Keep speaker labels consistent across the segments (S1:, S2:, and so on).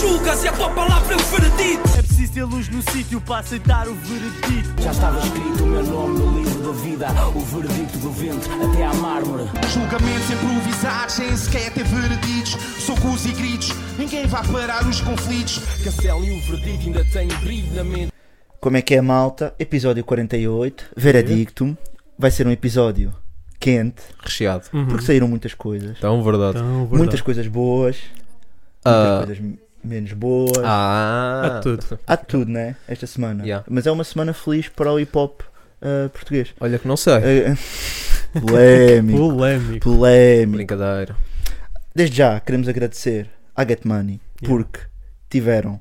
S1: julgas e a tua palavra é o veredito.
S2: É preciso ter luz no sítio para aceitar o veredito.
S3: Já estava escrito o meu nome no livro da vida, o veredito do vento até à mármore.
S4: Julgamentos improvisados, sem sequer ter vereditos. Socos e gritos, ninguém vai parar os conflitos.
S5: Castelo e o veredito ainda têm brilho na mente.
S6: Como é que é, malta? Episódio 48, Veredictum. Vai ser um episódio quente,
S7: Recheado.
S6: porque saíram muitas coisas.
S7: Uhum. Então, verdade.
S2: Então,
S6: Muitas coisas boas,
S7: Ah.
S6: muitas coisas menos boas.
S7: Ah,
S2: Há tudo.
S6: Há de tudo, né? Esta semana.
S7: Yeah.
S6: Mas é uma semana feliz para o hip hop ah, português.
S7: Olha que não sei.
S6: Eh, polémico.
S2: Polémico.
S6: polémico.
S7: Brincadeira.
S6: Desde já queremos agradecer à Get Money
S2: Yeah.
S6: porque tiveram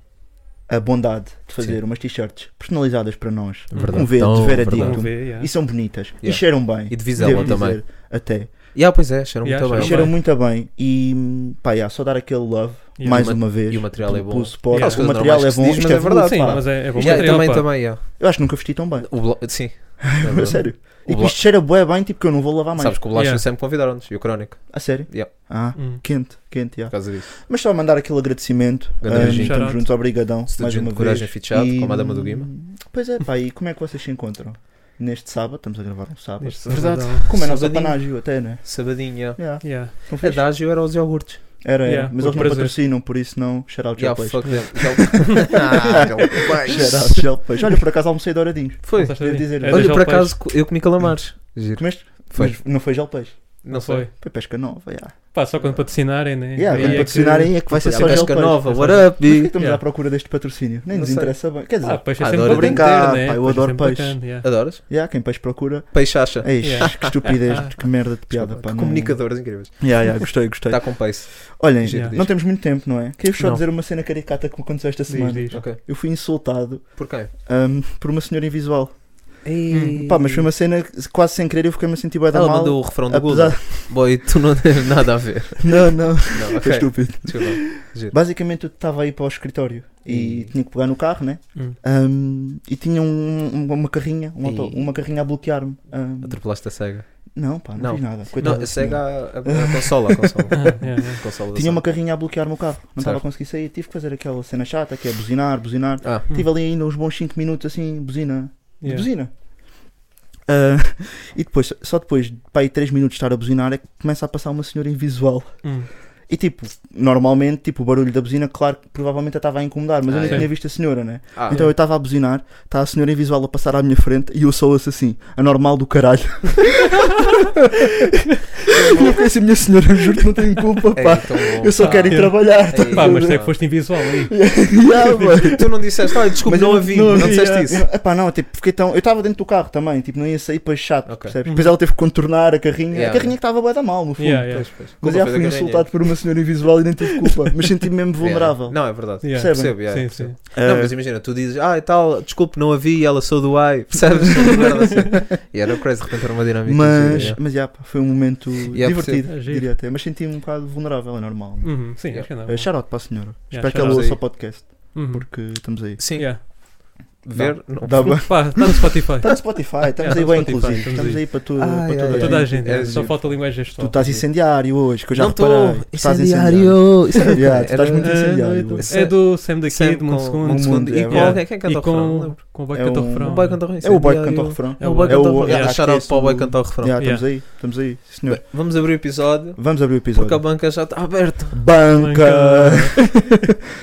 S6: a bondade de fazer
S7: Sim.
S6: umas t-shirts personalizadas para nós.
S7: Verdade.
S6: Um V de
S7: Tão
S6: Veredictum.
S2: Vamos ver, yeah.
S6: E são bonitas. E
S7: Yeah.
S6: cheiram bem.
S7: E de Vizela
S6: Devo
S7: também.
S6: dizer, Até.
S7: E ah, pois é, cheiram
S2: Yeah,
S7: muito
S6: E
S7: bem.
S6: cheiram
S2: bem.
S6: muito bem. E pá, yeah, só dar aquele love
S2: Yeah.
S6: mais
S7: E o ma-
S6: uma vez.
S7: e o material é
S6: pelo-
S7: bom.
S6: pelo suporte.
S2: Yeah. As
S6: O
S7: coisas
S6: material é
S7: normais que se
S6: bom.
S7: diz,
S6: Isto
S7: mas
S6: é
S7: é verdade,
S6: verdade.
S2: Sim,
S6: pá.
S2: mas é, é bom.
S7: Yeah,
S2: material,
S7: também,
S2: pá.
S7: também, yeah.
S6: Eu acho que nunca vesti tão bem.
S7: O blo- Sim. é
S6: A sério. E
S7: O
S6: que
S7: blo-
S6: isto cheira bué bem, tipo que eu não vou lavar mais.
S7: Sabes que o Blasco
S2: Yeah.
S7: sempre convidaram-nos. E o Crónico,
S6: A sério?
S7: Yeah.
S6: Ah,
S2: Hum.
S6: quente, quente, yeah.
S7: por causa disso.
S6: Mas só mandar aquele agradecimento.
S7: Grande
S6: Ah,
S7: beijinho.
S6: estamos
S2: Shout-out.
S6: juntos, obrigadão.
S7: Estudante
S6: mais
S7: de
S6: uma
S7: coragem
S6: vez.
S7: fichado, com a Madama do Guima.
S6: Pois é, pá, e como é que vocês se encontram? Neste sábado, estamos a gravar um sábado.
S2: Neste
S7: Verdade.
S2: sabadão.
S6: Como é nosso
S7: Sabadinho. É
S6: apanágio até, né?
S7: Sabadinha.
S6: Yeah.
S2: Yeah.
S6: Estão fixe?
S7: Adágio era os iogurtes.
S6: Era, era.
S2: Yeah,
S6: mas
S2: muito
S6: eles não
S2: prazer.
S6: patrocinam, por isso não. Shout out,
S7: Yeah,
S6: Gel é Peixe.
S7: fuck them. Ah, Gel Peixe.
S6: Shout out, Gel Peixe. Olha, por acaso almocei douradinhos.
S7: Foi.
S2: Não estás a
S6: Devo dizer.
S2: É da
S7: Olha,
S2: Gel
S7: por
S2: Peixe.
S7: acaso, co- eu comi calamares. Giro.
S6: Comeste?
S7: Foi.
S6: Mas não foi Gel Peixe.
S7: Não
S2: Foi.
S7: foi.
S6: Foi pesca nova, yeah.
S2: Pá, só quando patrocinarem, né?
S6: Yeah,
S2: Aí
S6: quando
S2: é
S6: patrocinarem é que vai ser
S7: Olha,
S6: só Gel
S7: pesca
S6: Peixe.
S7: nova,
S6: Por
S7: what up,
S6: que é que
S7: B?
S6: estamos
S2: Yeah.
S6: à procura deste patrocínio? Nem
S7: Não
S6: nos
S7: sei.
S6: interessa bem. Quer
S2: que-
S6: dizer,
S2: Ah, peixe é
S7: Ah,
S2: sempre
S7: adoro
S2: para
S6: brincar,
S2: brincar, né?
S6: pá, eu
S2: é
S6: adoro
S2: sempre
S6: peixe.
S2: bacana, yeah.
S7: Adoras?
S6: yeah, quem peixe procura.
S7: Peixacha.
S6: É isto,
S2: Ah. Yeah. Ah.
S6: que estupidez, que merda de piada.
S7: Desculpa,
S6: pá,
S7: que
S6: não-
S7: Comunicadores incríveis.
S6: Yeah, yeah, gostei, gostei.
S7: Está com pace.
S6: Olhem,
S2: Giro,
S6: não
S7: Tá diz.
S6: temos muito tempo, não é? Queria-vos só
S2: Não.
S6: dizer uma cena caricata que me aconteceu esta semana.
S2: Diz, diz.
S7: Ok.
S6: Eu fui insultado
S7: Por quem?
S6: hum, por uma senhora invisual.
S7: Ei.
S6: Pá, mas foi uma cena que, quase sem querer eu fiquei-me a sentir bué da
S7: Hum. Ela
S6: mal.
S7: mandou o refrão do Google.
S6: Apesar...
S7: Boy, tu não tens nada a ver.
S6: Não, não,
S7: Não,
S6: foi
S7: ok.
S6: estúpido.
S7: Desculpa.
S6: Basicamente eu estava aí para o escritório e
S7: Ih.
S6: tinha que pegar no carro, né?
S2: Hum.
S6: Hum, e tinha um- um- uma carrinha, um auto-
S7: Ih.
S6: uma carrinha a bloquear-me. Hum,
S7: Atropelaste a cega.
S6: não, pá, não,
S7: Não. é
S6: fiz nada. Coitado
S7: Não, a cega a, a, a consola. A consola.
S2: Ah, yeah, yeah.
S7: A consola da
S6: Tinha uma
S7: cega.
S6: carrinha a bloquear-me o carro, não estava a
S7: Certo.
S6: conseguir sair. Tive que fazer aquela cena chata que é buzinar, buzinar.
S7: Ah,
S6: Tive ali ainda uns bons 5 minutos assim, buzina, de
S2: Yeah.
S6: buzina. Ah, e depois, só depois de pá, aí 3 minutos de estar a buzinar, é que começa a passar uma senhora invisual.
S2: Hum.
S6: E tipo, normalmente, tipo, o barulho da buzina, claro que provavelmente a estava a incomodar, mas eu
S7: Ah,
S6: nem
S7: é.
S6: tinha visto a senhora, né?
S7: ah,
S6: então eu estava a buzinar, está a senhora invisual a passar à minha frente e eu só ouço assim, a normal do caralho. e eu fiquei assim, minha senhora, eu juro que não tenho culpa,
S7: é
S6: pá.
S7: tão bom.
S6: Eu só
S2: Ah,
S6: quero ir
S2: é.
S6: trabalhar.
S7: Ei,
S2: Pá, mas tu é
S7: não.
S2: que foste invisual aí.
S6: Yeah, mano. Tipo,
S7: Tu não disseste, olha, desculpa,
S6: Mas
S7: não
S6: eu
S7: a vi. Não, disseste isso.
S6: Eu, epá, não, tipo, fiquei tão. Eu estava dentro do carro também, tipo, não ia sair para chato,
S7: Ok.
S6: percebes? Depois ela teve que contornar a carrinha.
S7: Yeah.
S6: a carrinha que estava bué da mal, no fundo.
S2: Uhum. Yeah, yeah.
S7: Pois, pois.
S6: Mas
S7: Culpa
S6: já
S7: foi da
S6: fui
S7: carrinha.
S6: insultado por uma senhora invisual e nem tive culpa, mas senti-me mesmo
S7: Yeah.
S6: vulnerável.
S7: Não, é verdade.
S2: Yeah.
S6: Percebem?
S7: Percebo, yeah,
S2: Sim,
S7: percebo.
S2: sim.
S7: Não,
S6: Eh,
S7: mas imagina, tu dizes, ah, e tal, desculpe, não a vi, ela sou do AI, percebes? Merda assim. e era o crazy, de repente era uma dinâmica.
S6: mas,
S7: gira,
S6: mas já, pá, foi um momento divertido,
S2: percebo. É giro.
S6: diria até. Mas senti-me um bocado vulnerável, é normal.
S2: Uhum, Sim,
S7: Yeah.
S2: acho que não.
S6: Uh, shout out para a senhora. Espero que
S2: shout
S6: ela
S7: out.
S6: ouça o podcast,
S2: Uhum.
S6: porque estamos aí.
S7: Sim,
S2: Yeah.
S7: ver, não.
S6: Dá bem.
S2: Pá, está no Spotify.
S6: Está no Spotify, estamos
S2: Yeah, tá
S6: aí
S2: no
S6: bem
S2: Spotify,
S6: inclusivos.
S2: estamos
S6: Estamos
S2: aí.
S6: aí para tudo.
S7: Ah,
S6: para
S7: yeah,
S6: toda a
S7: yeah,
S2: Toda a
S6: gente.
S2: gente,
S7: É
S2: só
S7: giro.
S2: falta linguagem gestual.
S6: Tu tá estás incendiário hoje, que eu já
S7: não
S6: reparei. Tu estás
S7: Isso é-
S6: Yeah, tu estás muito
S7: era-
S6: incendiário.
S7: era-
S6: hoje.
S2: É do Sam da
S7: Sam
S2: Kid,
S7: com- um
S2: Mundo Segundo.
S6: Mundo Segundo,
S7: E
S6: é
S7: com
S6: verdade.
S7: alguém, quem canta
S2: E
S7: o refrão? Não
S2: com,
S7: lembro.
S2: com o Boy
S6: É
S2: que canta o
S6: um-
S2: refrão.
S7: O boy canta o
S6: É
S7: refrão.
S6: o boy que canta o
S7: incendiário.
S6: refrão.
S7: É o boy que
S6: É o-
S7: canta o refrão.
S6: yeah,
S7: Yeah, Shout out
S6: esse
S7: para o boy
S6: do-
S7: que canta o refrão.
S6: Yeah, Estamos
S2: Yeah.
S6: aí, estamos aí, sim, senhor.
S7: Bem, Vamos abrir o episódio,
S6: Vamos abrir o
S7: porque a
S6: episódio.
S7: banca já está aberta.
S6: Banca!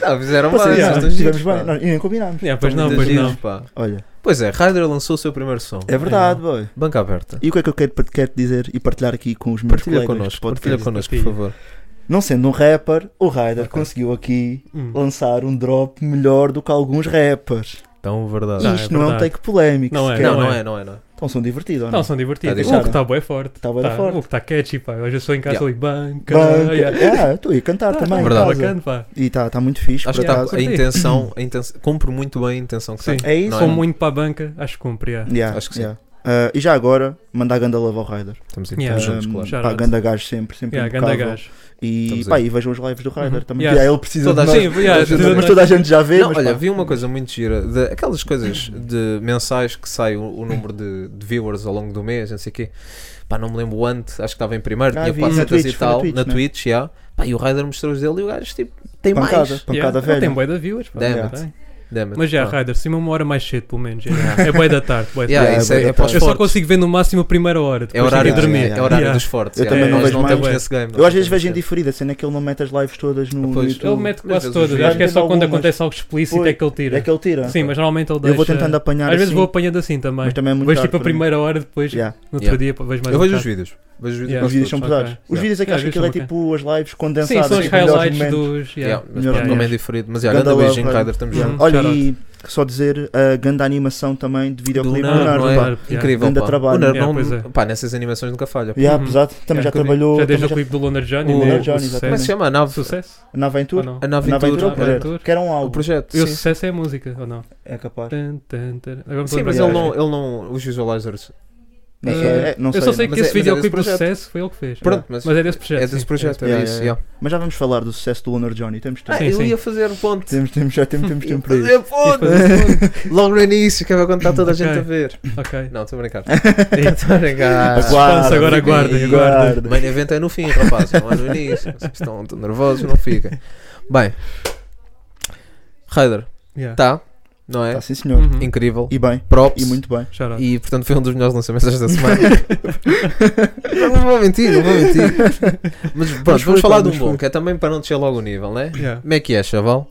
S7: Ah, fizeram
S6: Pá,
S7: bem,
S6: sim,
S7: vocês
S6: já,
S7: estão
S6: Estivemos
S7: giros,
S6: bem,
S7: pá.
S6: nós- e nem combinámos.
S2: Yeah, pois
S7: Estão
S2: não,
S7: muito
S2: pois não.
S7: giros, pá.
S6: Olha,
S7: Pois é, Ryder lançou o seu primeiro som.
S6: é verdade, boy.
S7: Banca aberta.
S6: E o que é que eu quero, quero dizer e partilhar aqui com os meus
S7: Partilha
S6: colegas de
S7: connosco,
S6: podcast?
S7: partilha connosco, por
S2: Partilha.
S7: favor.
S6: Não sendo um rapper, o Ryder
S7: Ok.
S6: conseguiu aqui
S2: Hum.
S6: lançar um drop melhor do que alguns rappers.
S7: Tão verdade.
S2: Ah, é
S6: Isto não é um
S2: verdade.
S6: take polémico.
S2: Não é,
S6: sequer.
S7: Não, não é, não é, não é.
S6: Então são divertidos, ou não?
S2: Não, são divertidos.
S7: Tá
S2: o
S6: deixado.
S2: que está bué forte.
S6: Tá bué da
S2: Tá-
S6: forte.
S2: O que está catchy, pá. Hoje eu sou em casa
S7: Yeah.
S2: ali, banca.
S6: Banca.
S2: yeah.
S6: É, estou aí a cantar
S2: Tá,
S6: também. em
S2: tá
S7: Verdade.
S6: casa.
S2: Bacana, pá.
S6: E está tá muito fixe,
S7: Acho
S6: por
S7: que tá,
S6: acaso.
S7: a intenção, a intenção cumpre muito bem a intenção que
S2: Sim.
S7: tem.
S6: É isso?
S7: não
S2: Sou muito para a banca, acho que cumpre. yeah.
S6: Yeah,
S7: Acho que
S6: yeah. Ah, e já agora, mandar ganda love ao Raider.
S7: Estamos, aí,
S2: Yeah.
S7: estamos juntos,
S6: Um,
S7: claro.
S2: Shout
S6: pá,
S2: out.
S6: ganda gajo sempre, sempre
S2: Yeah, ganda
S6: impecável.
S2: gajo.
S6: E,
S7: Estamos
S6: pá,
S7: aí.
S6: e vejam os lives do Raider
S2: Uhum.
S6: também.
S2: Yeah.
S6: Yeah, ele precisa
S7: Toda a
S6: de nós.
S2: Sim, yeah,
S6: Mas-
S7: toda a
S6: mas toda a gente já vê.
S7: Não,
S6: mas,
S7: olha,
S6: pá,
S7: vi uma coisa muito gira, de, aquelas coisas de mensais que sai o, o número de, de viewers ao longo do mês, não sei o quê. Pá, não me lembro o ante, acho que estava em primeiro,
S6: Ah,
S7: tinha
S6: vi. Na
S7: 400 e
S6: Twitch, foi na
S7: tal,
S6: Twitch,
S7: na
S6: né?
S7: Twitch, já. Pá, e o Raider mostrou-os dele e o gajo, tipo, Tem
S6: pancada,
S7: mais.
S6: pancada
S8: Yeah,
S6: velha.
S8: Ele tem boi da viewers. pá.
S7: Damn
S8: Ele
S7: it.
S8: tem.
S7: Damn it.
S8: Mas já,
S7: Pá.
S8: Ryder, cima uma hora mais cedo, pelo menos. É, é boi da tarde. bué da tarde.
S7: Yeah,
S6: Yeah,
S7: isso é,
S6: é
S7: é para os
S8: Eu só
S7: fortes.
S8: consigo ver no máximo a primeira hora.
S7: É
S8: depois tenho
S7: horário,
S8: que dormir.
S7: é horário
S8: Yeah.
S7: dos fortes.
S6: Eu
S7: yeah.
S6: também não
S7: Nós
S6: vejo
S7: não
S6: mais.
S7: temos esse game.
S6: Eu às vezes
S7: nós
S6: vejo em
S7: temos
S6: diferida, a cena é que ele não mete as lives todas no, no
S7: Pois, ele
S6: YouTube.
S8: Ele mete
S7: Mas
S8: quase
S7: às
S8: todas.
S7: vezes
S8: Acho que é só quando
S6: algumas.
S8: acontece algo explícito
S6: Pois,
S8: é que ele tira.
S6: É que ele tira.
S8: Sim, mas normalmente ele deixa.
S6: eu vou tentando apanhar
S8: Às vezes
S6: assim.
S8: vou apanhando assim também.
S6: Mas também é muito
S8: vejo
S6: tarde
S8: tipo a
S6: para mim.
S8: primeira hora, depois
S6: Yeah.
S8: no outro
S7: Yeah.
S8: dia pá, vejo mais
S7: Eu
S8: um
S7: vejo os
S8: bocado.
S7: vídeos. Vejo os vídeos.
S8: Yeah.
S6: Os vídeos são
S8: Ok.
S6: pesados. Os vídeos é que
S8: Yeah,
S6: acho
S8: os
S6: que aquilo é
S8: vídeos
S6: tipo as lives
S8: Sim,
S6: condensadas.
S8: são os
S6: tipo, melhores
S8: highlights
S6: momentos.
S8: dos. yeah.
S7: Yeah, Mas
S8: Yeah,
S7: pronto, como é
S8: yeah.
S7: diferente. Mas yeah,
S6: Ganda
S7: grande
S6: love,
S7: beijinho,
S6: Ryder.
S7: Ryder. Estamos
S8: Yeah.
S7: juntos.
S8: Hum,
S6: Olha,
S8: shout
S6: e só dizer a grande animação também de
S7: Do
S6: videoclipe do
S7: Nerd,
S6: Leonardo.
S7: não é?
S6: pá.
S8: Yeah.
S7: Incrível,
S6: Ganda
S7: pá.
S6: trabalho.
S7: O Nerd
S8: Yeah,
S7: não-
S8: pois é.
S7: pá, nessas animações nunca falha. pá.
S6: Yeah,
S8: Uhum.
S6: Apesar de também
S8: Yeah,
S6: já
S8: que eu digo.
S6: trabalhou
S8: Já desde o
S6: também
S8: clipe do Lunar Johnny.
S7: O
S8: né?
S7: Lunar
S8: O
S6: Johnny,
S8: sucesso.
S7: Como é que se chama? A nave.
S8: Sucesso?
S6: já- na
S8: Ou
S6: Aventura.
S8: não?
S7: A
S6: Na
S7: nave
S6: Aventura,
S8: Aventura,
S6: projeto.
S8: Aventura.
S6: que era um
S7: O
S6: álbum.
S7: projeto.
S8: E o
S7: sim.
S8: sucesso é a música, ou não?
S6: É capaz.
S8: Tan, tan, tan. Agora me
S7: Sim,
S8: lembro
S7: mas
S8: da
S7: ele
S8: música.
S7: não, ele não. Os visualizers.
S6: Não
S8: Eh,
S6: sei, é, não
S8: eu só sei
S6: não.
S8: que esse
S7: mas é- mas é
S8: videoclipe
S7: desse
S8: do
S7: projeto.
S8: sucesso foi ele que fez.
S7: Pronto, mas.
S8: Mas é desse projeto.
S7: É desse
S8: sim.
S7: projeto,
S6: Yeah,
S7: é isso.
S6: yeah,
S7: yeah.
S6: Mas já vamos falar do sucesso do Lunar Johnny. Temos tempo.
S7: Ah,
S8: Sim,
S7: eu
S8: sim.
S7: ia fazer um ponto.
S6: Temos, temos, já temos, temos
S7: Ia
S6: tempo para isso.
S7: fazer ponto. Logo no início, que é quando está toda a gente
S8: um Ok.
S7: a ver.
S8: Ok.
S7: Não, estou a brincar. Estou a brincar.
S8: Suspense, agora
S7: fica
S8: aguardem,
S7: aí.
S6: aguardem.
S7: Main event é no fim, rapaz, não é no início. Se estão tão nervosos, não fiquem. Bem, Raider,
S8: Yeah.
S7: está, não é?
S6: Tá, sim, senhor.
S8: Uhum.
S7: Incrível.
S6: E bem.
S7: Props.
S6: E muito bem.
S8: Shout out.
S7: E, portanto foi um dos melhores lançamentos desta semana. não vou mentir, não vou mentir. Mas pronto,
S6: Mas foi,
S7: vamos falar
S6: pá,
S7: de um
S6: mas
S7: bom,
S6: foi.
S7: que é também para não descer logo o nível, né?
S8: Yeah.
S7: Como é que é, chaval?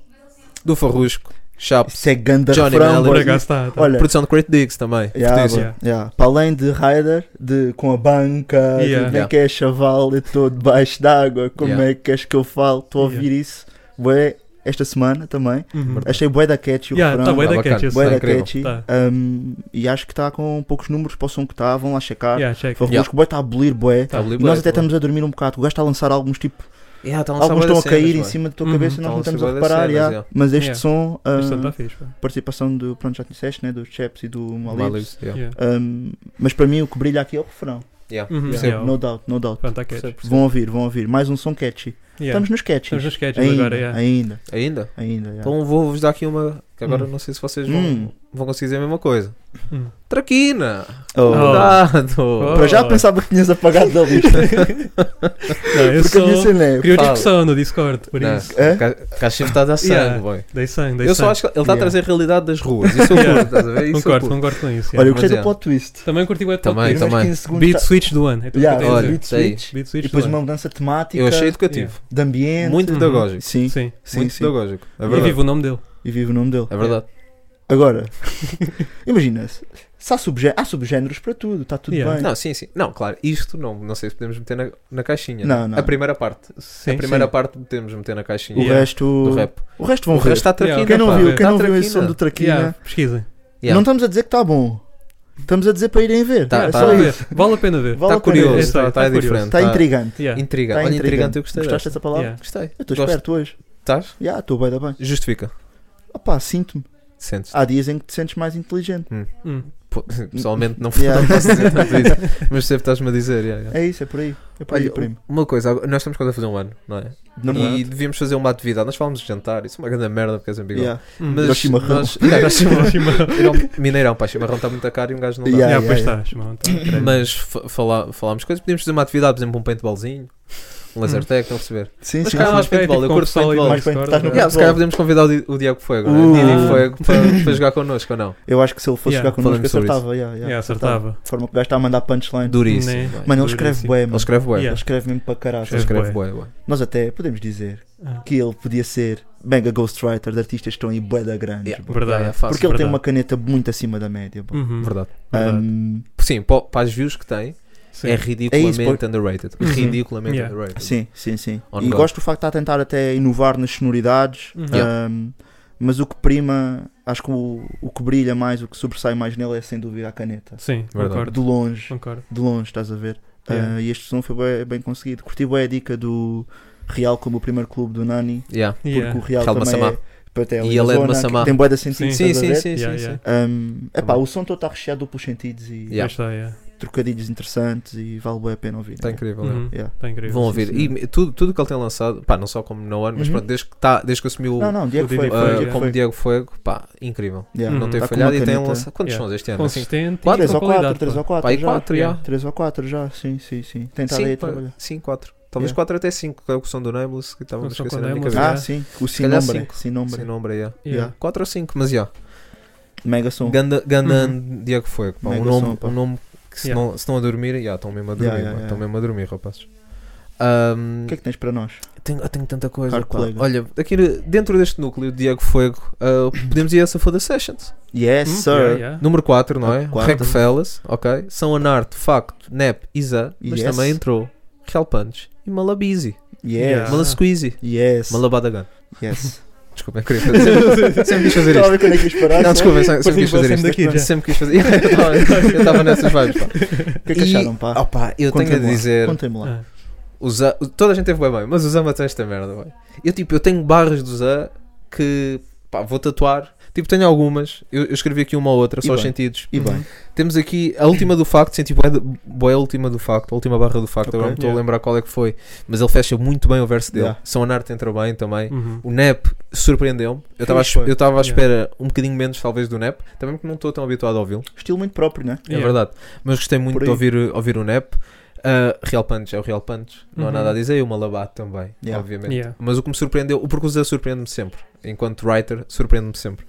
S7: Do Farrusco, Chapo,
S6: Isso é ganda
S7: Johnny
S6: refrão,
S7: Melo,
S8: Por
S6: boy.
S8: acaso está.
S6: Olha,
S7: produção de Great Digs também.
S6: yeah,
S7: Fortíssimo.
S6: boy, yeah. para além de Raider, de, com a banca, de
S8: Yeah.
S6: como
S7: Yeah.
S6: é que é chaval, eu estou debaixo d'água, como
S7: Yeah.
S6: é que és que eu falo, estou a ouvir isso, bué, esta semana também. Achei bué da catch o
S8: Yeah, tá
S6: refrão,
S8: bué da
S7: Tá
S8: catch
S7: bacana.
S8: esse.
S6: bué
S7: Tá
S6: da
S7: incrível.
S6: catchy,
S8: Tá.
S6: um, e acho que está com poucos números para o som que está, vão lá checar.
S8: Yeah, check.
S6: Favor,
S7: Yeah.
S6: que o boy está a abolir bué.
S7: Tá,
S6: E nós até estamos a dormir um bocado, o gajo está a lançar alguns tipo,
S7: tá
S6: alguns estão a cair em cima da tua
S8: Uhum,
S6: cabeça e
S7: estão
S6: nós
S7: Tá a
S6: não estamos a
S7: lançar bué das
S6: reparar,
S7: cenas,
S6: yeah.
S7: yeah.
S6: mas este
S8: Yeah. tá-
S6: som,
S8: Isto
S6: um,
S8: está fixe. pá.
S6: participação do, pronto já te disseste, né, do Chaps e do Malibs,
S7: Malibs, yeah.
S8: Yeah.
S6: Um, mas para mim o que brilha aqui é o refrão.
S7: Yeah.
S8: Uhum,
S7: Percebo.
S8: yeah.
S6: No doubt, no doubt.
S8: Pronto, está catch.
S6: Vão ouvir, vão ouvir. Mais um som catchy.
S8: Yeah.
S6: Estamos nos catchy.
S8: Estamos nos sketches
S6: Ainda,
S8: agora, yeah.
S6: ainda,
S7: Ainda?
S6: ainda. yeah.
S7: Então vou-vos dar aqui uma. Que agora
S8: Hum.
S7: não sei se vocês vão,
S6: Hum.
S7: vão conseguir dizer a mesma coisa.
S8: Hum.
S7: Traquina!
S6: Oh.
S8: Oh.
S7: Cuidado!
S6: Para já pensava que tinhas apagado da lista.
S8: Não, eu
S6: porque a minha
S8: só
S6: cena é.
S8: criou
S7: Fala.
S8: discussão no Discord, por
S7: Não,
S8: isso.
S6: É?
S7: Ca- Cachimbo está a dar sangue,
S8: Yeah.
S7: boy.
S8: Dei sangue, dei
S7: Eu só
S8: sangue.
S7: acho que ele está a
S6: Yeah.
S7: trazer a realidade das ruas. Isso eu
S8: Yeah.
S7: curto, estás a ver? Isso é eu
S8: Concordo,
S7: curto.
S8: concordo com isso.
S6: Olha,
S8: yeah.
S6: eu gostei
S7: Mas
S6: do
S7: é.
S6: plot twist.
S8: Também curti o
S7: Também,
S6: Primeiros
S7: também.
S6: 15 segundos
S8: Beat
S6: tá-
S8: switch do ano. é tudo o que eu
S6: Yeah,
S8: tenho a
S7: olha,
S8: dizer.
S6: beat
S7: isso aí.
S6: switch.
S8: Beat
S6: E
S8: switch
S6: depois
S8: do
S6: uma
S8: ano.
S6: mudança temática,
S7: Eu achei educativo.
S6: de ambiente.
S7: Muito
S8: Uhum.
S7: pedagógico.
S6: Sim,
S8: Sim.
S6: sim,
S7: Muito
S6: sim.
S7: pedagógico. É
S8: E
S7: verdade.
S8: vivo o nome dele.
S6: E vive o nome dele.
S7: É verdade.
S6: Agora, imagina, se se há, subgé- há subgéneros para tudo, está tudo
S8: Yeah.
S6: bem.
S7: Não, sim, sim. Não, claro, isto não, não sei se podemos meter na, na caixinha.
S6: Não, não.
S7: A primeira parte.
S8: Sim.
S7: a primeira
S6: sim.
S7: parte podemos meter na caixinha
S6: O
S8: Yeah.
S6: resto.
S7: do rap.
S6: O resto
S7: O
S6: vão ver.
S7: resto tá está traquina.
S8: Yeah.
S6: Quem não
S7: pá.
S6: viu, quem
S7: Tá
S6: não viu esse
S7: traquina.
S6: som do Traquina,
S8: Yeah, pesquisem.
S7: Yeah.
S6: não estamos a dizer que está bom. Estamos a dizer para irem ver.
S7: Tá,
S6: é
S7: tá.
S6: só
S8: vale,
S6: isso.
S8: a pena- vale a pena ver.
S6: Vale
S7: Está
S6: a pena
S7: curioso,
S6: ver.
S8: Esse aí, tá
S7: está tá
S8: curioso.
S7: diferente.
S6: Está intrigante.
S8: Yeah.
S7: Intriga.
S6: Está
S7: Olha, intrigante
S6: intrigante.
S7: eu gostei.
S6: Gostaste
S7: desta.
S6: dessa palavra?
S8: Yeah.
S7: Gostei.
S6: Eu estou
S7: Gosto.
S6: esperto hoje.
S7: Estás?
S6: Já, estou bem, da bem.
S7: Justifica.
S6: Opá, sinto-me.
S7: Sentes.
S6: Há dias em que te sentes mais inteligente.
S8: Hum.
S7: Pô, Pessoalmente não,
S6: Ah. Yeah.
S7: não posso dizer tanto isso. Mas sempre estás-me a dizer. yeah, yeah.
S6: É isso, é por aí. É por aí,
S7: Olha,
S6: primo.
S7: uma coisa, agora- nós estamos quase a fazer um ano, não é? E devíamos fazer uma atividade. Nós falámos de jantar, isso é uma grande merda porque és ambigão.
S6: Yeah.
S8: Hum.
S7: Mas
S6: Ao chimarrão.
S7: nós- Yeah, ao chimarrão.
S8: Chimarrão.
S7: Ir ao Mineirão, pá, chimarrão está muito caro e um gajo não dá.
S6: Yeah,
S8: Yeah,
S6: yeah,
S8: pois
S6: yeah.
S8: estás, mano. tá, credo.
S7: Mas fa- fala- falámos coisas, podíamos fazer uma atividade, por exemplo, um paintballzinho, um
S8: Hum.
S7: laser tag, estão a perceber?
S6: Sim,
S7: Mas
S6: sim.
S7: calma,
S6: sim.
S7: mais paintball, eu
S8: com
S7: curto
S8: pessoal aí
S7: paintball.
S8: no
S6: Mais paint-
S8: Discord,
S6: estás no
S8: né?
S7: Yeah, se calhar podemos convidar o, Di- o Diego Fuego, né?
S6: Uh.
S7: Didi Fuego, para, para jogar connosco ou
S8: Né.
S7: não?
S6: Eu acho que se ele fosse
S8: Yeah.
S6: jogar connosco,
S7: Falamos sobre
S6: acertava. Yeah, yeah,
S8: Yeah, Acertava.
S6: De forma que o gajo está a mandar punchline.
S7: Duríssimo.
S8: Né?
S7: boy.
S6: Mano, ele
S8: Duríssimo.
S6: escreve bué,
S7: Ele
S6: mano.
S7: escreve bué.
S8: Yeah.
S6: Ele escreve mesmo para caralho.
S7: Ele escreve
S8: Escreve
S7: bué, bué.
S6: Nós até podemos dizer
S8: Ah.
S6: que ele podia ser mega ghostwriter de artistas que estão em bué da grande.
S7: Yeah.
S8: Verdade.
S7: Yeah, fácil.
S6: Porque ele tem
S8: verdade.
S6: uma caneta muito acima da média. pá.
S8: Uhum.
S7: Hum, Verdade.
S8: Verdade.
S6: Um,
S7: Sim, pa- para, as views que tem,
S8: Sim.
S7: é ridiculamente
S6: É isso, pô.
S7: underrated.
S8: Uhum.
S7: Ridiculamente
S8: Yeah.
S7: underrated.
S6: Sim, sim, sim.
S7: On
S6: e
S7: God.
S6: gosto do facto de estar a tentar até inovar nas sonoridades,
S8: Uhum.
S6: ahm, mas o que prima, acho que o, o que brilha mais, o que sobressai mais nele é sem dúvida a caneta.
S8: Sim,
S7: Verdade.
S8: concordo.
S6: De longe,
S8: Concordo.
S6: de longe, estás a ver? Ah,
S8: Yeah.
S6: e este som foi bem, bem conseguido. Curti bem a dica do Real como o primeiro clube do Nani,
S7: Yeah.
S8: Yeah.
S6: porque o Real
S7: Real de
S6: também
S7: Massamá.
S6: é, até ali
S7: E
S6: na
S7: ele é de
S6: zona, que
S7: Massamá.
S6: tem boeda sentido,
S8: Sim,
S6: estás a ver?
S7: sim,
S8: Yeah,
S7: sim,
S8: yeah.
S6: Ahm, epá,
S7: Também.
S6: o som todo está recheado de duplos sentidos e
S7: Yeah.
S8: Mas está, yeah.
S6: trocadilhos interessantes e vale bem a pena ouvir.
S7: Está incrível. é.
S8: Uhum.
S6: Yeah.
S8: Está incrível.
S7: Vão ouvir.
S6: sim,
S7: E me- tudo, tudo que ele tem lançado, pá, não só como No One, mas
S6: Uhum.
S7: pronto, desde que, tá, desde que assumiu
S6: Não, não, Diego
S8: O Didi
S6: foi,
S8: foi,
S7: uh,
S6: foi, Diego
S8: yeah.
S7: como
S6: foi.
S7: Diego Fuego, pá, incrível.
S6: Yeah.
S7: Não
S8: Uhum.
S7: tem
S6: Tá com uma
S7: falhado e tem
S6: caneta.
S7: lançado. Quantos
S8: Yeah.
S7: sons este ano? Cinco?
S8: Consistente. e
S7: Quatro
S6: 3
S8: com
S6: ou 4,
S8: qualidade, pá.
S6: 3 ou 4
S7: Pá, e
S6: já.
S7: quatro, já.
S6: 3 ou 4 já, sim, sim, sim. Tentado aí a
S7: Cinco, pá.
S6: trabalhar.
S7: Cinco, quatro. Talvez
S6: tá Yeah.
S7: 4 até 5, que é o que são do Nameless, que estava a
S8: O som com
S7: esquecer na minha
S8: Nameless,
S7: cabeça.
S6: Ah,
S8: Yeah.
S6: sim. O Sin
S7: é. calhar
S6: Nombre.
S7: cinco.
S6: Sin Nombre.
S7: Sem nome, yeah.
S8: Yeah.
S7: 4 ou 5, mas já.
S6: Mega som.
S7: Ganda, Ganda Diego Fuego, pá, um,
S6: Então. Uhum. Mega
S7: nome,
S6: som, pá.
S7: um nome que se,
S8: Yeah.
S7: não, se estão a dormir, já estão mesmo a dormir,
S6: Yeah, yeah,
S7: mano,
S6: yeah.
S7: estão mesmo a dormir, rapazes. Ahm,
S6: O que é que tens para nós?
S7: tenho, eu tenho tanta coisa.
S6: Caro
S7: pá.
S6: colega.
S7: Olha, aqui dentro deste núcleo, Diego Fuego, ah, podemos ir a essa Foda Sessions.
S6: Yes,
S8: Hum,
S6: sir.
S8: yeah, yeah.
S7: Número 4, não é?
S6: Quatro.
S7: Fellas, ok? São Anarte, Facto, Nep, Isa, mas
S6: Yes.
S7: também entrou Real Punch e Malabizi,
S6: Yes.
S8: Ah.
S7: Mala Squeezy,
S6: Yes.
S7: Malabadagan.
S6: Yes.
S7: Desculpa, eu queria fazer. sempre quis fazer isto.
S6: Estava a ver quando é que ias parar.
S7: Não,
S6: só.
S7: desculpem, sempre, sempre
S8: Parecia
S7: quis
S8: que
S7: fazer
S8: fosse
S7: isto.
S8: daqui já.
S7: sempre quis fazer. Eu tava- eu estava nessas vibes, pá.
S6: O que é que
S7: E-
S6: acharam, pá?
S7: Oh, pá, eu tenho a
S6: Contem-me lá,
S7: dizer.
S6: Contem-me lá.
S8: Ah,
S7: o Zé- o- toda a gente teve bem bem, mas o Zé matou esta merda, vai. Eu tipo, eu tenho barras do Zé que pá, vou tatuar. Tipo, tenho algumas. Eu, eu escrevi aqui uma ou outra,
S6: E
S7: só os
S6: bem.
S7: sentidos.
S6: E bem.
S7: Temos aqui a última do facto, senti bué de- bué a última do facto, a última barra do facto, agora
S6: Ok.
S7: não estou
S8: Yeah.
S7: a lembrar qual é que foi, mas ele fecha muito bem o verso dele.
S6: Yeah.
S7: São Anarte entra bem também.
S8: uhum.
S7: O NEP surpreendeu-me. Eu estava à
S6: Fixe, foi.
S7: eu estava à
S8: Yeah.
S7: espera um bocadinho menos, talvez, do NEP. Também porque não estou tão habituado a ouvi-lo.
S6: Estilo muito próprio, né?
S7: É
S8: Yeah.
S7: verdade. Mas gostei muito
S6: Por
S7: de
S6: aí.
S7: ouvir, ouvir o NEP. Ah, Real Punch é o Real Punch. Não há
S8: Uhum.
S7: nada a dizer. E o Malabat também,
S6: Yeah.
S7: obviamente.
S8: Yeah.
S7: Mas o que me surpreendeu, o percussor surpreende-me sempre. Enquanto writer, surpreende-me sempre.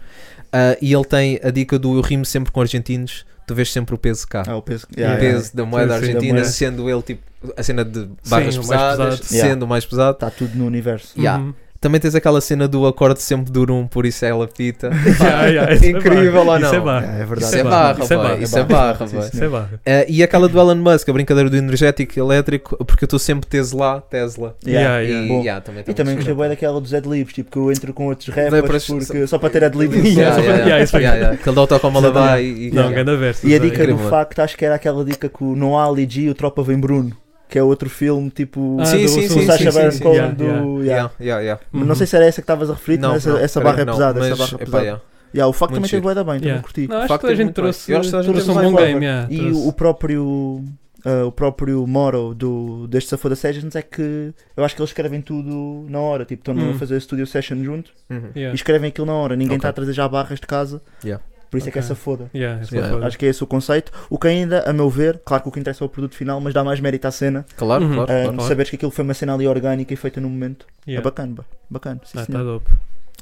S7: Ah, e ele tem a dica do eu rimo sempre com argentinos, tu vês sempre o peso cá.
S6: Ah, o peso.
S7: Tá. o
S6: Yeah,
S7: peso da
S8: Sim, sim,
S7: moeda
S8: da
S7: argentina,
S6: moeda.
S7: sendo ele tipo a cena de barras
S8: o mais
S7: pesadas,
S8: pesado.
S7: sendo
S6: Yeah.
S7: o mais pesado.
S6: Está Tá tudo no universo.
S7: Yeah.
S8: Uhum.
S7: Também tens aquela cena do acorde sempre duro um, por isso ela pita.
S8: Yeah, yeah, isso é
S7: Incrível
S8: barra.
S7: ou
S8: Isso é
S7: não?
S8: barra.
S6: Ah, é
S7: Isso
S6: verdade.
S7: é
S8: Isso é
S7: barra,
S8: barra,
S7: boy,
S6: isso
S7: isso
S6: é
S7: é
S6: barra,
S7: barra,
S6: sim,
S7: boy.
S8: Isso é barra.
S7: Eh, e aquela do Elon Musk, a brincadeira do energético elétrico, porque eu estou sempre Tesla, Tesla.
S6: Yeah.
S8: Yeah, yeah.
S7: E,
S6: Bom.
S7: yeah, também
S6: E também gostei
S7: muito
S6: bem
S7: legal.
S6: daquela dos adlibs, tipo que eu entro com outros
S8: é
S7: Dei
S6: rappers
S7: para-
S6: porque, só para ter adlibs.
S7: é Yeah,
S8: Yeah,
S7: yeah, yeah,
S8: yeah, isso foi-
S7: yeah, yeah. Aquele da autocom Malabar e. e-
S8: Não,
S7: yeah.
S8: ganda verso.
S6: E a
S8: isso é
S6: dica
S8: aí.
S7: Incrível,
S6: do
S7: mano.
S6: facto, acho que era aquela dica que o Não há Ligi e o Tropa Vem Bruno, que é outro filme tipo
S8: Ah,
S7: Sim,
S8: do-
S7: sim,
S8: do
S6: com o
S7: sim,
S6: Sacha
S7: sim,
S6: Baron
S7: sim,
S6: Cohen
S8: yeah,
S6: do.
S8: yeah.
S6: yeah.
S7: Yeah, yeah, yeah.
S8: Uhum.
S6: Não sei se era essa que estavas a referir, mas essa,
S7: não,
S6: essa
S7: creio
S6: barra é
S7: que não,
S6: pesada.
S7: mas,
S6: essa barra é
S7: epá,
S6: pesada.
S7: yeah.
S6: Yeah, o facto
S7: Muito
S6: também teve
S7: giro.
S6: boa da bem, também
S8: Yeah.
S6: curti.
S8: Não, acho que
S7: Facto
S8: toda a
S7: é
S8: gente
S7: muito bem.
S8: trouxe
S7: Eu acho que toda a gente
S8: trouxe
S7: teve
S8: um
S6: mais
S8: bom
S6: flavor.
S8: game. yeah,
S6: E
S8: trouxe.
S6: o próprio. ah, o próprio Moro do, deste Safoda Sessions é que eu acho que eles escrevem tudo na hora, tipo, estão
S8: Hum.
S6: a fazer a studio session junto
S7: Uhum.
S6: e
S8: Yeah.
S6: escrevem aquilo na hora, ninguém
S7: Ok.
S6: está a trazer já barras de casa,
S7: Yeah.
S6: por isso é que é
S8: Ok.
S6: Safoda.
S8: Yeah, isso
S7: Yeah.
S8: foi foda.
S6: Acho que é esse o conceito. O que ainda, a meu ver, claro que o que interessa é o produto final, mas dá mais mérito à cena.
S7: Claro,
S8: Uhum.
S7: claro.
S6: ah,
S7: claro.
S6: saberes que aquilo foi uma cena ali orgânica e feita no momento. É
S8: Yeah.
S6: bacana, ba- bacana. Sim,
S8: Ah, tá
S6: senhor.
S8: dope.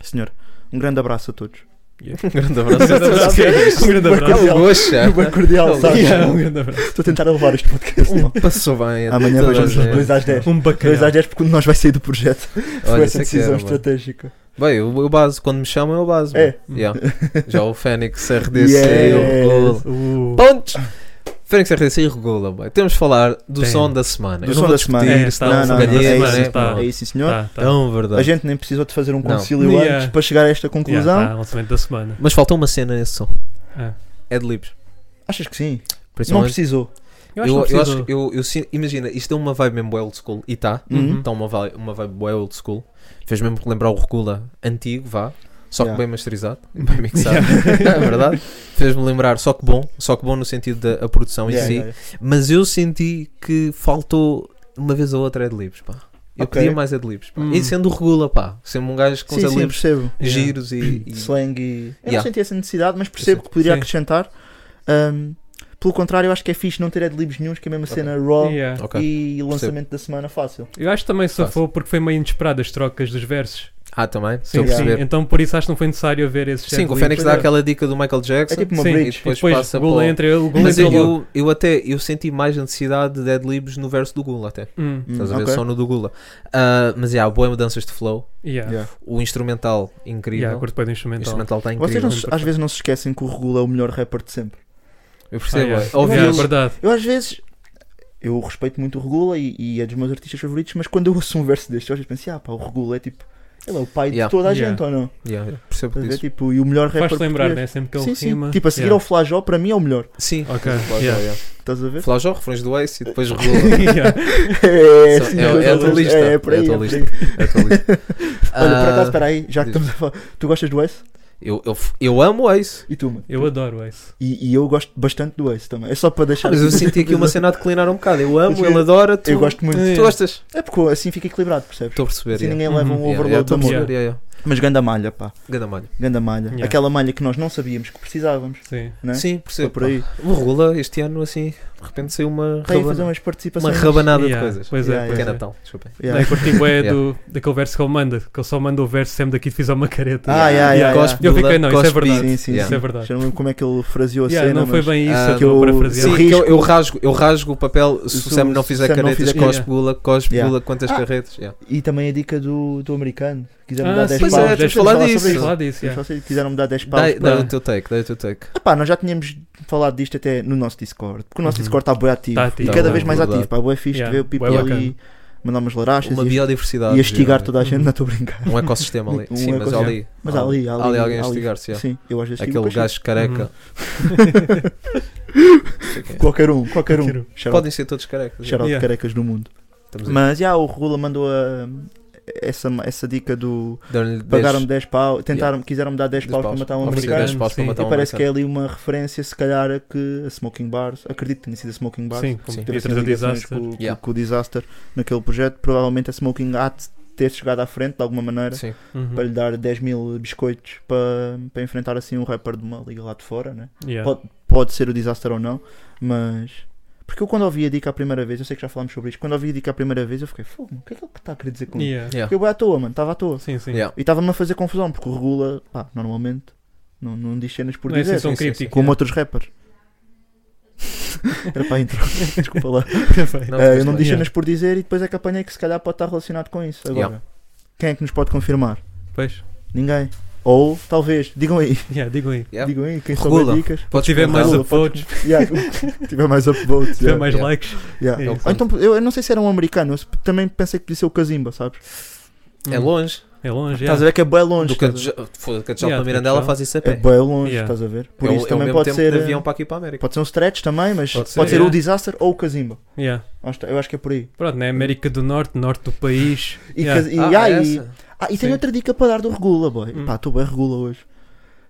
S6: senhor. Um grande abraço a todos.
S7: Um
S6: Ah,
S7: grande abraço a todos.
S8: Um grande abraço.
S6: Cordial.
S7: Goxa.
S6: Bem cordial, sabes?
S8: Yeah, Um grande abraço.
S6: Estou a tentar levar este podcast. não.
S7: Passou bem.
S6: Amanhã
S7: Um. toda a
S6: vejamos os
S7: gente.
S6: 2 às 10.
S8: Um
S6: 2 às
S8: bacalhau.
S6: 10 porque um de nós vai sair do projeto. Foi
S7: Olha,
S6: essa
S7: isso é que
S6: decisão
S7: era, mano.
S6: estratégica.
S7: Bem, eu, eu baso, quando me chamam eu baso.
S6: É.
S7: mano. Yeah. Já o Fênix RDC
S6: Yes.
S7: Regula.
S8: Uh,
S7: Pontos! Fênix RDC e Regula, boy. Temos de falar do
S8: Tem.
S7: som da semana.
S6: Do
S7: Eu não
S6: som
S7: vou
S6: da
S7: discutir
S6: semana.
S8: É,
S7: se
S8: tá,
S7: não,
S8: o
S7: não,
S8: som da
S7: ganhei,
S8: semana,
S7: se não.
S8: tá.
S6: É isso, sim, senhor.
S8: tá, tá.
S7: Tão verdade.
S6: A gente nem precisou de fazer um
S7: Não.
S6: concílio
S8: Yeah.
S6: antes para chegar a esta
S8: Yeah,
S6: conclusão.
S8: tá, lançamento da semana.
S7: Mas faltou uma cena nesse som.
S8: Ah.
S7: É de livros.
S6: Achas que sim? Não
S7: Principalmente.
S6: precisou.
S8: Eu acho que
S7: eu,
S8: não
S7: acho
S8: precisou.
S7: que eu, eu sinto- imagina, isto deu uma vibe mesmo bué old school e está.
S6: Uhum.
S7: Está uma vibe, uma vibe bué old school. Fez mesmo lembrar o Regula antigo, vá. Só que
S6: Yeah.
S7: bem masterizado, bem mixado. é verdade. Fez-me lembrar, só que bom, só que bom no sentido da a produção em
S6: Yeah,
S7: si.
S6: yeah, yeah.
S7: Mas eu senti que faltou uma vez ou outra adlibs, pá. Eu
S6: Ok.
S7: queria mais adlibs, pá.
S8: Hum.
S7: E sendo o regula, pá. Sendo um gajo com os
S6: é. Sim, sim,
S7: adlibs
S6: percebo.
S7: giros e... e-
S6: Slang e. Eu não
S7: Yeah.
S6: senti essa necessidade, mas percebo que poderia
S8: Sim.
S6: acrescentar. Ahm, pelo contrário, eu acho que é fixe não ter adlibs nenhum, que é mesmo a cena raw
S8: Yeah.
S7: Ok.
S6: e lançamento da semana fácil.
S8: Eu acho que também
S7: Fácil.
S8: safou porque foi meio inesperado as trocas dos versos.
S7: Ah, também? Sim,
S8: Sim,
S7: eu
S8: sim.
S7: perceber.
S8: Então por isso acho que não foi necessário haver esses
S7: Sim, que o
S8: ad-libs.
S7: Fênix dá aquela dica do Michael Jackson.
S6: É tipo uma
S8: Sim.
S7: E
S6: bridge.
S7: depois,
S8: e depois
S7: passa
S8: o Gula
S7: para o-
S8: entra, o Gula
S7: Mas
S8: entra
S7: eu,
S8: logo.
S7: eu, eu até eu senti mais a necessidade de adlibs no verso do Gula até.
S8: Hum,
S7: Estás a ver?
S6: ok.
S7: Só no do Gula. Ah, mas é, há boas mudanças de flow.
S8: yeah.
S6: Yeah.
S7: O instrumental, incrível.
S8: Yeah, curto bem do
S7: o
S8: instrumental.
S7: instrumental está
S6: Vocês
S7: incrível.
S6: não se- às vezes não se esquecem que o Regula é o melhor rapper de sempre.
S7: Eu
S8: Ah,
S7: percebo.
S8: yeah.
S7: é. Ouvi
S8: Yeah,
S7: eles-
S8: verdade.
S6: Eu às vezes. Eu respeito muito o Regula e, e é dos meus artistas favoritos, mas quando eu ouço um verso deste, eu às vezes penso, ah pá, o Regula é tipo. Ele é o pai
S7: Yeah.
S6: de toda a
S8: Yeah.
S6: gente ou não?
S7: Yeah, eu percebo
S6: Estás a ver?
S7: disso.
S6: Tipo, e o melhor rapper.
S8: Faz-te lembrar,
S6: português.
S8: né? Sempre que ele
S6: Sim, sim.
S8: rima.
S6: Tipo, a seguir
S8: Yeah.
S6: ao Flajó, para mim é o melhor.
S7: Sim.
S8: Ok,
S7: Flajó,
S8: yeah.
S7: yeah.
S6: Estás a ver?
S7: Flajó, refrões do Ace e depois regula.
S8: Yeah.
S6: É,
S7: Só-
S6: sim,
S7: é- é a tua
S6: é,
S7: lista.
S6: É, é por
S7: É a
S6: aí.
S7: tua
S6: é por aí.
S7: É atualista.
S6: Olha, por
S7: Ah,
S6: acaso, espera aí, já que
S7: diz.
S6: estamos a falar. Tu gostas do Ace?
S7: eu, eu, eu amo o Ace.
S6: E tu, mano?
S8: Eu adoro isso.
S6: E, e eu gosto bastante do Ace também. É só para deixar.
S7: Ah, Mas eu senti aqui uma cena a declinar um bocado. Eu amo,
S6: Porque
S7: ele adora. Tu,
S6: Eu gosto muito.
S7: Tu gostas?
S6: É porque assim fica equilibrado, percebes?
S7: Estou a perceber.
S6: Assim
S7: yeah.
S6: ninguém leva um
S8: Uhum.
S7: Yeah,
S6: overload
S7: yeah,
S6: de
S7: estou a
S6: amor.
S7: perceber, yeah, yeah.
S6: Mas ganda malha, pá.
S7: Ganda malha.
S6: Ganda malha.
S8: Yeah.
S6: Aquela malha que nós não sabíamos que precisávamos.
S8: Sim.
S6: Né?
S7: Sim,
S6: Foi
S7: percebo.
S6: por aí.
S7: O Rula, este ano, assim, de repente saiu uma
S6: Está aí a fazer
S7: rabana-
S6: umas
S7: uma
S6: participações.
S7: rabanada de
S8: Yeah,
S7: coisas.
S8: Pois é,
S6: Yeah,
S8: pois
S7: Que é
S8: é.
S7: Natal, desculpem.
S6: Yeah.
S8: Eu curti bué
S7: Yeah.
S8: do, daquele verso que ele manda, que ele só manda o verso sempre daqui te fiz uma careta.
S6: Ah, yeah, yeah, yeah.
S7: Cospe
S8: Eu
S7: do
S8: fiquei,
S7: lado,
S8: não, isso é
S7: cospe e-
S8: verdade.
S6: Sim,
S8: Isso
S6: sim,
S7: Yeah.
S8: é verdade.
S6: Já não lembro como é que ele fraseou a
S8: Yeah,
S6: cena.
S8: não foi
S6: mas-
S8: bem isso,
S7: Ah,
S8: eu estou a
S6: eu-
S8: parafrasear.
S7: Sim,
S6: Eu
S7: que eu,
S6: risco.
S7: eu rasgo, eu rasgo o papel se,
S6: Se
S7: o Sam não fizer
S6: Sam não
S7: caretas,
S6: fizer-
S7: cospe
S8: Yeah.
S7: gula, cospe
S6: Yeah.
S7: gula, quantas
S6: Ah.
S7: carretas? Yeah.
S6: E também a dica do, do americano. Quiseram
S8: Ah, sim,
S6: dar 10
S7: pois é,
S6: paus.
S7: tens
S6: Temos de
S7: falado
S6: falar
S7: disso.
S6: sobre
S8: Tens
S6: isso.
S8: falado disso, yeah.
S6: Temos de falar- Quiseram-me dar 10 paus.
S7: Dá, dá
S8: pá.
S7: o teu take, dá o teu take.
S6: Ah pá, nós já tínhamos falado disto até no nosso Discord. Porque o nosso
S8: Uhum.
S6: Discord está bem ativo.
S8: Tá ativo,
S6: E cada
S8: tá,
S6: vez mais
S7: verdade.
S6: ativo. Pá, boa fixe de
S8: Yeah,
S6: ver o people
S8: bué
S6: ali mandar umas larachas
S7: Uma né?
S6: e,
S7: biodiversidade.
S6: e a estigar
S7: yeah.
S6: toda a gente. Não estou a brincar.
S7: Um ecossistema ali.
S6: Um
S7: Sim, mas
S6: ecossistema.
S7: ali.
S6: Mas há ali, há ali,
S7: alguém a
S6: há ali.
S7: estigar-se. yeah.
S6: Sim, eu às vezes fico
S7: Aquele
S6: para
S7: gajo careca.
S6: cheio. Qualquer um, qualquer um.
S8: Qualquer um.
S6: Shout out-
S7: Podem ser todos carecas.
S6: shout out de
S8: Yeah.
S6: carecas do mundo.
S7: Estamos aí.
S6: Mas já, o Rula mandou a- essa, essa dica do.
S7: Dão-lhe
S6: Pagaram-me
S7: 10
S6: 10 pau, tentaram, quiseram-me dar 10 pau para matar um
S7: Oferecer
S6: americano.
S7: 10 paus para
S8: Sim.
S7: matar
S6: E
S7: um
S6: parece que é
S7: americano.
S6: ali uma referência, se calhar, a que a Smoking Bars, acredito que tenha sido a Smoking Bars,
S8: Sim,
S7: Sim.
S8: como
S6: teve
S8: devia
S6: assim,
S8: trazer o
S6: ligações
S8: disaster.
S6: Com, com-
S7: Yeah.
S6: com o Disaster naquele projeto. Provavelmente a Smoking há de ter chegado à frente de alguma maneira
S7: Sim.
S8: Uhum.
S6: para lhe dar 10 mil biscoitos para, para enfrentar assim um rapper de uma liga lá de fora, né?
S8: Yeah.
S6: Pode, pode ser o Disaster ou não, mas. Porque eu quando ouvi a dica a primeira vez, eu sei que já falámos sobre isto, quando ouvi a dica a primeira vez eu fiquei, fogo, o que é que ele está a querer dizer com isto?
S8: Yeah.
S7: Yeah.
S6: Porque eu ia à toa, mano, estava à toa.
S8: Sim, sim.
S7: Yeah.
S6: E estava-me a fazer confusão, porque o Regula, pá, normalmente, não, não diz cenas por
S8: Não é
S6: dizer,
S8: assim tão
S7: sim, sim,
S8: críptico.
S6: como outros rappers. Era para a intro, desculpa lá.
S7: Não,
S6: Eh, eu
S7: fizeste
S6: não
S7: bem.
S8: Yeah.
S6: diz cenas por dizer e depois é que apanhei que se calhar pode estar relacionado com isso. Agora,
S7: Yeah.
S6: quem é que nos pode confirmar?
S8: Pois.
S6: Ninguém. Ou, talvez, digam aí,
S8: Yeah, digo aí.
S7: Yeah.
S6: digam aí, quem
S7: Regula.
S6: souber dicas.
S7: Podes
S8: tiver
S7: comprar
S8: mais
S7: um-
S6: Regula,
S8: upvotes,
S6: Yeah, se tiver mais upvotes.
S8: tiver
S6: yeah,
S8: mais
S7: Yeah.
S8: likes.
S6: yeah.
S8: É
S7: o
S8: isso.
S6: Ou então, eu, eu não sei se era um americano, eu se- também pensei que podia ser o Casimba, sabes?
S7: É longe.
S8: É longe,
S6: Estás a
S8: yeah.
S6: ver que é bem longe.
S7: Do
S6: estás a ver?
S7: Cantejal foda, Cantejal
S8: Yeah,
S7: para Mirandela
S8: Cantejal.
S7: faz isso a
S6: É
S7: pé.
S6: bem longe,
S8: Yeah.
S6: estás a ver? Por
S7: É o-
S6: isso
S7: é o
S6: também
S7: mesmo
S6: pode
S7: tempo
S6: ser.
S7: de
S6: eh,
S7: avião para aqui para a América.
S6: Pode ser um stretch também, mas
S7: Pode
S6: pode ser,
S7: ser,
S8: yeah.
S6: o Disaster ou o Casimba.
S8: Yeah.
S6: Lá está, Eu acho que é por aí.
S8: Pronto, né? América do Norte, Norte do país.
S6: E,
S8: Yeah.
S6: Cas- e,
S7: Ah,
S6: ah,
S7: é
S6: e-
S7: essa?
S6: ah, e tenho
S8: Sim.
S6: outra dica para dar do Regula, boy.
S8: Hum.
S6: Pá, estou bem Regula hoje.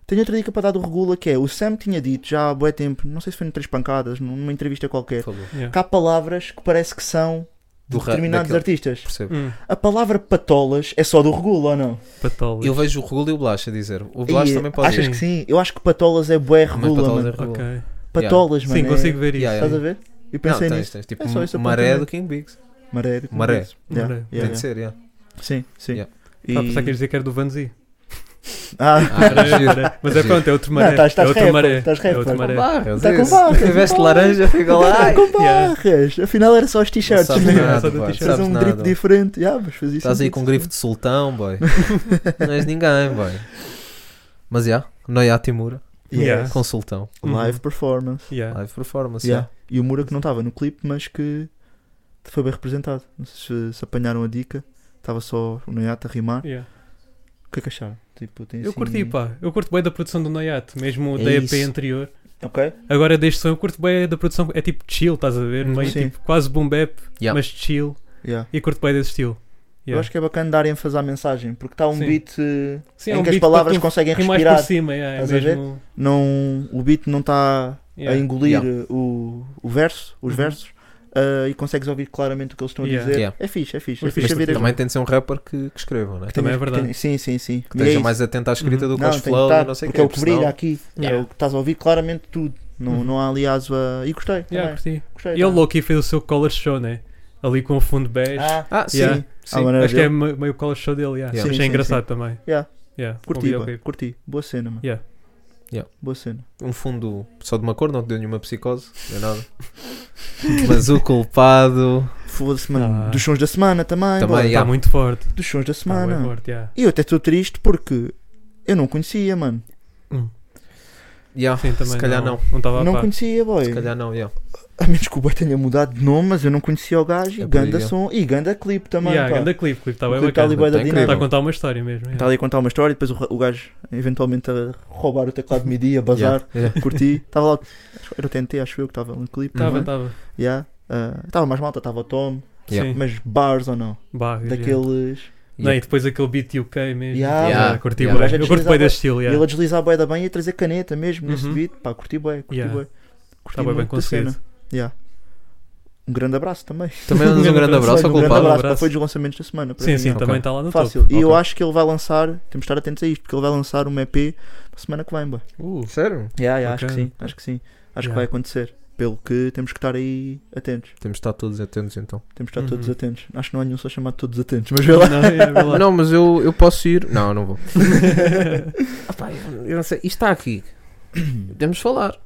S6: Tenho outra dica para dar do Regula que é: o Sam tinha dito já há bué tempo, não sei se foi no Três Pancadas, numa entrevista qualquer,
S7: Falou.
S8: Yeah.
S6: que há palavras que parece que são de
S7: Do ra-
S6: determinados
S7: daquele-
S6: artistas.
S7: Percebo.
S8: Hum,
S6: A palavra patolas é só do Regula ou não?
S8: Patolas.
S7: Eu vejo o Regula e o Blas a dizer. O Blas
S6: E,
S7: também pode
S6: Achas
S7: dizer.
S6: que sim? Eu acho que patolas é bué
S7: Mas
S6: Regula,
S7: Patolas é
S6: mano.
S7: Regula.
S8: Ok.
S6: Patolas, mano.
S8: Sim,
S6: é-
S8: consigo ver isso.
S7: né? Yeah,
S6: Estás a
S7: yeah.
S6: ver? Eu
S7: Não,
S6: pensei
S7: tens,
S6: nisso.
S7: tens.
S6: É só esse
S7: Tipo, maré
S6: apontamento.
S7: do King Biggs.
S6: Maré. como
S7: Maré.
S6: diz. Yeah,
S8: Maré.
S6: yeah,
S7: Tem de
S6: yeah.
S7: ser, yeah.
S6: Sim, sim.
S7: Yeah.
S8: Ah, pensava que ias dizer que era do Vanzi.
S6: Ah,
S7: Ah, era giro.
S8: Mas é
S7: Giro.
S8: pronto, é outro
S6: Não,
S8: maré.
S6: estás- estás
S8: é outro
S6: rapper,
S8: maré.
S6: estás
S8: É outro
S6: rapper.
S8: maré.
S7: Barras,
S6: Tá com
S7: isso.
S6: barras,
S7: Quem veste
S6: com
S7: laranja, fica lá.
S6: Tá com
S8: Yeah.
S6: barras. Afinal era só os
S7: Não
S6: t-shirts.
S7: sabes
S8: né?
S7: nada,
S8: Só do
S7: boy,
S8: t-shirt.
S6: Faz
S7: sabes
S6: um
S7: nada.
S6: drip diferente. Ah, mas faz isso.
S7: Estás aí com um grifo de sultão, boy. Não és ninguém, boy. Mas já, yeah, Noia Timura,
S8: Yeah.
S7: com Uhum. sultão.
S6: Live performance.
S8: Yeah.
S7: Live performance.
S6: Yeah. E o Mura que não estava no clipe, mas que foi bem representado. Não sei se, se apanharam a dica. Estava só o Noyata a rimar.
S8: Yeah.
S6: O que é que acharam? Tipo, tem
S8: Eu
S6: assim-
S8: curti, pá. Eu curto bem da produção do Noyato, mesmo
S7: É
S8: da EP
S7: isso.
S8: anterior.
S6: Ok?
S8: Agora deste som, eu curto bem da produção. É tipo chill, estás a ver?
S6: Uhum.
S8: Meio
S6: Sim.
S8: tipo quase boom bap,
S7: Yeah.
S8: mas chill.
S6: Yeah.
S8: E curto bem desse estilo.
S6: Eu
S8: Yeah.
S6: acho que é bacana dar ênfase à mensagem, porque está um
S8: Sim.
S6: beat eh,
S8: Sim, é
S6: em
S8: um
S6: que as
S8: beat
S6: palavras
S8: para tu
S6: conseguem
S8: rir mais por
S6: respirar.
S8: cima, yeah, é
S6: Estás a ver?
S8: mesmo.
S6: Não, o beat não está a
S8: Yeah.
S6: engolir
S7: Yeah.
S6: eh, o, o verso, os
S8: Uhum.
S6: versos, eh, e consegues ouvir claramente o que eles estão
S8: Yeah.
S6: a dizer.
S7: Yeah.
S6: É fixe, é fixe. É
S8: Mas
S6: fixe
S7: Mas
S6: a ver
S7: também tem de ser um rapper que, que escreva, né?
S6: que
S8: também
S6: tenhas-
S8: é verdade.
S6: que tenhas- sim, sim, sim. E é
S7: Que esteja
S6: isso. Uhum.
S7: mais atento à escrita do que
S6: não,
S7: aos
S6: tem que
S7: flow,
S6: estar,
S7: não sei o
S6: porque é o que brilha
S7: senão-
S6: aqui.
S8: Yeah.
S6: É o que estás a ouvir claramente tudo. Não,
S8: Uhum.
S6: não há ali aso a... E gostei,
S8: Yeah,
S6: também.
S8: curti.
S6: Gostei, tá.
S8: E o
S6: também.
S8: Loki fez o seu color show, né? Ali com o fundo bege.
S6: Ah,
S7: Ah, sim.
S8: Yeah.
S7: sim.
S6: à maneira
S8: Acho que é
S6: dele.
S8: me- meio color show dele, yeah.
S7: Yeah.
S8: Achei
S6: Sim, sim,
S8: engraçado também.
S6: Yeah.
S8: Yeah.
S6: Curti,
S8: ouvi,
S6: pá,
S8: ok.
S6: curti. Boa cena, mano.
S8: Yeah.
S7: Yeah.
S6: Boa cena.
S7: Um fundo só de uma cor, não te deu nenhuma psicose, não é nada. Mas o culpado.
S6: Foda-se, mano.
S8: Ah.
S6: Dos sons da semana também.
S7: Também,
S6: bora.
S7: yeah.
S8: Está tá muito forte.
S6: Dos sons da
S8: Está
S6: semana.
S8: muito forte, yeah.
S6: E eu até estou triste porque eu não conhecia, mano.
S7: Yeah,
S8: Sim, também
S7: se calhar não.
S8: Não estava a
S6: não
S8: par.
S6: conhecia, boy.
S7: Se calhar não, yeah.
S6: A menos que o boy tenha mudado de nome, mas eu não conhecia o gajo.
S7: É
S6: E
S7: por aí,
S6: ganda
S7: é.
S6: som. E ganda clipe também,
S8: Yeah,
S6: pá.
S8: ganda clipe, clipe está
S6: O
S8: bem
S6: clipe está ali
S8: bacana.
S6: bué da
S7: Tá incrível.
S8: Está a
S6: dinâmica.
S8: contar uma história mesmo. yeah.
S7: Tá,
S6: Está ali a contar uma história e depois o, ra- o gajo eventualmente a roubar o teclado de MIDI, a bazar,
S7: Yeah, yeah.
S6: curti. Estava lá, acho que era o TNT, acho eu que estava no clipe.
S8: Estava,
S7: uhum.
S6: também.
S8: estava.
S6: Yeah. Ah, Estava mais malta, estava o Tom,
S7: Yeah.
S8: Sim. é.
S6: mas bars ou não?
S8: Barras, yeah.
S6: Daqueles.
S8: Não, e depois aquele beat UK mesmo.
S6: Yeah. é
S7: Yeah.
S8: Curti
S7: Yeah.
S8: bué. Eu curto bem desse estilo,
S6: E ele
S8: yeah.
S6: a deslizar a boeda bem e a trazer caneta mesmo nesse
S8: Uhum.
S6: beat. Pá, curti bem, curti
S8: Yeah.
S6: bem. Curti
S8: Está Tá bem bem
S6: muito da
S8: conseguido.
S6: cena. Yeah. Um grande abraço também.
S7: Também mandas um grande abraço ao
S6: Um grande
S8: Paulo,
S7: culpado.
S6: abraço,
S8: abraço.
S6: foi dos lançamentos da semana. para
S8: Sim,
S6: mim.
S8: sim,
S7: Ok.
S8: também está lá no
S6: Fácil.
S8: topo.
S6: E eu
S8: Ok.
S6: acho que ele vai lançar, temos de estar atentos a isto, porque ele vai lançar um EP na semana que vem, bá.
S8: Uh,
S7: Sério?
S6: Yeah, yeah, acho
S8: Ok.
S6: que sim, acho que sim. Acho
S8: Yeah.
S6: que vai acontecer. Pelo que temos que estar aí atentos.
S7: Temos de estar todos atentos então.
S6: Temos que estar todos
S8: Uhum.
S6: atentos. Acho que não há nenhum só chamado todos atentos, mas vê lá.
S8: não, é, vê lá.
S7: Não, mas eu, eu posso ir. Não, eu não vou. Ah pá, eu, eu não sei. Isto está aqui. Podemos falar.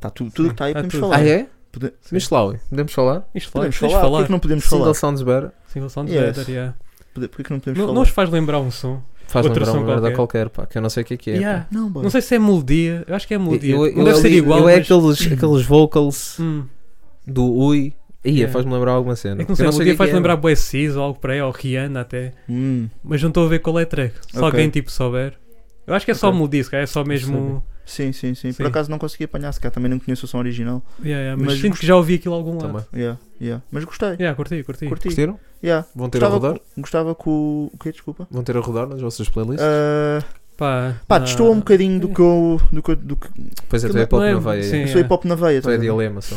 S6: Tá, tu- tudo que está aí
S8: Tá
S6: podemos
S8: tudo.
S6: falar.
S7: Ah, é?
S6: Pode-
S7: Michelau, podemos falar?
S8: Isto falar,
S6: Podemos
S8: isto
S6: falar, porque
S8: falar.
S6: que não podemos
S7: Single
S6: falar?
S7: Sounds Better.
S8: Single Sound
S6: Yes.
S8: Better, yeah.
S6: Poder- Porquê que não podemos
S8: Não,
S6: falar?
S8: não os faz lembrar um som.
S7: Faz
S8: Outra
S7: lembrar
S8: som
S7: uma merda
S8: qualquer.
S7: qualquer, pá, que eu não sei o que é que é.
S8: Yeah.
S7: pá.
S6: Não, bora.
S8: Não sei se é melodia. Eu acho que é melodia.
S7: Eu, eu,
S8: não deve
S7: eu
S8: ser
S7: li-
S8: igual.
S7: eu é
S8: mas-
S7: aqueles, aqueles vocals
S8: Hum.
S7: do Ui. Ia,
S8: Yeah.
S7: faz-me lembrar alguma cena.
S8: É que não sei,
S7: eu
S8: um dia
S7: o que é que
S8: faz
S7: é,
S8: lembrar
S7: pá.
S8: Boé Cis ou algo para aí, ou Rihanna até.
S6: Hum,
S8: Mas não estou a ver qual é a track. Se
S6: Ok.
S8: alguém tipo souber. Eu acho que é só
S6: Ok.
S8: melodia, se calhar é só mesmo.
S6: sim, sim,
S8: Sim.
S6: sim, Por acaso não consegui apanhar, se calhar também não conheço o som original.
S8: Yeah, yeah, mas,
S6: Mas
S8: sinto
S6: gost-
S8: que já ouvi aquilo algum lado.
S7: Também.
S6: Yeah, yeah. Mas gostei.
S8: Yeah, curti, curti.
S6: Curti.
S7: Curtiram?
S6: Yeah.
S7: Vão ter a
S6: Gostava,
S7: rodar?
S6: com- gostava com o quê? Desculpa.
S7: Vão ter a rodar nas vossas playlists?
S6: Ah,
S8: Pá,
S6: pá,
S8: na-
S6: testou um bocadinho do que eu. Do que, eu- do que,
S7: Pois é, tu
S8: não-
S7: é pop
S8: não é-
S7: não vai
S8: sim.
S7: aí.
S6: eu sou hip hop na veia, tá
S7: Tu é
S6: estás a ver?
S7: dilema só.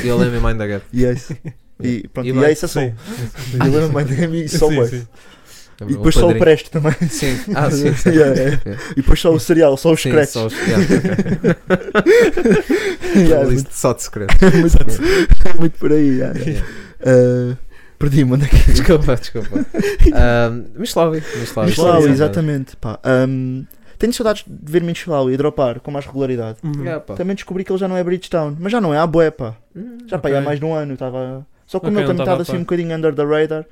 S7: Dilema e Mind the Gap. É
S6: Yes. é E pronto,
S7: E
S6: e,
S7: vai-
S6: é isso a som.
S8: Sim.
S6: Dilema, Mind Game e só o
S8: Sim,
S6: Wave.
S8: sim.
S6: E depois só o Presto também.
S7: Sim. Ah, sim. sim.
S6: Yeah, yeah. E depois só o cereal, só os
S7: Sim,
S6: scratch.
S7: só os- yeah, ok.
S6: Yeah,
S7: Playlist Só de secretos.
S6: muito, muito por aí. yeah. Ah, Perdi-me, onde é que
S7: Desculpa, desculpa. Um, Mislavi. Mislavi.
S6: Michelau,
S8: é
S7: sim,
S6: é? exatamente. Pá. Ahm, tenho saudades de ver Michelau e dropar com mais regularidade.
S8: Uhum.
S7: sim. É, pá.
S6: Também descobri que ele já não é Bridgestone, mas já não é à boé, pá. Já pá,
S8: ok.
S6: há mais de um ano. Tava... Só que como
S8: Ok,
S6: ele também
S8: não tava
S6: estava
S8: a
S6: assim
S8: par.
S6: um bocadinho under the radar,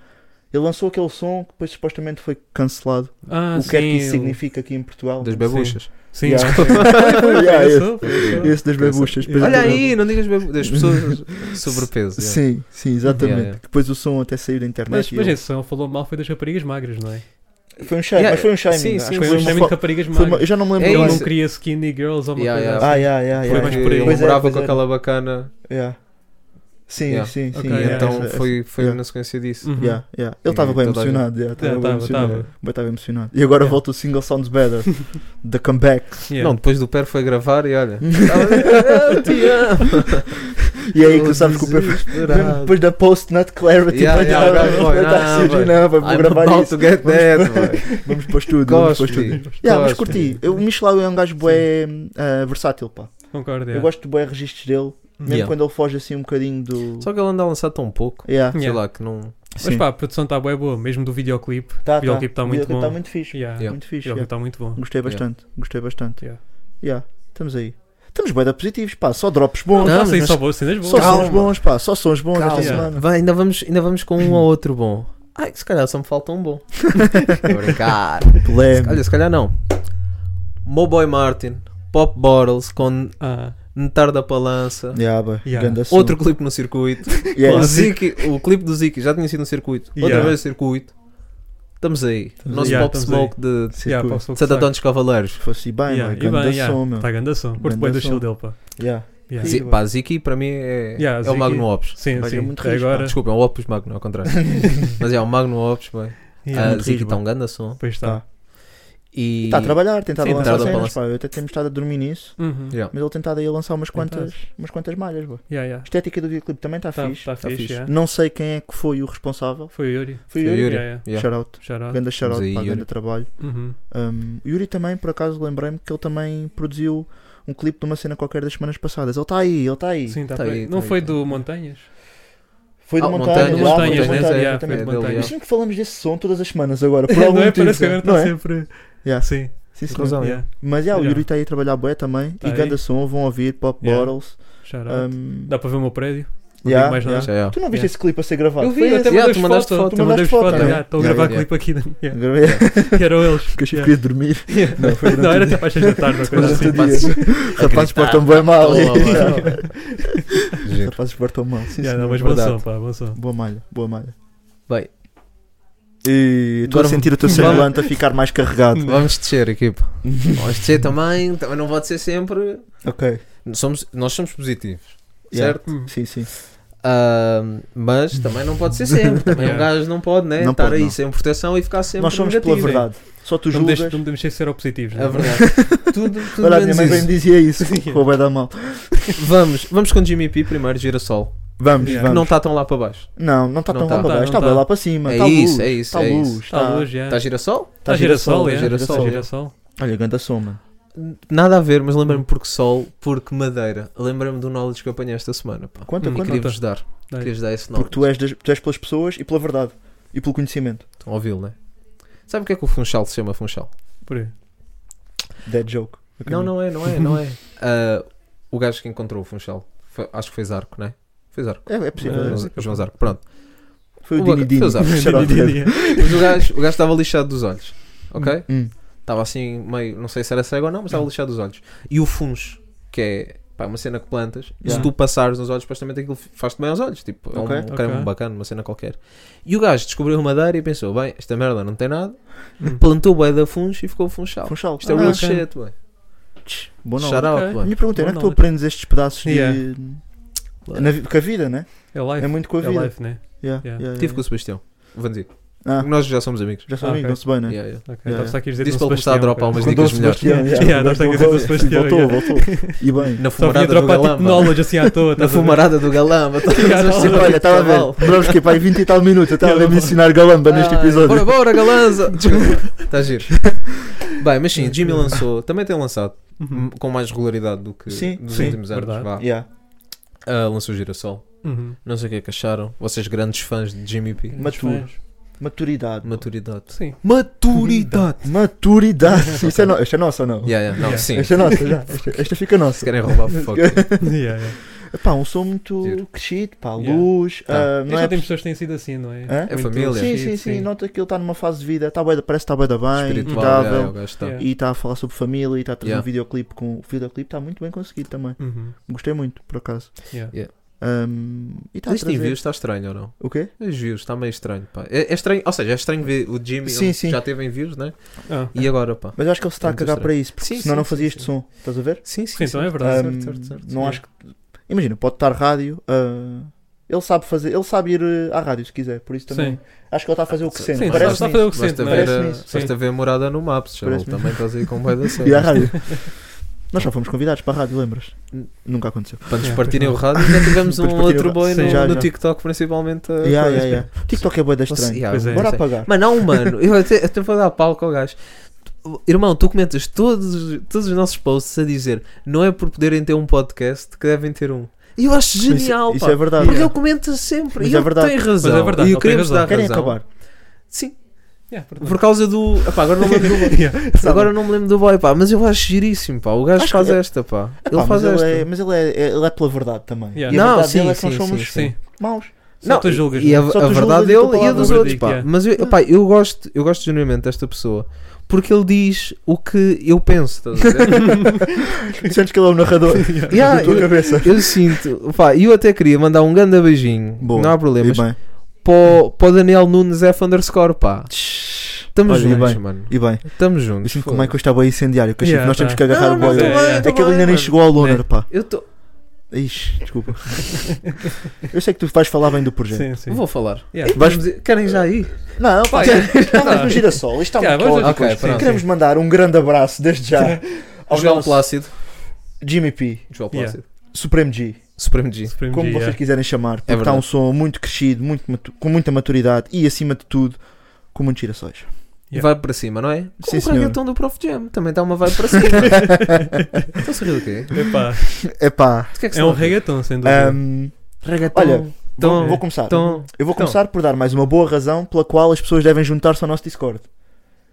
S6: ele lançou aquele som que depois supostamente foi cancelado.
S8: Ah,
S6: o que é que
S8: sim,
S6: isso
S8: o-
S6: significa aqui em Portugal?
S7: Das bebuchas.
S8: Sim,
S6: Yeah.
S8: eu
S6: Yeah, esse-
S8: sou, eu sou.
S6: Esse das bebuchas. depois
S7: Olha
S6: acabou.
S7: aí, não digas bebuchas. Das pessoas de sobrepeso. yeah.
S6: Sim, sim, exatamente.
S7: Yeah, yeah.
S6: Depois o som até saiu da
S8: Mas
S6: internet. e
S8: depois
S6: eu-
S8: esse som falou mal foi das raparigas magras, não é?
S6: Foi um shame,
S7: Yeah,
S6: mas foi um shame.
S7: sim,
S6: acho
S7: sim,
S6: que
S8: Foi
S6: foi
S8: um
S6: uma
S8: chamado de
S6: fa-
S8: raparigas
S6: foi uma-
S8: magras.
S6: Eu já não me lembro.
S7: É
S8: Ele
S6: bem.
S8: não
S7: isso.
S8: queria skinny girls ou uma
S7: Yeah,
S8: coisa
S7: yeah.
S8: assim.
S6: Ah, yeah, yeah,
S8: Foi
S6: yeah.
S8: mais
S7: Porque
S8: por aí.
S7: Ele
S6: Pois é,
S7: morava
S6: pois
S7: com
S6: é.
S7: aquela bacana.
S6: Yeah. Sim,
S7: Yeah.
S6: sim, sim.
S8: Ok,
S7: E
S8: yeah,
S7: então
S6: essa-
S7: foi, foi
S6: yeah.
S7: na sequência disso.
S8: Uhum.
S6: Yeah, yeah. Ele
S7: E
S6: estava bem
S7: toda a
S6: emocionado. yeah, Estava
S8: Yeah,
S6: bem
S8: tava,
S6: emocionado.
S8: tava.
S6: Bem, tava emocionado. E agora
S8: Yeah.
S6: volta o single Sounds Better. The Comeback.
S8: Yeah.
S7: Não, depois do Per foi gravar e olha. Eu te amo.
S6: E é aí que tu sabes que o Pedro-
S7: Desesperado.
S6: Depois da Post Not Clarity.
S7: Yeah,
S6: vai
S7: yeah,
S6: estar-
S7: vai, vai,
S6: vai estar
S7: não,
S6: a surgir,
S7: vai.
S6: não, vai- vou
S7: I'm
S6: gravar
S7: about
S6: isso.
S7: to get
S6: Vamos-
S7: that, boy.
S6: Vamos para o estúdio. Vamos para o
S7: Cospe.
S6: estúdio. Yeah, mas
S7: Cospe.
S6: curti. Eu- O Michelau é um gajo bué ah, versátil, pá.
S8: Concordo,
S6: Eu gosto de bué registros dele. Mesmo
S7: Yeah.
S6: quando ele foge assim um bocadinho do.
S7: Só que ele anda a lançar tão pouco.
S6: Yeah,
S7: Sei
S8: Yeah.
S7: lá, que não.
S8: Mas
S6: sim.
S8: pá, a produção está boa, boa, mesmo do videoclipe.
S6: Tá,
S8: o videoclipe tá
S6: O
S8: muito
S6: videoclipe
S8: bom.
S6: tá muito fixe.
S8: Yeah.
S7: Yeah.
S6: Muito
S8: O
S6: fixe.
S8: videoclipe
S6: yeah.
S8: está muito bom.
S6: Gostei
S7: Yeah.
S6: bastante. Gostei bastante.
S8: Yeah.
S6: Yeah, Estamos aí. Estamos bué da positivos, pá. Só drops bons.
S8: Não,
S7: mas-
S8: sim, só boas cenas boas.
S6: Só
S7: Calma.
S6: sons bons, pá, só sons bons
S7: Calma.
S6: esta semana.
S7: Vai, ainda, vamos, ainda vamos com um ou outro bom. Ai, se calhar só me falta um bom. Tô a brincar.
S6: Polémico.
S7: Olha, se calhar não. Moboy Martin, Pop Bottles com
S8: Ah,
S7: Netar da Palança.
S6: Yeah, bah,
S8: Yeah.
S6: grande assunto.
S7: Outro clipe no circuito.
S6: Yeah.
S7: O, Ziki, o clipe do Ziki já tinha sido no circuito. Outra
S8: Yeah.
S7: vez no circuito. Estamos aí. Nosso
S8: Yeah,
S7: Pop
S8: estamos
S7: Smoke de,
S8: yeah,
S6: Circuito.
S8: pá, sou
S7: de Santo
S8: que
S7: António dos Cavaleiros.
S6: Se fosse bem,
S8: Yeah,
S6: yeah,
S8: e
S6: grande
S8: bem, yeah, Tá.
S6: som, meu.
S8: Está grande som. Curto
S6: Grande
S8: bem do
S6: som.
S8: estilo dele, pá.
S6: Yeah.
S8: Yeah.
S7: Zi- Pá, Ziki para mim é,
S8: Yeah,
S7: é o
S8: Ziki.
S7: Magno Ops.
S8: Sim,
S6: Vai
S8: sim.
S6: ser muito
S8: Até
S6: risco,
S8: agora.
S7: Desculpa, é o Opus Magno, ao contrário. Mas é o Magno Ops, bem.
S8: Yeah.
S7: Ah, Ziki
S6: risco,
S7: está um grande som.
S8: Pois está.
S6: Tá.
S7: E
S6: Está tá a trabalhar, tem estado
S7: Sim,
S6: a lançar
S7: tá a
S6: cenas,
S7: balançar.
S6: pá. Eu até temos estado a dormir nisso,
S8: Uhum.
S7: Yeah.
S6: mas ele tem estado aí a lançar umas
S8: Tem
S6: quantas, umas quantas malhas, boa.
S8: Yeah, yeah.
S6: A estética do videoclipe também está
S8: Está
S6: fixe.
S8: tá fixe,
S7: fixe.
S8: yeah.
S6: Não sei quem é que foi o responsável.
S8: Foi o Yuri. Ah,
S6: Foi o
S7: Foi o
S6: Yuri.
S7: Yuri.
S8: Yeah,
S7: Yeah.
S6: Shoutout.
S8: Shout out.
S6: Grande shoutout,
S7: aí,
S6: pá,
S7: Yuri.
S6: grande trabalho.
S8: Uhum.
S6: Um, o Yuri também, por acaso, lembrei-me que ele também produziu um clipe de uma cena qualquer das semanas passadas. Ele está aí, ele está aí.
S8: Sim, tá
S7: Tá
S8: bem.
S7: aí, tá
S8: Não
S7: aí,
S8: foi
S7: tá
S8: do Montanhas?
S6: Foi do
S7: Ah,
S6: Montanhas,
S8: Montanhas,
S6: lá,
S8: Montanhas,
S6: foi do
S8: né?
S6: Montanhas,
S8: Yeah,
S6: exatamente.
S8: foi do
S7: É, dele,
S8: Montanhas.
S7: yeah.
S6: Imagino que falamos desse som todas as semanas agora, por algum
S8: Não é?
S6: motivo.
S8: Parece que agora
S6: não
S8: está
S6: é?
S8: sempre.
S6: Yeah.
S8: Sim.
S6: Sim, senhor.
S7: Razão,
S8: Yeah.
S6: Mas yeah, o
S8: Yeah.
S6: Yuri está aí a trabalhar bué também.
S8: Tá
S6: e
S8: aí.
S6: ganda som, vão ouvir, Pop
S8: Yeah.
S6: Bottles.
S8: Shout out.
S6: um,
S8: Dá para ver o meu prédio? Não
S6: yeah,
S8: digo mais nada.
S6: yeah.
S7: Já é.
S6: Tu não viste
S8: Yeah.
S6: esse clipe a ser gravado?
S8: Eu vi,
S6: Foi
S8: eu
S6: esse?
S8: até
S7: Yeah,
S8: mandei
S7: tu mandaste
S8: foto.
S7: foto.
S8: Tu mandaste
S6: Tu mandaste
S8: foto.
S6: foto,
S8: yeah, Estou a
S7: yeah,
S8: gravar
S7: yeah.
S8: clipe aqui. yeah.
S6: Gravei.
S8: Que eram eles.
S6: Porque achei que
S8: Yeah.
S6: queria dormir.
S8: Yeah.
S6: Não, foi
S8: Não,
S6: durante
S8: era
S6: o dia.
S8: tipo às seis da tarde, uma coisa assim.
S6: Durante o dia. Rapazes portam bem mal.
S7: Olá, olá. Giro.
S6: Rapazes portam mal. Sim,
S8: Yeah,
S6: senhor.
S8: não, mas bom
S7: verdade.
S8: som, pá, bom som.
S6: Boa malha, boa malha.
S7: Bem.
S6: E estou
S7: Agora
S6: a sentir o teu
S7: vamos-
S6: semblante a ficar mais carregado.
S7: Vamos descer, equipa. Vamos descer também. Também não pode ser sempre.
S6: Ok.
S7: Somos, nós somos positivos,
S6: Yeah.
S7: certo?
S8: Hum.
S6: Sim, sim.
S7: Ahm, mas também não pode ser sempre. Também um
S8: Yeah.
S7: gajo não pode, né?
S6: Não
S7: Estar
S6: pode,
S7: aí
S6: não.
S7: sem proteção e ficar sempre
S6: Nós somos
S7: negativo. né?
S6: pela verdade. Só tu
S8: Não me deixes-
S6: julgas.
S8: não me deixes ser opositivos.
S7: É
S8: não
S7: verdade. tudo tudo
S6: Olha, a minha
S7: menos
S6: mãe bem
S7: isso.
S6: dizia isso. Rouba da mal.
S7: Vamos, vamos com Jimmy P primeiro, girassol.
S6: Vamos,
S8: Yeah.
S6: vamos.
S7: Não está tão lá para baixo.
S6: Não, não está
S7: Não
S6: tão
S7: tá.
S6: lá para
S8: Não
S6: baixo,
S8: tá,
S6: está
S8: não
S6: bem
S8: tá.
S6: lá para cima.
S7: É
S6: Está
S7: isso,
S6: luz,
S7: é isso,
S6: Está
S7: é
S6: luz, tá.
S7: isso.
S8: Está longe, já.
S7: Está girassol?
S8: Está girassol, é.
S7: girassol,
S8: Está
S7: é.
S8: girassol.
S6: Olha, ganda som, mano.
S7: Nada a ver, mas
S6: Hum.
S7: lembrei-me porque sol, porque madeira. Lembrei-me do knowledge que eu apanhei esta semana. Pá.
S6: Quanto,
S8: Hum,
S7: E
S6: quanto?
S7: queria-vos dar.
S8: Dá.
S7: Queria-vos dar esse
S6: É. Porque
S7: knowledge.
S6: tu és, das- tu és pelas pessoas e pela verdade. E pelo conhecimento.
S7: Estão a ouvi-lo, não é? Sabe o que é que o Funchal se chama Funchal?
S8: Por aí.
S6: Dead joke. Ok.
S7: Não, não é, não é, não é. Ah, o gajo que encontrou o Funchal, foi- acho que foi Zarco, não é? Foi Zarco.
S6: É, é possível.
S8: Não,
S6: é.
S8: não.
S7: João, João Zarco, pronto.
S6: Foi o
S7: O
S6: Dini Dini.
S7: Fez a-
S6: Shout out to him.
S7: Mas o gajo, o gajo estava lixado dos olhos, ok?
S6: Hum.
S7: Estava assim meio, não sei se era cego ou não, mas estava lixado dos olhos. E o funcho, que é pá, uma cena que plantas, e se
S6: Yeah.
S7: tu passares nos olhos, supostamente aquilo faz-te bem aos olhos, tipo, é um,
S6: Ok.
S7: um creme
S8: Ok.
S7: bacana, uma cena qualquer. E o gajo descobriu madeira e pensou, bem, esta merda não tem nada, plantou bué da funcho e ficou funchal.
S6: Funchal.
S7: Isto é
S6: Ah,
S7: real
S6: ok.
S7: shit, boy.
S6: Tch, Bom nome.
S7: Shout out,
S8: Ok.
S7: boy.
S6: Minha pergunta é, não é que tu
S8: Boa
S6: aprendes estes pedaços de...
S8: Yeah.
S6: Na vi- Com a vida, né?
S8: É live.
S6: É muito com a
S8: É
S6: vida.
S8: live, né?
S6: Yeah,
S8: Yeah.
S6: yeah, yeah,
S7: Tive com
S6: yeah.
S7: o Sebastião, Vanzico.
S6: Ah,
S7: Nós já somos amigos.
S6: já
S8: Ah,
S6: sabem, não
S8: ok.
S6: se bem, né?
S7: Yeah, yeah.
S8: Ok,
S6: Yeah.
S8: estava só aqui a dizer
S7: Diz
S8: do
S7: para ele começar a
S8: Sebastião,
S7: dropar
S8: cara.
S7: umas
S6: Contou o
S7: dicas melhores.
S6: Sebastião,
S8: Yeah,
S6: yeah,
S8: nós temos
S6: voltou,
S8: aqui o Sebastião,
S6: Voltou,
S8: yeah.
S6: voltou. E bem.
S7: Na
S8: Só vinha
S7: fumarada do
S8: dropar tipo
S7: galamba.
S8: knowledge assim à toa.
S7: Na
S8: estás a ver?
S7: fumarada do galamba. estás a ver?
S8: Yeah,
S7: Sim,
S8: Tipo,
S6: Olha, estava a ver. Duramos que para aí 20 e tal minutos. Eu estava a ver me ensinar galamba neste
S7: Ah, Bora,
S6: episódio.
S7: bora, galanza! Desculpa. Está giro. Bem, mas sim, Jimmy lançou, também tem lançado
S8: Uhum.
S7: m- com mais regularidade do que
S6: Sim,
S7: nos
S6: sim,
S7: últimos anos.
S8: verdade.
S7: vá.
S6: Yeah.
S7: Ah, lançou Girassol.
S8: Uhum.
S7: Não sei o que é que acharam. Vocês, grandes fãs de Jimmy P.
S6: Maturo. Maturidade.
S7: Maturidade.
S8: Sim.
S7: Maturidade!
S6: Maturidade. Isso é, no... Isto é nosso ou não?
S7: Yeah, yeah, não,
S8: Yeah.
S7: sim.
S6: Esta é nossa, já. Esta, esta fica
S7: Se
S6: nossa.
S7: querem roubar, fuck.
S8: Yeah, yeah.
S6: Pá, um som muito
S7: Giro.
S6: crescido, pá,
S8: Yeah.
S6: luz,
S7: Tá.
S6: ah,
S8: Não
S6: não é...
S8: tem pessoas que têm sido assim, não é?
S6: Hã?
S7: É
S8: Muito
S7: família.
S6: Sim,
S8: chill,
S6: sim, sim, nota que ele está numa fase de vida, tá bué da- parece que está bem da bem,
S7: Espiritual,
S6: estável,
S7: yeah, o gajo tá. está.
S8: Yeah.
S6: e está a falar sobre família, e está a trazer
S7: Yeah.
S6: um videoclipe com... O videoclipe está muito bem conseguido também,
S8: Uhum.
S6: gostei muito, por acaso.
S8: Yeah.
S6: Ahm, e está a
S7: Este
S6: trazer...
S7: envio está tá estranho ou não?
S6: O quê?
S7: Os views, está meio estranho, pá. É, é estranho, ou seja, é estranho ver o Jimmy,
S6: Sim,
S7: ele
S6: sim.
S7: já teve em views, né?
S8: Ah.
S7: E agora, pá.
S6: Mas eu acho que ele se está
S7: É
S6: a
S7: muito
S6: cagar para
S7: estranho.
S6: isso, porque
S7: Sim,
S6: senão
S7: sim,
S6: não
S7: sim,
S6: fazia
S7: sim.
S6: este som, estás a ver?
S7: Sim, sim,
S8: Sim, então é verdade.
S6: Ahm, não acho que... Imagina, pode estar rádio, ah, ele sabe fazer, ele sabe ir eh, à rádio se quiser, por isso também...
S8: Sim.
S6: Acho que ele está a fazer o que
S7: Ah, Sim, tá
S6: sente,
S8: Sim,
S6: parece
S8: só
S6: nisso.
S8: fazer o que
S7: Basta
S8: sente, não
S7: ver,
S8: é?
S6: Parece
S7: a,
S6: nisso.
S7: basta ver a morada no Maps, já
S6: Parece
S7: também estás aí com vai da
S6: E à
S7: série.
S6: rádio. Nós já fomos convidados para a rádio, lembras? N- Nunca aconteceu.
S7: Para nos
S8: Yeah,
S7: partirem o
S8: pois
S7: rádio, já tivemos
S6: Depois
S7: um
S6: partirem
S7: outro
S6: o-
S7: boy
S8: Sim,
S7: no,
S6: É. já,
S7: no
S6: já.
S7: TikTok, principalmente. a-
S6: Yeah,
S7: coisa.
S6: yeah, yeah. TikTok é boeda
S7: Eh, Nossa,
S6: estranho.
S7: yeah,
S8: Pois é.
S6: Bora
S7: não sei.
S6: apagar.
S7: Mas não, mano, eu até, até vou dar palco ao gajo. Tu- Irmão, tu comentas todos, todos os nossos posts a dizer não é por poderem ter um podcast que devem ter um. E eu acho
S6: Isso-
S7: genial,
S6: isso,
S7: pá.
S6: é verdade.
S7: Porque ele comenta sempre.
S6: Mas
S7: e
S6: é
S7: ele
S6: verdade.
S7: tem razão.
S8: Mas é verdade,
S7: E eu
S8: ele tem
S7: queria-vos dar
S8: razão.
S6: Querem
S7: razão.
S6: acabar.
S7: Sim,
S8: Yeah, verdade.
S7: por causa do. Epá, agora não me lembro do boy. agora não me lembro do boy, pá. Mas eu acho giríssimo, pá. O gajo
S6: Acho
S7: faz
S6: que-
S7: esta, pá.
S6: Epá,
S7: ele faz
S6: mas,
S7: esta.
S6: ele é, mas ele é, é- ele é pela verdade também.
S8: Yeah.
S6: E a
S7: Não,
S6: verdade
S7: sim,
S6: dele é que nós
S7: sim,
S6: somos
S8: Sim.
S6: maus.
S8: Só tu julgas.
S7: e a,
S8: não é?
S6: Só
S7: a
S6: tu
S7: verdade
S6: julgas e
S7: dele
S6: tu
S7: e a dos
S8: palavras.
S7: outros, pá.
S8: Yeah.
S7: Mas eu, epá, eu gosto, eu gosto genuinamente desta pessoa porque ele diz o que eu penso. Estás a ver?
S6: Sentes que ele é o narrador
S7: Yeah,
S6: da tua
S7: eu-
S6: cabeça.
S7: eu sinto, pá, eu até queria mandar um grande beijinho,
S6: Boa.
S7: não há
S6: E
S7: problemas,
S6: bem.
S7: para o Daniel Nunes F underscore, pá. Estamos
S6: Olha, e
S7: juntos,
S6: bem.
S7: mano.
S6: E bem,
S7: Estamos
S6: eu
S7: juntos.
S6: sinto que o
S7: foda.
S6: Michael está bem incendiário. Que eu sinto que
S8: Yeah,
S6: nós temos
S8: tá.
S6: que agarrar
S7: Não,
S6: o
S7: não,
S6: boy.
S7: tô
S8: é,
S7: bem,
S8: é.
S7: tô
S6: É que ele
S7: bem,
S6: ainda nem
S7: mano.
S6: chegou ao Loner, pá.
S7: Eu tô-
S6: Ixi, desculpa. Eu sei que tu vais falar bem do projeto.
S8: Sim, sim.
S7: Vou falar.
S8: Yeah.
S7: Vamos dizer- Querem já ir?
S6: Não, pá,
S8: Pá,
S7: é-
S6: estavas tá no
S7: Ah.
S6: girassol. Isto está
S8: Yeah,
S6: muito
S8: vamos
S6: bom.
S8: ver
S7: Ok,
S8: depois, sim,
S7: pronto.
S6: Queremos mandar um grande abraço desde já ao
S7: João
S6: nosso
S7: Plácido.
S6: Jimmy P,
S7: João
S8: Yeah.
S7: Plácido.
S6: Supremo G.
S7: Supremo G.
S8: Supreme
S6: como
S8: G,
S6: vocês
S8: yeah.
S6: quiserem chamar, porque
S7: É
S6: está
S7: verdade.
S6: um som muito crescido, muito matu- com muita maturidade e, acima de tudo, com muitos girassóis.
S7: E
S8: Yeah.
S7: Vai para cima, não é? Como
S6: Sim,
S7: o
S6: senhor.
S7: reggaeton do Prof Jam. Também está uma vibe para cima. Então, Estão a sorrir do quê?
S8: Epá,
S6: Epá,
S7: Do que é que
S8: É um
S7: reggaeton.
S8: reggaeton, sem dúvida.
S6: hum,
S7: Reggaeton.
S6: Olha,
S7: tom,
S6: vou começar.
S7: tom.
S6: Eu vou
S7: é, Então.
S6: começar por dar mais uma boa razão pela qual as pessoas devem juntar-se ao nosso Discord.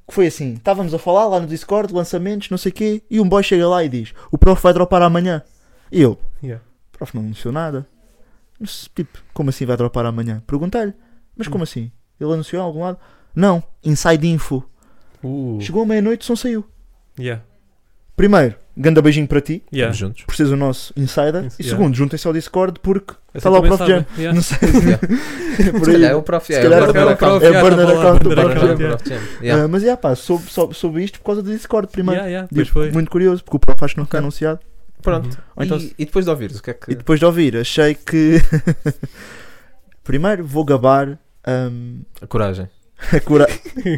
S6: Que foi assim: estávamos a falar lá no Discord, lançamentos, não sei o quê, e um boy chega lá e diz: O prof vai dropar amanhã. E eu:
S8: Yeah.
S6: Prof, não anunciou nada. Não sei, Tipo, como assim vai dropar amanhã? Perguntei-lhe: Mas como assim? Ele anunciou em algum lado? Não, inside info.
S8: Uh,
S6: Chegou à meia-noite, o som saiu.
S8: yeah.
S6: Primeiro, ganda beijinho para ti,
S8: Yeah.
S7: Estamos juntos.
S6: por seres o nosso insider.
S8: Isso,
S6: E
S8: yeah.
S6: segundo, juntem-se ao Discord porque
S8: Assim
S6: está Tá lá
S8: também
S6: o Prof Jam.
S8: sabe, yeah.
S6: Não sei. por
S7: Se calhar é
S6: aí.
S7: o Prof
S6: Se
S7: Jam.
S6: calhar
S7: o
S8: é o Prof
S6: É
S8: Jam,
S6: burner
S8: tá bom, burner
S6: account, burner
S8: account,
S7: Prof
S6: Prof
S7: Jam.
S8: yeah.
S7: Prof Jam. Yeah.
S6: Ah, mas é, pá, soube, soube, soube isto por causa do Discord primeiro.
S8: Yeah, yeah,
S6: Digo,
S8: Pois foi.
S6: Muito curioso, porque o Prof acho que não
S7: Ok.
S6: tinha anunciado.
S8: Ah.
S7: Pronto.
S6: Ou então-
S7: E, e depois de ouvires, o que é que.
S6: E depois de ouvir, achei que. primeiro, vou gabar. hum,
S7: A coragem.
S6: a cura...
S8: Uhum.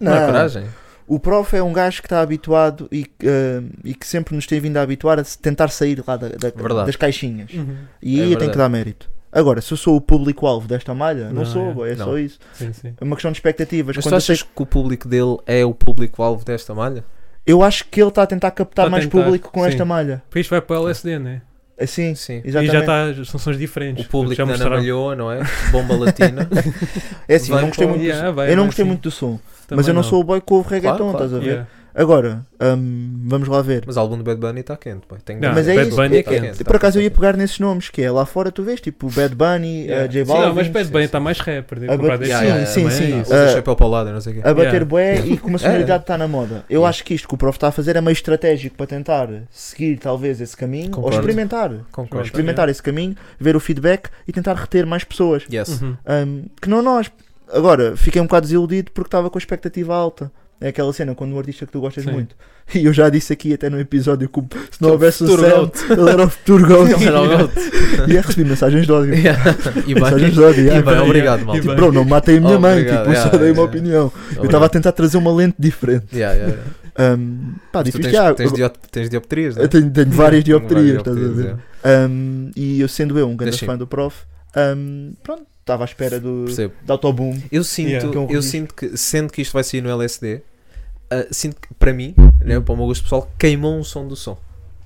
S7: Não, é coragem?
S6: O prof é um gajo que está habituado e, que, eh, e que sempre nos tem vindo a habituar a se- tentar sair lá da- da-
S7: Verdade.
S6: das caixinhas.
S8: Uhum.
S6: E
S7: É
S6: aí eu tenho
S7: verdade.
S6: que dar mérito. Agora, se eu sou o público-alvo desta malha, não,
S8: Não,
S6: sou,
S8: é.
S6: boy, é
S7: Não.
S6: só isso.
S8: Sim, sim.
S6: É uma questão de expectativas.
S7: Mas
S6: Quando
S7: tu
S6: eu, sei-
S7: achas que o público dele é o público-alvo desta malha?
S6: eu acho que ele está a tentar captar
S8: Tá a
S6: mais
S8: tentar,
S6: público com
S8: sim.
S6: esta malha.
S8: Para isto vai para o LSD, né?
S6: Assim,
S7: Sim.
S6: exatamente.
S8: E já tá. está, são sons diferentes.
S7: O público
S8: já
S7: da Ana
S8: mostraram.
S7: Malhoa, não é? Bomba latina.
S6: É assim, eu não
S7: Vai
S6: gostei
S7: para o-
S6: muito, do
S8: Yeah,
S6: som.
S8: vai,
S6: eu não
S8: vai,
S6: gostei
S8: sim.
S6: muito do som,
S8: Também
S6: mas eu não, sou o boy que ouve reggaeton,
S7: Claro, claro,
S6: estás a ver?
S8: Yeah.
S6: Agora, hum, vamos lá ver.
S7: Mas o álbum do Bad Bunny está quente. pá. Tenho que
S8: Não,
S7: dizer.
S6: mas é
S8: Bad
S6: isso.
S8: Bunny é
S6: é- é-
S7: quente,
S6: por
S7: tá
S6: acaso eu ia
S7: quente.
S6: pegar nesses nomes, que é lá fora tu vês, tipo Bad Bunny,
S8: Yeah.
S6: eh, J
S8: Sim,
S6: Balvin.
S8: não, mas Bad Bunny
S7: sim,
S8: está mais rapper. né?
S6: A
S8: Comparado a
S6: bater-
S8: este.
S6: sim, sim, sim.
S8: Também é isso.
S7: Usa
S6: Ah.
S7: chapéu para o lado, não sei o quê.
S6: a bater
S8: Yeah.
S6: bué e com uma sonoridade está na moda. Eu
S7: Yeah.
S6: acho que isto que o Prof está a fazer é meio estratégico para tentar seguir talvez esse caminho
S7: Concordo.
S6: ou experimentar.
S7: Concordo.
S8: Experimenta-
S6: Experimentar esse caminho, ver o feedback e tentar reter mais pessoas.
S7: Yes.
S8: Uhum.
S6: Hum, que não nós. Agora, fiquei um bocado desiludido porque estava com a expectativa alta. É aquela cena quando um artista que tu gostas
S8: Sim.
S6: muito. E eu já disse aqui até no episódio que o- se não
S7: é o
S6: houvesse o
S7: futuro
S6: céu,
S7: goat.
S6: ele era o futuro goat.
S7: Ele era o goat.
S6: e é recebi mensagens de ódio.
S7: Yeah. E
S6: Mensagens é de
S7: bem,
S6: ódio.
S7: e
S6: yeah.
S7: bem, obrigado, malta.
S8: E bem.
S6: tipo, Bro, não matem a minha mãe,
S7: Obrigado,
S6: tipo, eu
S7: yeah,
S6: só dei uma
S7: yeah.
S6: opinião. Eu
S7: Obrigado.
S6: estava a tentar trazer uma lente diferente.
S7: Yeah, yeah, yeah.
S6: Hum, pá,
S7: Mas tu
S6: difícil.
S7: tens,
S6: já,
S7: tens, diop- tens dioptrias, né?
S6: eu tenho, tenho várias
S7: Tenho
S6: dioptrias,
S7: várias
S6: estás a ver?
S7: dioptrias, é.
S6: Hum, e eu sendo eu um grande
S7: Deixa eu-
S6: fã do prof, hum, pronto, estava à espera do,
S7: Percebo.
S6: do autoboom.
S7: Eu sinto,
S8: Yeah.
S6: Que é um
S7: eu
S6: risco.
S7: sinto que, sendo que isto vai sair no LSD, ah, sinto que, para mim, né, para o meu gosto pessoal, queimou um som do som.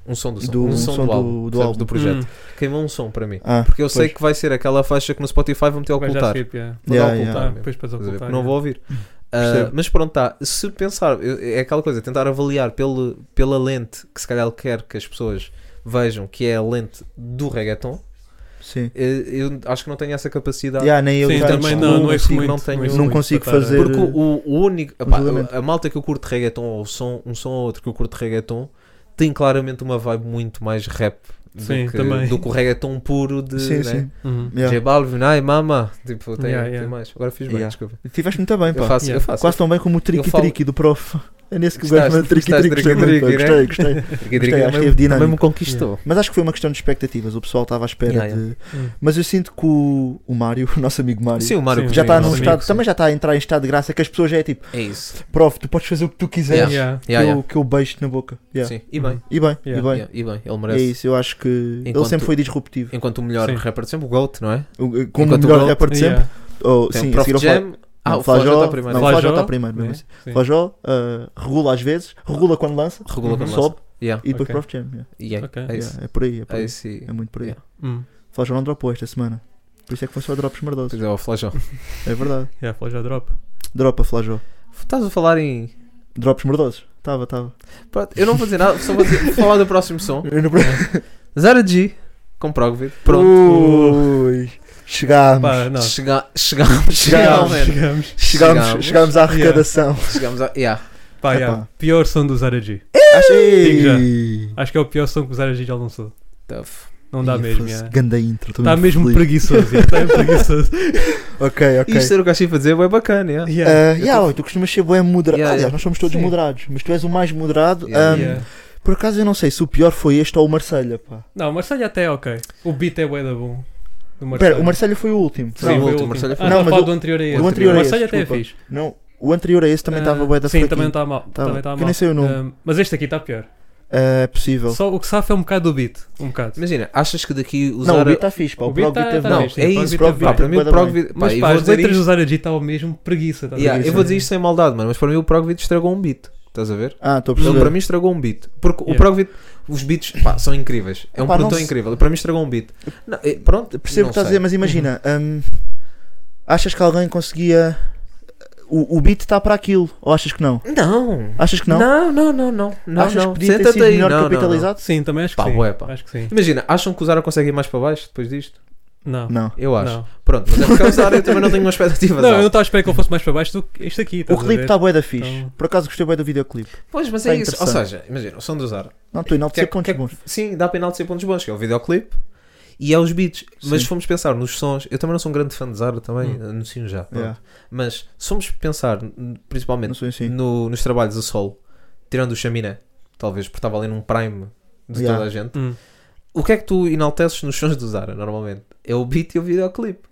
S7: Um som do som.
S6: Do-
S7: um som, do, álbum,
S6: do
S7: percebes?
S6: álbum.
S7: do projeto.
S8: Hum,
S7: Queimou um som para mim.
S6: Ah,
S7: Porque eu sei
S6: pois.
S7: que vai ser aquela faixa que no Spotify vão meter a
S8: vai já
S7: ocultar.
S8: skip, yeah.
S7: Vou
S6: Yeah,
S7: dar um a
S6: yeah.
S7: ocultar
S8: Ah,
S7: mesmo.
S8: depois para
S7: Estás a ver?
S8: ocultar.
S7: Não vou ouvir.
S8: Hum.
S7: Ah,
S6: Percebo.
S7: mas pronto, tá. Se pensar, eu- é aquela coisa, tentar avaliar pelo, pela lente que se calhar ele quer que as pessoas vejam, que é a lente do reggaeton,
S6: Sim.
S7: eh, eu acho que não tenho essa capacidade.
S6: Yeah, nem eu
S8: Sim,
S6: tanto,
S8: também
S7: não
S8: não, não é
S7: consigo,
S8: muito,
S7: não tenho-
S8: é
S7: não
S8: muito
S6: consigo
S8: para estar a-
S6: fazer-
S7: Porque o, o único.
S6: Um
S7: epá,
S6: julgamento.
S7: a malta que eu curto reggaeton, ou o som, um som ou outro que eu curto reggaeton, tem claramente uma vibe muito mais rap do,
S8: Sim,
S7: que,
S8: também.
S7: do que o reggaeton puro de
S6: Sim,
S7: né?
S6: sim.
S8: Uhum.
S6: Yeah.
S7: J Balvin, ai mama. Tipo, tem,
S8: Yeah,
S7: tem
S8: yeah.
S7: mais. Agora fiz bem,
S6: Yeah.
S7: desculpa.
S6: Tiveste muito bem,
S7: Eu
S6: pá.
S7: faço,
S8: Yeah.
S7: eu faço.
S6: Quase tão bem como o tricky
S7: falo-
S6: tricky do prof. É nesse que o
S7: Gostaste,
S6: gajo manda tricky tricky.
S7: gostaste,
S6: Gostei,
S7: tricky,
S6: muito, pá.
S7: tricky, né?
S6: gostei, gostei. Gostei, acho
S7: Porque
S6: que é
S7: também,
S6: teve dinâmica.
S7: também me conquistou.
S6: Mas acho que foi uma questão de expectativas. O pessoal estava à espera
S7: Yeah,
S6: de.
S8: Hum.
S6: Mas eu sinto que o, o Mário, o nosso amigo Mário,
S7: Sim, o Mário
S8: Sim,
S7: Coutinho,
S6: já tá está
S7: nosso
S6: num
S8: sim,
S7: amigo,
S6: estado.
S7: sim.
S6: Também já está a entrar em estado de graça que as pessoas já é tipo,
S7: É isso.
S6: prof, tu podes fazer o que tu quiseres.
S8: Yeah.
S6: que,
S7: Yeah,
S6: eu, que eu beijo na boca. Yeah.
S7: Sim, e bem.
S6: E bem, e
S8: Yeah.
S6: bem.
S7: yeah, e bem, ele
S6: É
S7: merece.
S6: isso, eu acho que ele
S7: Enquanto-
S6: sempre foi disruptivo.
S7: Enquanto o melhor
S8: Sim.
S7: rapper de sempre, o GOAT, não é?
S6: O- Como o
S7: Enquanto
S6: melhor
S7: o
S6: rapper de sempre.
S8: Yeah.
S6: Ou,
S7: Tem
S6: sim,
S7: o
S6: a seguir
S7: Prof
S6: ao Fla-
S7: Jam. Ah,
S6: não,
S7: o Flajó
S6: Flajó-
S7: está primeiro.
S6: não, o Flajó
S8: Flajó,
S6: está primeiro.
S8: né?
S6: mesmo assim.
S8: Sim.
S6: Flajó ah, regula às vezes, regula quando lança
S7: Regula
S8: Uhum.
S7: com
S6: Sobe.
S7: lança. Yeah,
S6: e depois
S8: Ok.
S6: Prof Jam. yeah.
S7: yeah,
S8: Ok.
S7: É isso.
S6: Yeah, é por aí, é por
S7: É
S6: aí.
S7: isso. e-
S6: É muito por aí.
S7: Yeah.
S8: Hum.
S6: Flajó não dropou esta semana. Por isso é que foi só drops merdosos.
S7: Pois é, o Flajão.
S6: É verdade.
S8: Yeah, fala já drop.
S6: Dropa Flajó.
S7: Estás a falar em.
S6: Drops merdosos. Tava, tava.
S7: Pronto, eu não vou dizer nada, só vou, dizer- vou falar do próximo som.
S6: Eu não-
S7: Zara G com Progvid. Pronto.
S6: Ui, chegámos.
S8: Pá, não.
S7: Chega, chegámos,
S6: Chegámos.
S7: chegámos,
S8: Chegamos.
S6: chegámos.
S7: chegámos.
S6: Chegámos à arrecadação.
S7: chegámos a. Yeah.
S8: Pá,
S6: Epá.
S8: yeah. Pior som do Zara G. Digo já.
S6: Achei.
S8: Acho que é o pior som que o Zara G já lançou.
S7: Tough.
S8: Não dá
S6: Ih,
S8: mesmo,
S6: foda-se,
S8: yeah.
S6: Ganda intro. tô
S8: Está
S6: muito
S8: mesmo
S6: feliz.
S8: preguiçoso, yeah. Está mesmo preguiçoso.
S6: Ok, ok.
S7: Isto era o que eu achei para dizer, é bacana. Yeah.
S6: Ah,
S8: Yeah.
S6: yeah, oi, tu costumas ser bem moderado.
S7: Yeah,
S6: Aliás,
S7: yeah.
S6: nós somos todos
S7: Sim.
S6: moderados, mas tu és o mais moderado.
S7: Yeah,
S6: ah,
S8: Yeah.
S6: Por acaso eu não sei se o pior foi este ou o Marselha, pá.
S8: Não, o Marcelo até é ok. O beat é bué da bom. Do
S6: Espera, o Marselha foi o último.
S7: Sim,
S8: Não,
S7: o
S8: foi
S7: último, Marcelo foi
S8: Ah,
S6: o
S8: não,
S6: último.
S8: fala do anterior a esse.
S6: O anterior a
S8: o
S6: esse,
S8: Marcelo até é
S6: desculpa.
S8: fixe.
S6: Não, o anterior a esse também estava
S8: Ah,
S6: bué da
S8: Sim,
S6: fraquinho.
S8: também está mal.
S6: Tava.
S8: Também está
S6: Que
S8: mal.
S6: nem sei o nome.
S8: Ah, mas este aqui está pior.
S6: Ah, é possível.
S8: Só o que safa é um bocado do beat. Um bocado.
S7: Imagina, achas que daqui o
S6: Não, o
S7: Zara.
S6: beat está fixe, pá. O,
S8: o beat
S6: Prog
S8: tá-
S6: teve
S8: tá
S6: não.
S7: não,
S8: fixe, sim,
S7: é
S8: Prog Beat
S7: isso, Prog-
S8: é
S7: pá,
S8: bem.
S7: para mim
S6: Bué
S7: o
S6: da
S7: Progvid. Pá,
S8: Mas
S7: eu
S8: pá,
S7: vou
S8: as
S7: dizer
S8: letras do
S7: isto.
S8: Zara G estavam mesmo preguiça. tá a
S7: Yeah,
S8: ver?
S7: eu vou dizer isto sem maldade, mano, mas para mim o Progvid estragou um beat. Estás a ver?
S6: Ah, estou a
S7: Ele para
S6: perceber.
S7: mim estragou um beat. Porque o
S8: Yeah.
S7: Progvid, os beats pá, são incríveis. É um
S6: Pá, não
S7: produtor
S6: se-
S7: incrível. Para mim estragou um beat. Não, é, pronto,
S6: Percebo o que estás a dizer, mas imagina. hum, achas que alguém conseguia. O, o beat está para aquilo, ou achas que não?
S7: Não.
S6: Achas que não?
S7: Não, não, não, não. não
S6: achas
S7: não.
S6: que podia ter
S7: Senta-te
S6: sido
S7: aí.
S6: melhor
S7: Não, não, não.
S6: capitalizado?
S8: Sim, também acho que
S7: Pá,
S8: sim.
S7: bué, pá.
S8: Acho que sim.
S7: Imagina, acham que o Zara consegue ir mais para baixo depois disto?
S8: Não.
S6: Não.
S7: Eu acho.
S8: Não,
S7: Pronto, mas é porque o Zara eu também não tenho uma expectativa.
S8: Não, eu não estava à espera que ele fosse mais para baixo do que este aqui.
S6: O
S8: estás a
S6: clipe tá
S8: ver?
S6: está bué da fixe.
S8: Então-
S6: Por acaso gostei bué do videoclipe.
S7: Pois, mas
S6: Tá
S7: é isso. Ou
S6: interessante.
S7: seja, imagina, o som do Zara.
S6: Não, estou a
S7: Que é-
S6: enaltecer
S7: que
S6: pontos
S7: é-
S6: bons.
S7: Sim, dá para enaltecer pontos bons, que é o videoclipe e é os beats. Mas
S6: Sim. Hum.
S7: se formos pensar nos sons, eu também não sou um grande fã de Zara, também anuncio já.
S8: é
S7: pronto.
S6: Yeah.
S7: Mas se formos pensar, n-
S6: Não
S7: principalmente
S6: sou assim.
S7: no- nos trabalhos a solo, tirando o Chaminé, talvez, porque estava ali num prime de
S6: Yeah.
S7: toda a gente,
S8: Hum.
S6: Tipo,
S7: o que é que tu enalteces nos sons do Zara, normalmente? É o beat e o videoclipe.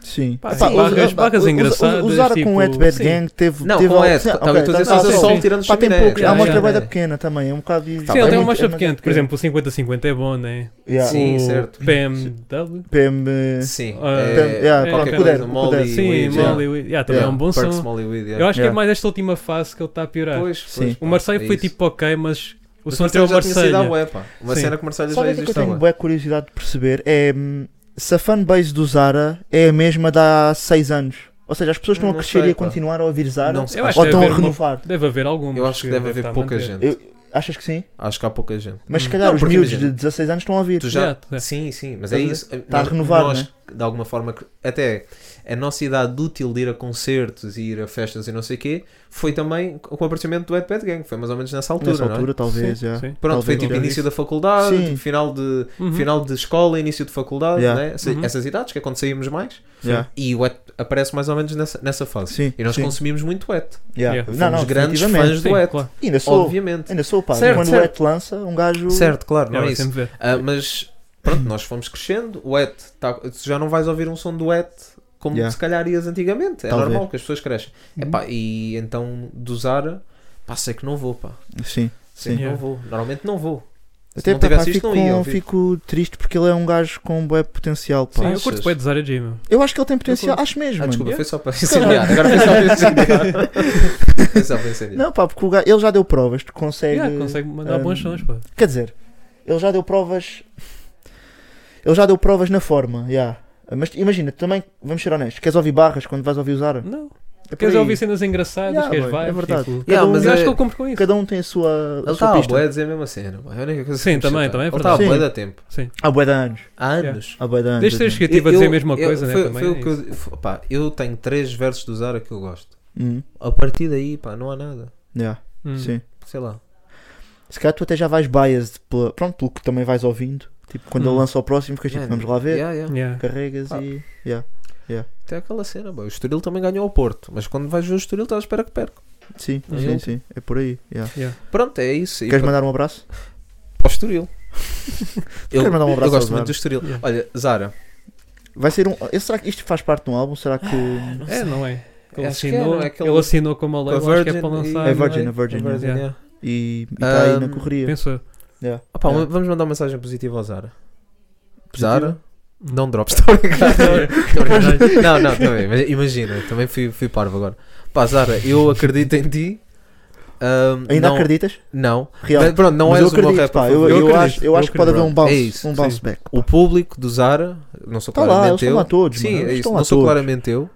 S6: Sim.
S8: Pá,
S6: Epá,
S8: sim, barras-
S6: usa-
S8: barras
S6: usa-
S8: engraçadas,
S6: Usar
S8: tipo,
S6: com o Ed Bad
S8: sim.
S6: Gang teve.
S7: Não,
S6: teve
S7: com
S6: al-
S7: Ed,
S6: sim,
S7: tá-
S6: ok,
S7: eu estou a
S6: tá- tá-
S7: dizer só
S6: sim.
S7: só Tá o tirando
S6: Pá, tem
S7: chaminé.
S6: poucos.
S7: Já,
S6: Há uma
S7: já,
S6: mostra
S7: já.
S6: bué da pequena também. É um bocado.
S7: Tá
S8: Sim,
S7: bem,
S8: ele tem
S7: é
S8: uma
S6: muito-
S8: mancha
S6: é muito
S8: pequena. Por
S6: pequeno.
S8: exemplo, o 50-50 é bom, né?
S6: Yeah. Uhum.
S7: Sim,
S8: o
S7: certo.
S8: PMW.
S6: PM.
S7: Sim.
S8: Ah,
S7: é-
S6: yeah,
S7: qualquer
S8: qualquer
S7: coisa,
S6: puder,
S7: Molly,
S6: puder.
S8: Sim,
S7: Weed, yeah.
S8: Molly. Yeah. também é um bom
S7: Perks,
S8: som.
S7: Molly, Weed, yeah.
S8: Eu acho que é
S6: Yeah.
S8: mais esta última fase que ele está a piorar.
S7: Pois, pois,
S6: Sim.
S7: pá,
S8: O Marseille
S7: é
S8: foi
S7: isso.
S8: tipo ok, mas o
S7: Mas
S8: som entrou o
S7: já tinha sido à
S8: Marseille.
S7: bué, pá. Uma
S8: Sim.
S7: cena que Marseille já
S6: Sabe o que é que eu
S7: existe há
S6: tenho
S7: bué.
S6: boa curiosidade de perceber? É hum, se a fanbase do Zara é a mesma de há 6 anos. Ou seja, as pessoas estão
S7: Hum, Não
S6: a crescer
S7: sei,
S6: e a
S7: pá.
S6: continuar a ouvir Zara
S7: Não sei.
S8: Eu acho
S6: ou
S8: que
S6: estão
S8: deve
S6: a
S8: haver,
S6: renovar.
S8: deve haver algumas.
S7: Eu acho que deve
S8: estar
S7: haver
S8: a
S7: pouca
S8: manter.
S7: gente.
S6: tá Eu- Achas que sim?
S7: Acho que há pouca gente.
S6: Mas se calhar
S7: Não,
S6: os
S7: porque
S6: miúdos
S7: imagina.
S6: de 16 anos estão a ouvir.
S7: Tu já,
S8: Já, é.
S7: sim, sim, mas
S6: Tá
S7: é
S6: a ver?
S7: isso.
S6: Tá
S7: Nós-
S6: renovado,
S7: nós,
S6: né?
S7: de alguma forma, que- até a nossa idade útil de ir a concertos e ir a festas e não sei o quê, foi também com o aparecimento do Ed Bad Gang, foi mais ou menos nessa altura,
S6: Nessa
S7: não é?
S6: altura, talvez.
S8: Sim,
S6: já.
S8: sim.
S7: Pronto, foi
S6: Talvez,
S7: tipo
S6: talvez.
S7: início da faculdade,
S6: Sim.
S7: tipo, final, de,
S8: Uhum.
S7: final de escola, início de faculdade,
S6: Yeah.
S7: né? Essa-
S8: Uhum.
S7: essas idades que é quando saímos mais.
S6: Já.
S7: E o Et aparece mais ou menos nessa, nessa fase.
S6: Sim,
S7: e nós
S6: sim.
S7: consumimos muito o Et.
S6: Já.
S8: Yeah.
S6: Não, não,
S7: Fomos grandes
S6: definitivamente.
S7: fãs
S8: Sim,
S7: do Et.
S8: claro.
S6: Ainda sou.
S7: Obviamente.
S6: Ainda sou, pá.
S7: Certo,
S6: Quando o Et
S7: certo.
S6: lança, um gajo.
S7: Certo, claro, não
S8: Yeah,
S7: é
S8: vai
S7: isso.
S8: sempre ver.
S7: Ah, mas pronto, nós fomos crescendo. O et, tá, tu já não vais ouvir um som do et como
S6: Yeah.
S7: se calhar ias antigamente. É
S6: Talvez.
S7: normal que as pessoas crescem. Epá, e então do Zara, pá, sei que não vou, pá.
S6: Sim.
S7: Sei
S6: Sim.
S7: que não
S8: Yeah.
S7: vou. Normalmente não vou. Se
S6: Até
S7: não
S6: pá, pá,
S7: tivesse isto,
S6: fico, um
S7: não ia. ouvir.
S6: fico triste porque ele é um gajo com um bué potencial, pá.
S8: Sim, eu
S7: achas?
S8: curto bué de Zara G, meu.
S6: Eu acho que ele tem potencial,
S7: curto.
S6: acho mesmo.
S7: Ah,
S6: mano.
S7: desculpa, foi só para incendiar.
S6: Caralho.
S7: Agora foi só para incendiar. foi só para incendiar.
S6: Não, pá, porque o gajo, ele já deu provas, tu consegue.
S8: Yeah, consegue mandar
S6: hum,
S8: bons sons, pá.
S6: Quer dizer, ele já deu provas. Ele já deu provas na forma, já. Mas imagina, também, vamos ser honestos, queres ouvir barras quando vais ouvir usar?
S8: Não.
S6: É
S8: Queres
S6: por aí.
S8: ouvir cenas engraçadas,
S6: Yeah,
S8: queres
S6: boy,
S8: vibes,
S6: é verdade.
S8: tipo-
S7: Yeah,
S6: Cada um-
S7: mas
S8: eu acho
S7: é-
S8: que eu compro com isso.
S6: Cada um tem a sua,
S7: Ele tá,
S6: a sua
S7: está a
S6: pista.
S7: boé a dizer a mesma cena. pá. É a única coisa que
S8: Sim,
S7: me
S8: também,
S7: chateia.
S8: também é
S7: Ele está a
S6: verdade.
S7: boé da tempo.
S8: Sim.
S6: Há bué de anos.
S7: Há anos.
S6: Há bué de anos.
S8: Desde teres
S6: anos.
S8: criativo a
S7: Eu-
S8: dizer a
S7: eu-
S8: mesma
S7: eu-
S8: coisa, né?
S7: foi-
S8: Também
S7: foi o
S8: é
S7: que eu
S8: isso.
S7: di- f- pá, eu tenho três versos do Zara que eu gosto.
S6: Hum,
S7: A partir daí, pá, não há nada.
S6: yeah,
S8: Hum.
S6: sim.
S7: Sei lá.
S6: Se calhar tu até já vais biased pela, pronto, pelo que também vais ouvindo. Tipo, quando
S8: Hum.
S6: ele lança o próximo, ficas tipo,
S7: Yeah,
S6: vamos lá ver.
S7: yeah, yeah.
S8: Yeah.
S6: Carregas
S7: Ah.
S6: e.
S7: Até aquela cena, pá. O Estoril também ganhou ao Porto. Mas quando vais ver o Estoril, estás à espera que perca.
S6: Sim,
S8: Hum.
S6: sim, sim. É por aí. yeah.
S7: Pronto, é isso. E
S6: Queres
S7: pa-
S6: mandar um abraço?
S7: para o Estoril. eu,
S6: queres mandar um abraço
S7: eu
S6: ao
S7: gosto muito
S6: Zara?
S7: do Estoril.
S8: Yeah.
S7: Olha, Zara,
S6: Vai ser um. esse- Será que isto faz parte de um álbum? Será que.
S8: É, não é? Ele
S7: Acho que é,
S8: assinou,
S7: não é? Aquele-
S8: ele assinou como a
S7: com a
S8: lei, acho que
S7: Virgin.
S8: é para
S7: e-
S8: lançar.
S6: É Virgin, a Virgin,
S8: yeah.
S7: yeah.
S6: E está aí na
S7: Um,
S6: correria.
S8: Pensou.
S6: Yeah.
S7: Ah, pá,
S6: Yeah.
S7: Vamos mandar uma mensagem positiva ao Zara.
S6: Positiva?
S7: Zara, não drops. Estou a brincar. Estou a brincar. não, não, também. mas Imagina, também fui, fui parvo agora. Pá, Zara, eu acredito em ti. Ahm,
S6: Ainda
S7: não,
S6: acreditas?
S7: Não.
S6: Real.
S7: Mas pronto, não
S6: Mas
S7: és
S6: eu acredito,
S7: uma rapper.
S6: pá,
S7: por
S6: eu,
S7: favor.
S8: Eu
S6: eu
S8: acredito,
S6: acho, eu
S8: eu
S6: acho que pode haver
S7: acredito.
S6: um bounce,
S7: É isso,
S6: um bounce
S7: sim.
S6: back.
S7: O público do Zara, não sou
S6: Está Tá lá, eles
S7: claramente
S6: estão
S7: eu.
S6: lá todos,
S7: Sim,
S6: mano, eles
S7: é isso,
S6: estão
S7: não
S6: lá
S7: sou
S6: todos.
S7: claramente eu.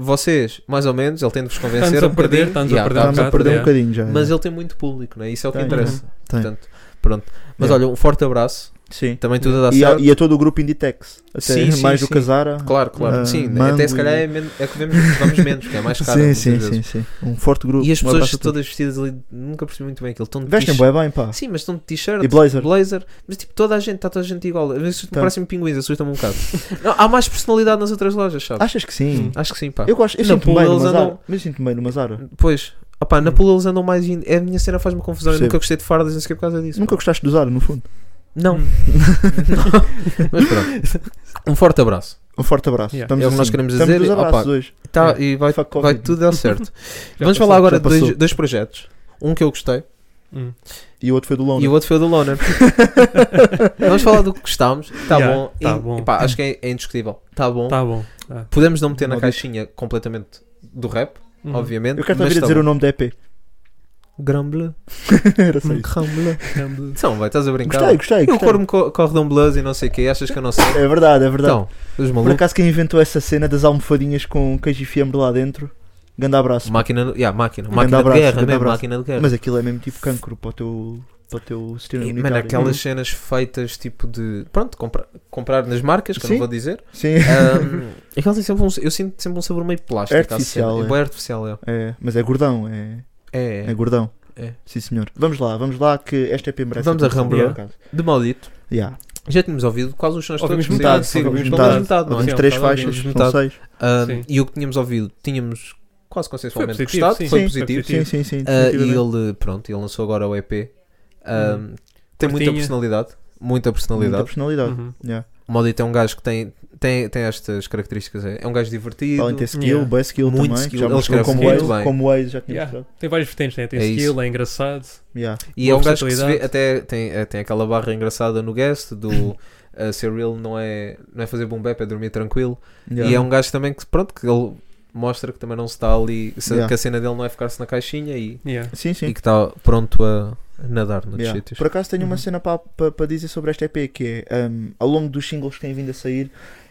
S7: Vocês, mais ou menos, ele tem de vos convencer
S8: Estamos a
S7: um
S8: perder,
S7: bocadinho.
S8: estamos a perder
S6: Estamos
S7: estamos
S6: a
S8: bocado,
S6: perder um
S8: yeah.
S6: bocadinho já.
S7: Mas
S6: yeah.
S7: ele tem muito público, né? Isso é o que
S6: Tem,
S7: interessa.
S6: tem.
S7: Portanto, pronto. Mas
S6: Yeah.
S7: olha, um forte abraço.
S6: Sim.
S7: Também tudo a dar
S6: E a,
S7: certo.
S6: e a todo o grupo Inditex. Até
S7: Sim, sim,
S6: mais
S7: sim.
S6: do Casara.
S7: Claro, claro.
S6: Ah,
S7: sim,
S6: Mango
S7: até se
S6: e-
S7: calhar é, men- é que vemos, vamos menos, porque é mais caro.
S6: Sim,
S7: muitas
S6: sim,
S7: vezes.
S6: sim, sim. Um forte grupo.
S7: E as
S6: um
S7: pessoas
S6: abraço a todos.
S7: todas vestidas ali, nunca percebi muito bem aquilo. Estão de
S6: Vestem
S7: t-shirt.
S6: bem bem, pá.
S7: Sim, mas estão de t-shirt,
S6: E blazer.
S7: blazer, mas tipo toda a gente, está toda a gente igual. Às vezes
S6: Tá.
S7: parecem pinguins, assusta-me um bocado. Não, há mais personalidade nas outras lojas, sabe?
S6: Achas que sim?
S7: Acho que sim, pá.
S6: Eu gosto, eu
S7: Na
S6: sinto-me
S7: Pula
S6: bem no
S7: eles
S6: Mazara.
S7: andam-
S6: Mas eu sinto-me bem no Mazara.
S7: Pois, opá, na pula eles andam mais. in- É a minha cena faz-me confusão. Eu
S6: Hum. Percebo.
S7: nunca gostei de fardas, não sei o que por causa disso.
S6: Nunca gostaste de usar, no fundo.
S7: Não. Mas pronto. Um forte abraço.
S6: Um forte abraço.
S8: Yeah.
S6: Estamos
S7: É o que
S6: um-
S7: nós queremos
S6: estamos
S7: dizer,
S6: Os
S7: e-
S6: abraços
S7: opa.
S6: hoje.
S7: Tá, E vai,
S6: Fuck
S7: vai
S6: Covid.
S7: tudo dar certo.
S8: Já
S7: Vamos
S8: passou,
S7: falar agora
S6: já
S7: de dois,
S6: passou.
S7: dois projetos. Um que eu gostei
S8: Hum.
S6: E o outro foi do
S7: e
S6: Lona.
S7: o outro foi o do Loner. Vamos falar do que gostámos. Está
S8: Yeah,
S7: bom.
S8: tá
S7: E-
S8: bom.
S7: epá, acho que é, é indiscutível. Está bom.
S8: Tá bom. Ah.
S7: Podemos não meter na
S6: Maldito.
S7: caixinha completamente do rap,
S8: Uhum.
S7: obviamente.
S6: Eu quero te
S7: mas
S6: ouvir
S7: tá
S6: dizer
S7: bom.
S6: o nome da EP.
S7: Grumble.
S6: Era só isso.
S7: Grumble.
S8: Grande-
S7: Então, vai, estás a brincar.
S6: Gostei, gostei.
S7: Eu
S6: gostei.
S7: corro-me co corre de um blues e não sei o quê. Achas que eu não sei?
S6: É verdade, é verdade.
S7: Então, os
S6: Por
S7: malucos.
S6: acaso quem inventou essa cena das almofadinhas com queijo e fiambre lá dentro? Grande abraço.
S7: Máquina, yeah, máquina,
S6: Grande
S7: máquina de
S6: abraço,
S7: guerra
S6: um grande
S7: mesmo,
S6: abraço.
S7: máquina de guerra.
S6: Mas aquilo é mesmo tipo cancro para o teu, para o teu sistema
S7: E,
S6: imunitário.
S7: mano, aquelas cenas feitas tipo de. Pronto, compra- comprar nas marcas, que eu não
S6: Sim.
S7: vou dizer.
S6: Sim.
S7: É. Ahm, aquelas têm sempre um- eu sinto sempre um sabor meio plástico. à
S6: Artificial,
S7: cena.
S6: é.
S7: É. bué artificial, é.
S6: É, mas é gordão, é,
S7: É,
S6: é gordão.
S7: É.
S6: Sim senhor. Vamos lá, vamos lá que esta EP merece.
S7: Vamos
S6: atenção,
S7: arrambrar.
S6: por acaso.
S7: De maldito.
S6: Yeah.
S7: Já tínhamos ouvido quase os sons
S8: Ouvimos
S7: todos. que
S8: metade,
S7: saíram.
S8: ouvimos
S7: Sim,
S8: metade.
S7: ouvimos metade, não é?
S6: Ouvimos
S8: Sim,
S6: três
S8: tá bem,
S6: faixas,
S7: ouvimos
S6: são
S7: metade.
S6: seis.
S7: Ahm,
S8: Sim.
S7: e o que tínhamos ouvido, tínhamos quase consensualmente
S8: Foi positivo,
S7: gostado,
S8: sim.
S7: foi
S8: Sim,
S7: positivo.
S8: Sim.
S6: Sim, sim, sim.
S7: Ah, e
S6: definitivamente.
S7: ele, pronto, ele lançou agora o EP. Ahm,
S8: Hum.
S7: Tem muita
S8: Curtinha.
S7: personalidade. Muita
S6: Muita
S7: personalidade.
S6: personalidade.
S8: Uhum.
S6: Yeah.
S7: o Modito é um gajo que tem, tem, tem estas características. É é um gajo divertido.
S6: Além de ter skill,
S8: Yeah.
S6: boa skill
S7: Muito
S6: também.
S7: skill.
S6: que Já
S7: Ele
S6: mostrou
S7: escreve
S6: como
S7: muito
S6: Waze,
S7: bem.
S6: como Waze já tinha
S8: Yeah.
S6: mostrado.
S8: Tem vários vertentes, né? Tem
S7: É isso.
S8: skill, é engraçado.
S6: Yeah.
S7: E é um
S8: Boa
S7: gajo que se vê,
S8: versatilidade.
S7: até tem, eh, tem aquela barra engraçada no guest do eh, ser real não é, não é fazer boom bap, é dormir tranquilo.
S6: Yeah.
S7: E é um gajo também que, pronto, que ele mostra que também não se está ali, se-
S6: Yeah.
S7: que a cena dele não é ficar-se na caixinha e,
S8: Yeah.
S6: Sim, sim.
S7: e que está pronto a nadar nos
S6: Yeah.
S7: sítios.
S6: Por acaso tenho uma
S7: Uhum.
S6: cena para dizer sobre esta EP que é um, ao longo dos singles que têm vindo a sair,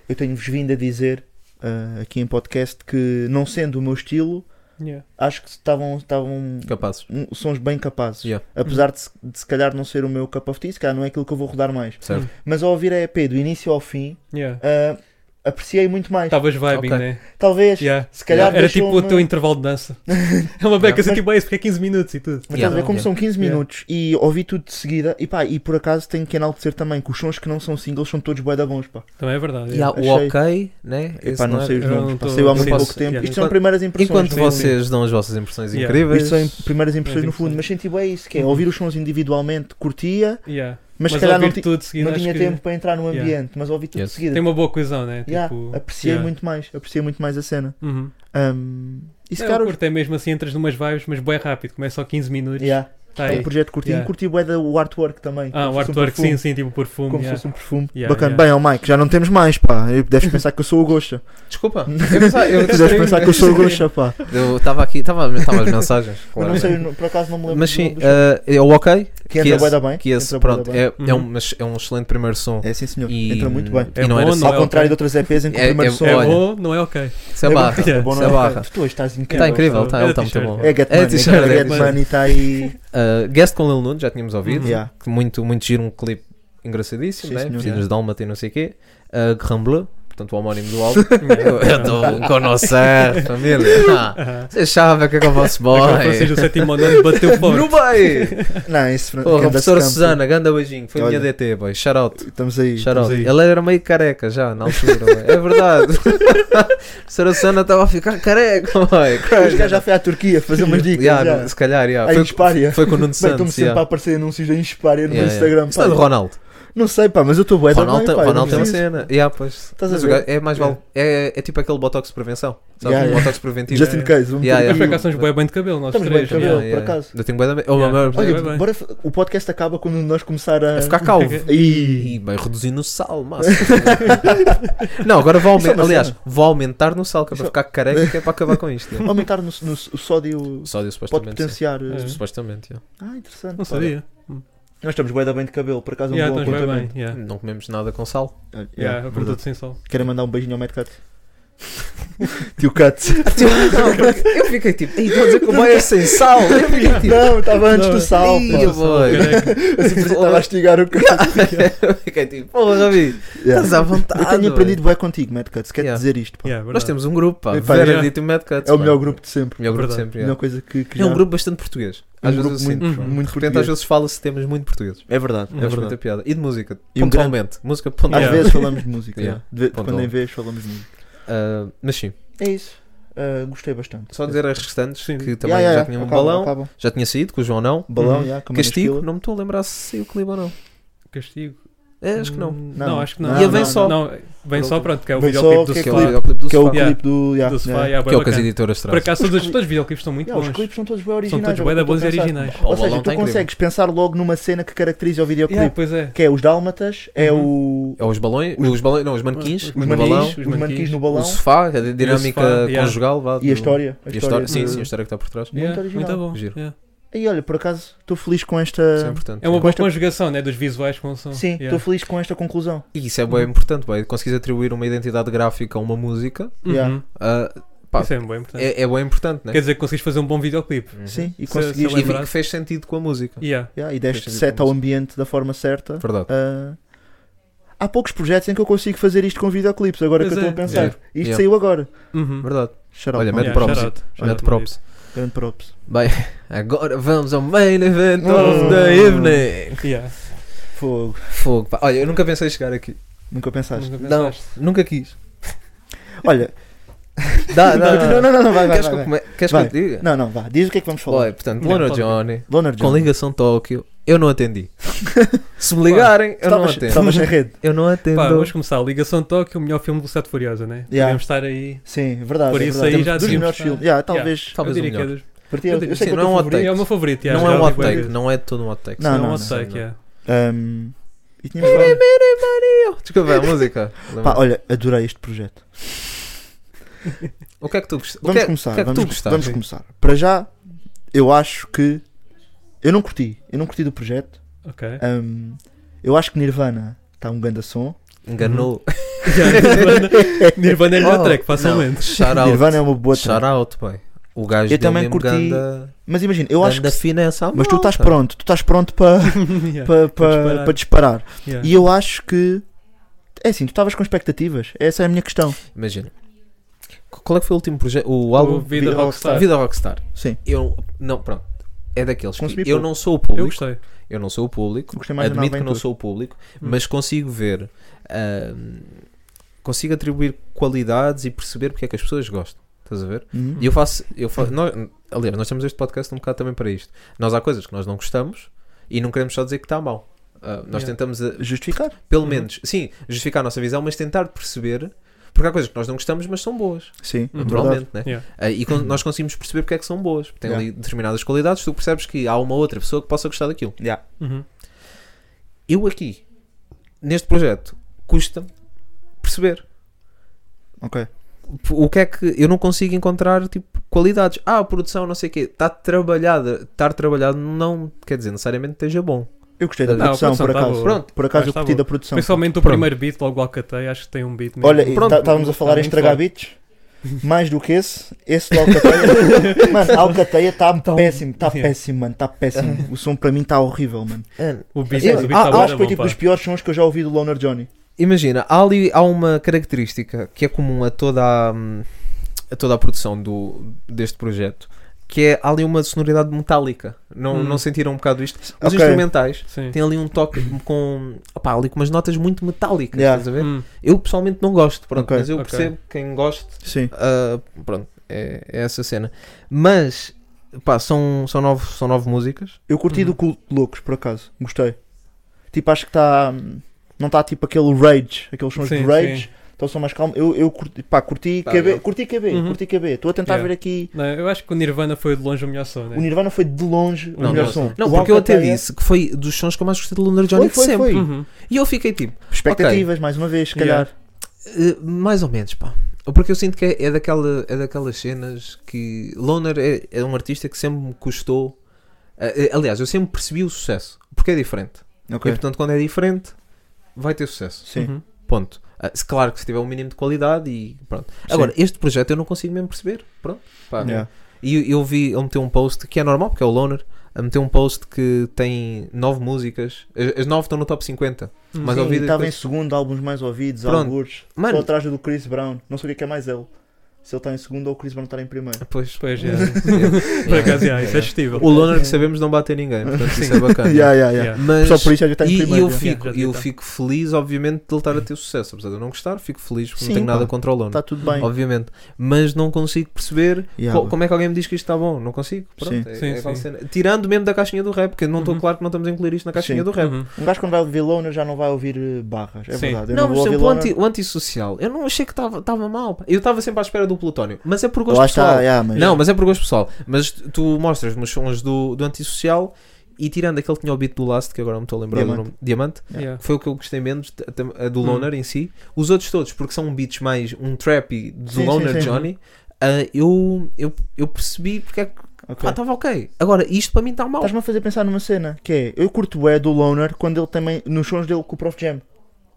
S6: eu tenho-vos vindo a dizer ah, aqui em podcast que, não sendo o meu estilo,
S8: Yeah.
S6: acho que estavam, estavam
S7: Capazes.
S6: um- sons bem capazes.
S7: Yeah. Uhum.
S6: Apesar de, se- de se calhar não ser o meu cup of tea, se calhar não é aquilo que eu vou rodar mais.
S7: Certo.
S6: Mas ao ouvir a EP do início ao fim,
S8: Yeah.
S6: ah, apreciei muito mais.
S7: Tá.
S8: Estavas vibing,
S7: Ok.
S8: né?
S6: Talvez.
S8: Yeah.
S6: Se calhar
S8: Era
S6: deixou
S8: tipo o
S6: uma-
S8: teu intervalo de dança. É uma beca, assim,
S6: Mas-
S8: tipo, é isso, porque é 15 minutos e tudo.
S6: Mas
S7: Yeah.
S6: estás a ver é como
S7: Yeah.
S6: são 15
S8: Yeah.
S6: minutos e ouvi tudo de seguida e pá, e por acaso tenho que enaltecer também que os sons que não são singles são todos bué da bons, pá.
S8: Também é verdade.
S7: E há
S8: yeah.
S7: o
S6: Achei-
S7: ok, né? Esse
S6: Epá, não
S7: é-
S6: sei os
S8: eu
S6: nomes,
S8: não
S6: pá,
S8: tô-
S6: saiu há
S8: sim,
S6: muito
S7: posso-
S6: pouco tempo.
S8: yeah.
S6: Isto são
S7: Enquanto-
S6: primeiras impressões.
S7: Enquanto
S8: Sim,
S7: vocês dão as vossas impressões
S8: Yeah.
S7: incríveis,
S6: Isto são im- primeiras impressões no fundo,
S8: Sim.
S6: mas senti bem isso, que é ouvir os sons individualmente, curtia,
S8: Yeah.
S6: mas se calhar não,
S8: ouvir
S6: ti-
S8: tudo de seguida,
S6: não
S8: acho
S6: tinha
S8: que
S6: tempo para entrar no
S8: Yeah.
S6: ambiente, mas ouvi tudo
S7: Yes.
S6: de seguida.
S8: Tem uma boa coesão, né?
S6: Yeah,
S8: Tipo,
S6: apreciei
S8: yeah.
S6: muito mais, apreciei muito mais a cena.
S8: Uhum.
S6: Um, e se
S8: Não,
S6: calhar
S8: eu
S6: os-
S8: curto, é mesmo assim, entras numas vibes, mas bem rápido, começa só 15 minutos.
S6: yeah,
S8: Tá
S6: é
S8: aí.
S6: um projeto curtinho,
S8: Yeah.
S6: curti bué da- o artwork também.
S8: Ah, o
S6: como se fosse um
S8: artwork,
S6: perfume.
S8: sim, sim, tipo perfume.
S6: Como se
S8: yeah.
S6: fosse um perfume.
S8: Yeah,
S6: Bacana.
S8: yeah.
S6: Bem, ó Mike, já não temos mais, pá. Eu- Deves pensar que eu sou o Gosha.
S7: desculpa. Eu pensava- eu
S6: Deves pensar que eu sou o Gosha,
S7: distraí-me.
S6: pá.
S7: Eu estava aqui, estava estava as mensagens.
S6: Eu
S7: claro.
S6: não sei, eu não- por acaso não me lembro.
S7: Mas
S6: do
S7: sim,
S6: nome do
S7: eh, é o ok,
S6: show. que entra
S7: esse-
S6: bué da bem.
S7: que esse,
S6: entra bué da
S7: pronto,
S6: bem.
S7: é, é,
S8: Uhum.
S7: um, mas é um excelente primeiro som.
S6: É sim, senhor.
S7: E,
S6: entra muito bem.
S7: E
S8: É
S7: não era
S8: bom,
S7: só.
S8: não
S6: Ao
S8: é
S6: contrário
S8: ok.
S6: de outras EPs em que
S7: É-
S6: o primeiro
S7: é-
S6: som
S8: É
S7: Olha.
S8: bom, não é ok.
S7: Isso é
S6: bom.
S7: barra.
S8: Yeah.
S6: bom,
S7: Isso
S6: não
S7: é
S6: é?
S7: barra.
S6: Tu hoje estás incrível.
S7: Está incrível,
S8: sou-
S7: está,
S8: é
S7: ele está muito
S8: t-shirt.
S7: bom.
S6: É Get
S7: É
S6: Money,
S7: t-shirt,
S6: é
S7: é
S6: Get
S7: t-shirt.
S6: Money, está aí.
S7: Eh, Guest com Lil Nunes, já tínhamos
S6: Uhum.
S7: ouvido.
S6: Yeah.
S7: que Muito, muito giro, um clipe engraçadíssimo,
S6: Sim,
S7: né?
S6: senhor.
S7: Piscinas
S6: Yeah.
S7: de Dálmata e não sei o quê. Uh, Grand Bleu, portanto o homónimo do álbum. eu
S8: Yeah.
S7: estou um conhecer, família. Ah, Vocês sabem o que é que eu vosso
S8: Agora que vocês
S7: boy.
S8: o sétimo ano bateu forte.
S7: No bem!
S6: Não, esse Fran- é
S7: Porra,
S6: Candace
S7: professora
S6: Campos,
S7: Susana, ganda beijinho. Foi minha
S6: Olha.
S7: DT, boy. Shout out.
S6: Estamos aí.
S7: Shout out.
S8: aí.
S7: Ele era meio careca já, na altura, boy. É verdade. a professora Susana estava a ficar careca, boy.
S6: Os gajos já foi à Turquia fazer umas dicas.
S7: Yeah,
S6: já.
S7: Se calhar, yeah.
S6: A
S7: Foi-
S6: Inspária.
S7: Foi com o Nuno
S6: Bem, estou-me
S7: Santos.
S6: sempre a
S7: yeah.
S6: aparecer anúncios da Inspária um no meu
S7: Yeah, yeah.
S6: Instagram.
S7: Isso é do
S6: pá.
S7: Ronaldo.
S6: Não sei, pá, mas eu estou bué É da
S7: Ronaldo,
S6: bem,
S7: tem-
S6: pá. eu não
S7: Ronaldo tem uma
S6: preciso.
S7: cena. Yeah, pois.
S6: Estás a
S7: Mas o
S6: ver?
S7: gajo- é mais vale. É, é tipo aquele botox de prevenção. Sabes?
S6: Yeah,
S7: um
S6: yeah.
S7: botox preventivo.
S6: Just in case. vamos
S7: Yeah,
S6: ter
S7: yeah.
S8: Mas
S6: aqui
S8: por
S6: um-
S8: acaso estamos bem bem de cabelo, nós
S6: Estamos
S8: três.
S6: bem de cabelo,
S8: yeah.
S6: por acaso.
S7: Eu tenho bué da.
S8: Yeah.
S7: Oh, meu-
S8: Olha,
S6: Olha,
S8: Bem, bem.
S6: bora, o podcast acaba quando nós começar a.
S7: a ficar calvo.
S6: Ih,
S7: E bem reduzindo o sal, massa. não, agora vou
S6: Isso é
S7: aumentar.
S6: uma
S7: Aliás,
S6: cena.
S7: vou aumentar no sal, que é para ficar careca, que é para acabar com isto. né?
S6: aumentar no, no- o sódio
S7: O sódio,
S6: pode
S7: supostamente. sim.
S6: potenciar.
S8: É.
S6: eh,
S7: Supostamente, yeah.
S6: Ah, interessante.
S8: Não
S6: pá.
S8: sabia.
S6: Nós estamos bué da bem de cabelo, por acaso é um
S8: Yeah,
S6: bom
S8: estamos bem
S6: apontamento.
S8: bem. Yeah.
S7: Não comemos nada com sal.
S6: Olha, yeah,
S8: Yeah, é produto
S6: verdade.
S8: sem sol.
S6: Querem mandar um beijinho ao Mad Cat? Tio Cat.
S7: Tipo, eu fiquei tipo, ei, estão a dizer que o boy é sem sal. Eu fiquei tipo,
S6: Não, estava antes do sal.
S7: Ih,
S6: pá. Assim,
S7: boy.
S8: Careca.
S6: Estava a estigar o Cat.
S7: Eu fiquei tipo, porra, Rabi,
S6: Yeah.
S7: estás à vontade.
S6: Eu tenho
S7: boy.
S6: aprendido bué contigo, Mad Cat. Quero
S7: Yeah.
S6: dizer isto. pá.
S8: Yeah, verdade.
S7: Nós temos um grupo, pá.
S6: É, pá,
S7: Vera
S8: yeah.
S7: Dito e Mad Cuts,
S6: É o
S7: pá.
S6: melhor grupo de sempre.
S7: melhor grupo
S8: Verdade.
S7: sempre.
S6: A
S7: yeah.
S6: melhor coisa que, que
S7: É
S6: já-
S7: um grupo bastante português.
S6: É
S7: Às
S6: um grupo
S7: vezes eu
S6: muito,
S7: sinto.
S8: Uhum.
S6: muito
S7: De repente, às
S6: português.
S7: vezes fala-se temas muito portugueses.
S6: É verdade, é
S7: Acho muita
S6: verdade.
S7: piada. E de música,
S6: E um
S7: pontualmente. Música
S6: Às
S7: pontualmente.
S8: Yeah.
S6: vezes falamos de música.
S7: Yeah.
S6: yeah. De, de
S7: Pontual.
S6: quando em vez falamos de música.
S7: Ah, mas sim,
S6: É isso. Ah, gostei bastante.
S7: só dizer às restantes
S8: Sim.
S7: que também já tinha um
S6: acaba,
S7: balão.
S6: acaba.
S7: Já tinha saído, com o João não.
S6: Balão,
S8: Uhum.
S6: yeah, com a
S7: Castigo,
S6: Manasquila.
S7: não me estou a lembrar se saiu o clipe ou não.
S8: Castigo.
S7: É, acho que não.
S8: Hum,
S6: Não.
S8: Não, acho que não.
S6: Não,
S7: E ele vem
S8: Não,
S7: só.
S8: Não, vem só, pronto, que é o
S6: Vem só,
S8: videoclipe do
S6: que é
S7: Que é
S8: Sofá.
S7: o
S6: clipe.
S7: videoclipe do
S6: Que é o
S7: Sofá.
S8: Yeah.
S6: clipe do. yeah,
S8: Do Sofá,
S6: yeah.
S8: yeah,
S7: Que é o
S8: bem
S7: que as
S8: bacana.
S7: editoras
S8: Por
S7: trazem.
S8: acaso todos os todos os videoclipes estão muito
S6: Yeah, os
S8: bons.
S6: clipes são todos bem
S8: São
S6: originais.
S8: todos
S6: é o
S8: bué
S6: que
S8: da
S6: eu tô a
S8: bons e
S6: pensar.
S8: originais.
S7: O
S6: Ou
S7: balão
S6: seja, tu
S7: tá incrível.
S6: consegues pensar logo numa cena que caracteriza o
S8: Yeah,
S6: videoclipe,
S8: pois é.
S6: que é os dálmatas, é o
S7: É os balões, os balões, não, os manequins,
S8: Os
S7: no
S8: manequins,
S7: balão,
S8: os
S6: os manequins no balão
S7: o sofá, é a dinâmica
S8: yeah.
S7: conjugal, vá,
S6: e
S7: do-
S6: a história.
S7: e a história, sim,
S6: de- Ah,
S7: sim, a história que está por trás.
S6: Muito
S8: Yeah,
S6: original.
S8: Muito bom.
S7: Giro.
S8: yeah.
S6: E olha, por acaso, estou feliz com esta.
S7: Isso é importante.
S8: É uma
S6: Com
S8: boa
S6: esta-
S8: conjugação, né? Dos visuais com o som.
S6: Sim, estou
S8: Yeah.
S6: feliz com esta conclusão.
S7: E isso é bem importante, bem, conseguires atribuir uma identidade gráfica a uma música,
S8: Uhum.
S6: Yeah.
S7: ah, Pá,
S8: Isso é bem importante.
S7: é, é bem importante, né? Uhum.
S8: Quer dizer que conseguiste fazer um bom videoclipe.
S6: Sim, e
S7: é
S8: Se-
S6: conseguiste.
S8: se
S7: E
S8: lembra-
S7: vi que fez sentido com a música.
S8: Yeah.
S6: Yeah, e deste
S7: Fez sentido
S6: set
S7: com
S6: ao
S7: isso.
S6: ambiente da forma certa.
S7: Verdade.
S6: Ah, há poucos projetos em que eu consigo fazer isto com videoclipes, agora
S8: Pois
S6: que eu
S8: é.
S6: estou a pensar.
S7: Yeah.
S6: Isto
S7: Yeah.
S6: saiu agora.
S8: Uhum.
S7: Verdade.
S6: Shout out,
S7: Olha,
S6: Paulo.
S7: mete
S8: Yeah,
S7: props.
S8: shout out, shout
S7: Mete
S8: out,
S7: props.
S6: Grande props.
S7: Bem, agora vamos ao main event
S6: Oh.
S7: of the evening.
S8: Yeah.
S6: Fogo.
S7: Fogo. pá. Olha, eu nunca pensei chegar aqui.
S6: Nunca pensaste.
S8: Nunca
S7: Não,
S8: pensaste.
S7: nunca quis.
S6: Olha,
S7: Dá,
S8: Ah,
S6: não,
S7: dá.
S6: não, não, não, vai, vai,
S7: Queres
S6: vai.
S7: que eu
S6: vai.
S7: come- queres que eu
S6: Vai.
S7: te diga?
S6: Não, não, vá. Diz o que é que vamos falar.
S7: Olha, portanto,
S8: Não,
S7: Lona
S8: pode-
S7: Johnny,
S6: Loner
S7: com
S6: John.
S7: ligação Tóquio, Eu não atendi. Se me ligarem, eu não
S6: Estavas
S7: atendo.
S6: estavas sem rede.
S7: Eu não atendo.
S8: Pá, vamos começar. Ligação de Tóquio, o melhor filme do Sete Furiosa, né?
S6: Yeah.
S8: Podemos estar aí.
S6: Sim, verdade.
S8: Por
S6: é
S8: isso
S6: verdade.
S8: aí
S6: Temos
S8: já tá?
S6: dos
S8: devíamos
S6: melhores
S8: estar-
S6: filmes. Yeah, talvez.
S7: Talvez
S8: eu
S7: o
S8: diria
S7: melhor.
S8: que é dos-
S6: Para ti é-
S8: eu
S6: eu,
S8: diria-
S6: sei
S7: sim,
S6: que é o
S7: não
S6: teu
S7: é um
S6: favorito.
S7: outtake.
S8: É o meu favorito. yeah,
S7: Não
S8: já
S7: é um
S8: ouvi
S7: hot
S8: várias
S7: take,
S8: vezes.
S7: não é todo um hot take.
S6: Não,
S8: É um
S6: não,
S8: hot
S6: não,
S8: take,
S7: não.
S8: yeah.
S6: Ahm, e tínhamos vários-
S7: Desculpa, é a música.
S6: Pá, olha, adorei este projeto.
S7: o que é que tu gostaste?
S6: Vamos
S7: o que é,
S6: começar.
S7: o que é que
S6: vamos,
S7: tu gostaste?
S6: vamos começar. Para já, eu acho que. Eu não curti. Eu não curti do projeto.
S8: Ok.
S6: Ahm, eu acho que Nirvana está um grande som. Uhum.
S7: Enganou.
S8: Yeah, Nirvana, Nirvana é
S6: Oh,
S8: melhor track, facilmente.
S7: Shout out.
S6: Nirvana é uma boa
S7: Shout
S6: track.
S7: out, pai. O gajo
S6: Eu
S7: deu
S6: também
S7: mesmo
S6: curti-
S7: ganda,
S6: Mas imagina, eu acho que.
S7: ganda finesse à
S6: Mas tu estás
S7: malta.
S6: pronto. Tu estás pronto para
S8: Yeah,
S6: para
S8: disparar. É.
S6: para disparar.
S8: yeah.
S6: E eu acho que. É assim, tu estavas com expectativas. Essa é a minha questão.
S7: Imagina. Qu- Qual é que foi o último projeto? O
S8: O
S7: álbum?
S8: Vida
S6: Vida
S8: Rockstar.
S7: Vida Rockstar.
S6: Sim.
S7: Eu. Não, pronto. É daqueles. que
S6: Consumi
S7: eu
S6: pouco.
S7: não sou o
S8: Eu
S7: público.
S8: gostei.
S7: Eu não sou o público.
S6: Gostei mais da
S7: admito
S6: Nova
S7: que não
S6: Aventura.
S7: sou o público,
S8: Hum.
S7: mas consigo ver. ahm, consigo atribuir qualidades e perceber porque é que as pessoas gostam. Estás a ver?
S6: Uhum.
S7: E eu faço. Eu faço nós, aliás, nós temos este podcast um bocado também para isto. Nós há coisas que nós não gostamos e não queremos só dizer que está mal. Ah, nós
S8: Yeah.
S7: tentamos, ah,
S6: Justificar.
S7: pelo
S8: Uhum.
S7: menos, sim, justificar a nossa visão, mas tentar perceber. Porque há coisas que nós não gostamos, mas são boas,
S6: Sim,
S8: Uhum.
S6: É verdade. Hum.
S7: naturalmente, né?
S8: Yeah.
S7: Ah, e con- nós conseguimos perceber porque é que são boas. Tem
S6: Yeah.
S7: ali determinadas qualidades, tu percebes que há uma outra pessoa que possa gostar daquilo.
S6: Yeah.
S8: Uhum.
S7: Eu aqui, neste projeto, custa-me perceber
S6: Ok.
S7: P- o que é que eu não consigo encontrar tipo qualidades. Ah, a produção, não sei o quê, está trabalhada. Estar trabalhado não quer dizer necessariamente que esteja bom.
S6: Eu gostei da
S7: Não,
S8: a
S6: produção,
S8: produção
S6: por
S8: tá
S6: acaso.
S8: boa.
S7: Pronto.
S6: Por acaso
S8: Mas
S6: eu
S8: tá
S6: curti
S8: boa.
S6: da produção.
S8: Principalmente o
S7: Pronto.
S8: primeiro beat, logo ao catei, acho que tem um beat mesmo.
S6: Olha, e
S7: Pronto.
S6: tá- estávamos a falar em
S8: Está muito
S6: estragar beats. Mais do que esse, esse da Alcateia. mano, a Alcateia está péssimo, está
S8: Yeah.
S6: péssimo, mano, está péssimo. O som para mim está horrível, mano.
S8: o beat,
S6: Eu,
S8: o beat
S6: ah,
S8: tá bué
S6: acho que
S8: da
S6: foi
S8: bom,
S6: tipo
S8: pá.
S6: dos piores sons que eu já ouvi do Loner Johnny.
S7: Imagina, há ali há uma característica que é comum a toda a, hum, a toda a produção do, deste projeto, que é há ali uma sonoridade metálica. Não,
S8: Hum.
S7: não sentiram um bocado isto? Os
S6: Ok.
S7: instrumentais
S8: Sim.
S7: têm ali um toque com opá, ali com umas notas muito metálicas,
S6: Yeah.
S7: estás a ver?
S8: Hum.
S7: Eu pessoalmente não gosto, pronto,
S6: Ok.
S7: mas eu
S8: Ok.
S7: percebo quem gosta
S6: Sim.
S7: Ah, pronto, é, é essa cena. Mas, pá, são, são, nove, são nove músicas.
S6: Eu curti
S8: Uhum.
S6: do Culto de Loucos, por acaso. Gostei. Tipo, acho que está. Não está tipo aquele rage, aqueles sons
S8: Sim,
S6: de rage. Então são mais calmos. Eu, eu curti, pá, curti
S7: Tá,
S6: KB,
S7: eu-
S6: curti KB,
S8: Uhum.
S6: curti KB. Estou a tentar
S8: Yeah.
S6: ver aqui.
S8: Não, eu acho que o Nirvana foi de longe o melhor som, né?
S6: O Nirvana foi de longe o
S8: Não,
S6: melhor
S8: não,
S6: som.
S7: Não,
S6: O
S7: porque eu até
S6: Alcateia-
S7: disse que foi dos sons que eu mais gostei do Lunar
S6: Foi,
S7: Johnny de
S6: foi,
S7: sempre.
S6: foi.
S8: Uhum.
S7: E eu fiquei tipo,
S6: Expectativas, mais uma vez, se calhar.
S7: eh, mais ou menos, pá. Porque eu sinto que é, é daquela, é daquelas cenas que. Loner é, é um artista que sempre me custou. eh, eh, aliás, eu sempre percebi o sucesso. Porque é diferente.
S6: Ok.
S7: E portanto, quando é diferente, vai ter sucesso.
S6: Sim.
S8: Uhum.
S7: Ponto. Ah, se- claro que se tiver um mínimo de qualidade e pronto.
S6: Sim.
S7: Agora, este projeto eu não consigo mesmo perceber. Pronto. Pá.
S6: Yeah.
S7: E eu- eu vi, ele meteu um post, que é normal, porque é o Loner, a meter um post que tem nove músicas, as, as nove estão no top 50. Mas
S6: Sim,
S7: ouvidas
S6: estava em
S7: depois-
S6: segundo, álbuns mais ouvidos,
S7: Pronto.
S6: alguns.
S7: Mano.
S6: Só atrás do Chris Brown. Não sei o que é que é mais ele. Se ele está em segundo ou o Chris Brown está em primeiro.
S7: Pois,
S8: Pois, é.
S7: é.
S8: Por acaso, yeah, isso é gestível.
S7: O Loner que sabemos não bater ninguém, portanto isso é bacana.
S6: Yeah, yeah, yeah.
S8: Yeah.
S7: Mas,
S6: Só por isso é que está em
S7: e, e
S6: primeiro.
S7: eu,
S6: yeah.
S7: fico,
S8: Yeah, já
S7: eu
S8: devia
S7: fico feliz, obviamente, de ele estar a ter sucesso. Apesar de eu não gostar, fico feliz porque
S6: Sim,
S7: não tenho nada
S6: pá.
S7: contra o Loner.
S6: Está Tá tudo bem.
S7: Obviamente, mas não consigo perceber
S6: Yeah,
S7: Co-
S6: bro.
S7: Como é que alguém me diz que isto está bom? Não consigo. Pronto,
S6: Sim.
S7: é-
S8: Sim,
S7: é aquela
S8: sim.
S7: cena. Tirando mesmo da caixinha do rap, que eu não estou
S8: Uhum.
S7: claro que não estamos a incluir isto na caixinha
S6: Sim.
S7: do rap.
S8: Uhum.
S6: Um gajo quando vai ouvir Loner já não vai ouvir eh, barras. É
S8: Sim.
S6: verdade. Eu
S7: Não,
S6: não,
S7: mas um
S6: vou ouvir
S7: por exemplo, o,
S6: Loner.
S7: anti, o antissocial, eu não achei que estava mal. pá. Eu estava sempre à espera do Plutónio, mas é por gosto
S6: Lá
S7: pessoal.
S6: está, tá, yeah, mas...
S7: Não, mas é por gosto pessoal. Mas tu mostras-me os sons do, do antissocial e tirando aquele que tinha o beat do Last, que agora não me estou a lembrar
S6: Diamante.
S7: do nome, Diamante,
S8: Yeah.
S7: que foi o que eu gostei menos, t- tam- a do
S8: Hum.
S7: Loner em si. Os outros todos, porque são beats mais um trap e do
S6: Sim, sim,
S7: Loner
S6: sim.
S7: Johnny, ah, eu, eu, eu percebi porque é que
S6: Ok. Tá
S7: estava ok. Agora, isto para mim está mal.
S6: Estás-me a fazer pensar numa cena que é eu curto o é do Loner quando ele também nos sons dele com o Prof Jam.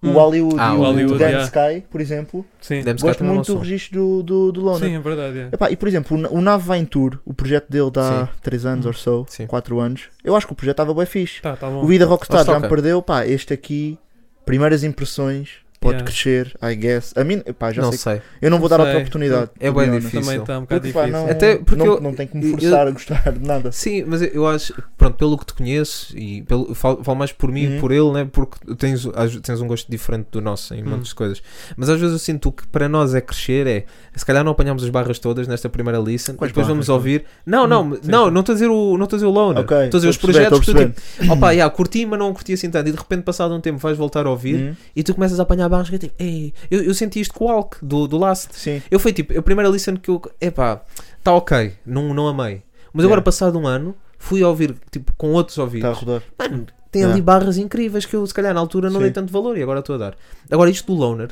S8: Hum.
S6: O é Hollywood
S7: Ah,
S6: e o,
S7: o
S8: Hollywood,
S6: Dan
S8: yeah.
S6: Sky, por exemplo,
S8: Sim.
S7: Demos cá
S6: gosto
S7: também um
S6: muito do
S7: som.
S6: registro do, do, do Loner.
S8: Sim, é verdade. yeah.
S6: Epá, e por exemplo, o Na- o Nave vai em tour, o projeto dele dá 3 anos ou so,
S7: Hum. Sim.
S6: 4 anos. Eu acho que o projeto estava bem fixe.
S8: Tá, tá
S6: O
S8: bom.
S6: Vida Rockstar
S7: Lá está,
S6: já me
S7: ok.
S6: perdeu, pá, este aqui, primeiras impressões, pode
S8: Yeah.
S6: crescer, I guess. A mim, pá, já
S7: não
S6: sei. é.
S7: sei.
S6: Eu não vou dar outra
S8: sei.
S6: oportunidade.
S7: É
S6: to
S7: bem
S6: be honest.
S7: difícil.
S8: Também está um bocado
S6: Porque, pá,
S8: difícil.
S6: não,
S7: Até porque
S6: não,
S7: eu-
S6: não tem como
S7: eu-
S6: forçar a gostar de nada.
S7: Sim, mas eu acho, pronto, pelo que te conheço e pelo, falo, falo mais por mim e
S6: Uhum.
S7: por ele, né? Porque tens, às- tens um gosto diferente do nosso em
S6: Uhum.
S7: muitas coisas. Mas às vezes eu sinto que para nós é crescer, é se calhar não apanhamos as barras todas nesta primeira listen,
S6: Quais
S7: depois vamos
S6: barras? é? Uhum.
S7: ouvir. Não, não, não, não estou a dizer o, não estou a dizer o loner,
S6: Ok,
S7: estou a dizer os
S6: estou a perceber,
S7: projetos que tu
S6: estou a
S7: tipo, opa, yeah, curti, mas não curti assim tanto. E de repente, passado um tempo, vais voltar a ouvir
S6: Uhum.
S7: e tu começas a apanhar barras que é tipo, ei, eu, eu senti isto com o Alck do, do Last.
S6: Sim.
S7: Eu fui tipo, a primeira listen que eu. Epá, está ok, não, não amei. Mas agora,
S6: Yeah.
S7: passado um ano, fui ouvir, tipo, com outros ouvidos.
S6: Está tá a rodar.
S7: Mano, tem
S6: Yeah.
S7: ali barras incríveis que eu, se calhar, na altura não
S6: Sim.
S7: dei tanto valor e agora estou a dar. Agora, isto do Loner,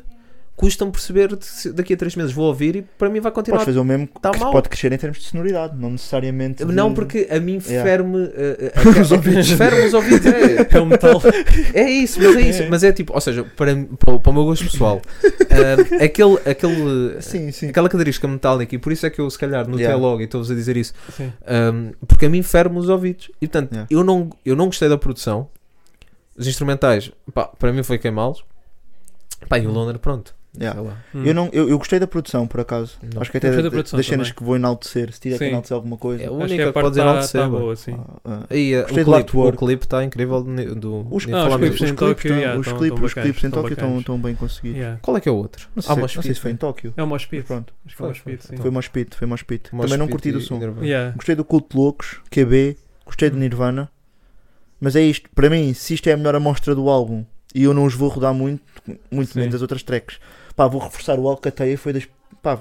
S7: custa-me perceber de se daqui a três meses vou ouvir e para mim vai
S6: Podes
S7: continuar.
S6: fazer o mesmo
S7: tá
S6: que
S7: mal.
S6: pode crescer em termos de sonoridade, não necessariamente. de-
S7: Não, porque a mim
S6: Yeah.
S7: ferme eh, eh, a-
S6: Os ouvidos.
S7: Ferme os ouvidos. É,
S8: É um metal.
S7: É isso, mas é isso. Mas é tipo, ou seja, para, mim- para, o- para o meu gosto pessoal, ah, aquele, aquele,
S6: Sim, sim.
S7: aquela característica metálica, e por isso é que eu, se calhar, notei
S6: Yeah.
S7: logo e estou-vos a dizer isso,
S8: Sim.
S7: ahm, porque a mim ferme os ouvidos. E portanto,
S6: Yeah.
S7: eu, não, eu não gostei da produção, os instrumentais, pá, para mim foi queimá-los, pá, e o Loner, pronto.
S6: Uhum. Yeah.
S7: Sei lá.
S8: Hum.
S6: Eu, não, eu, eu gostei da produção, por acaso.
S7: Não.
S6: Acho que
S8: Eu
S6: até
S8: gostei
S6: da-
S8: da produção
S6: das cenas
S8: também.
S6: que vou enaltecer, se tiver que
S8: Sim.
S6: enaltecer alguma coisa.
S7: É o
S8: Acho que
S7: único que
S8: a parte
S7: pode
S8: está
S7: enaltecer.
S8: tá
S7: bro.
S8: boa, sim.
S6: Ah, ah.
S7: E, ah,
S6: Gostei
S7: o
S6: do
S7: clipe- o
S6: artwork.
S7: clipe está incrível. ne- Do,
S6: Os
S7: ne-
S8: Ah,
S7: falámos
S8: os clipes
S7: disso.
S8: em Tóquio, yeah,
S6: os
S8: tão-
S6: clipes,
S8: tão
S6: os clipes em
S8: bacanas, tão
S6: Tóquio estão
S8: bacanas.
S6: estão bem conseguidos.
S8: Yeah.
S7: Qual é que é o outro?
S6: Não
S7: Ah,
S6: sei,
S7: o
S6: não
S7: Moshpit,
S6: sei se foi em
S7: né?
S6: Tóquio.
S8: É o Moshpit.
S6: Pronto.
S8: Acho que é o Moshpit, sim.
S6: Foi mais pit, foi mais pit. Também
S7: Moshpit
S6: não curti do
S7: e- e
S6: som.
S7: Nirvana.
S8: Yeah.
S6: Gostei do Cult Loucos, QB, gostei do
S8: Hum.
S6: Nirvana. Mas é isto, para mim, se isto é a melhor amostra do álbum e eu não os vou rodar muito, muito
S8: Sim.
S6: menos as outras tracks, pá, vou reforçar o álbum que até foi das. Pá,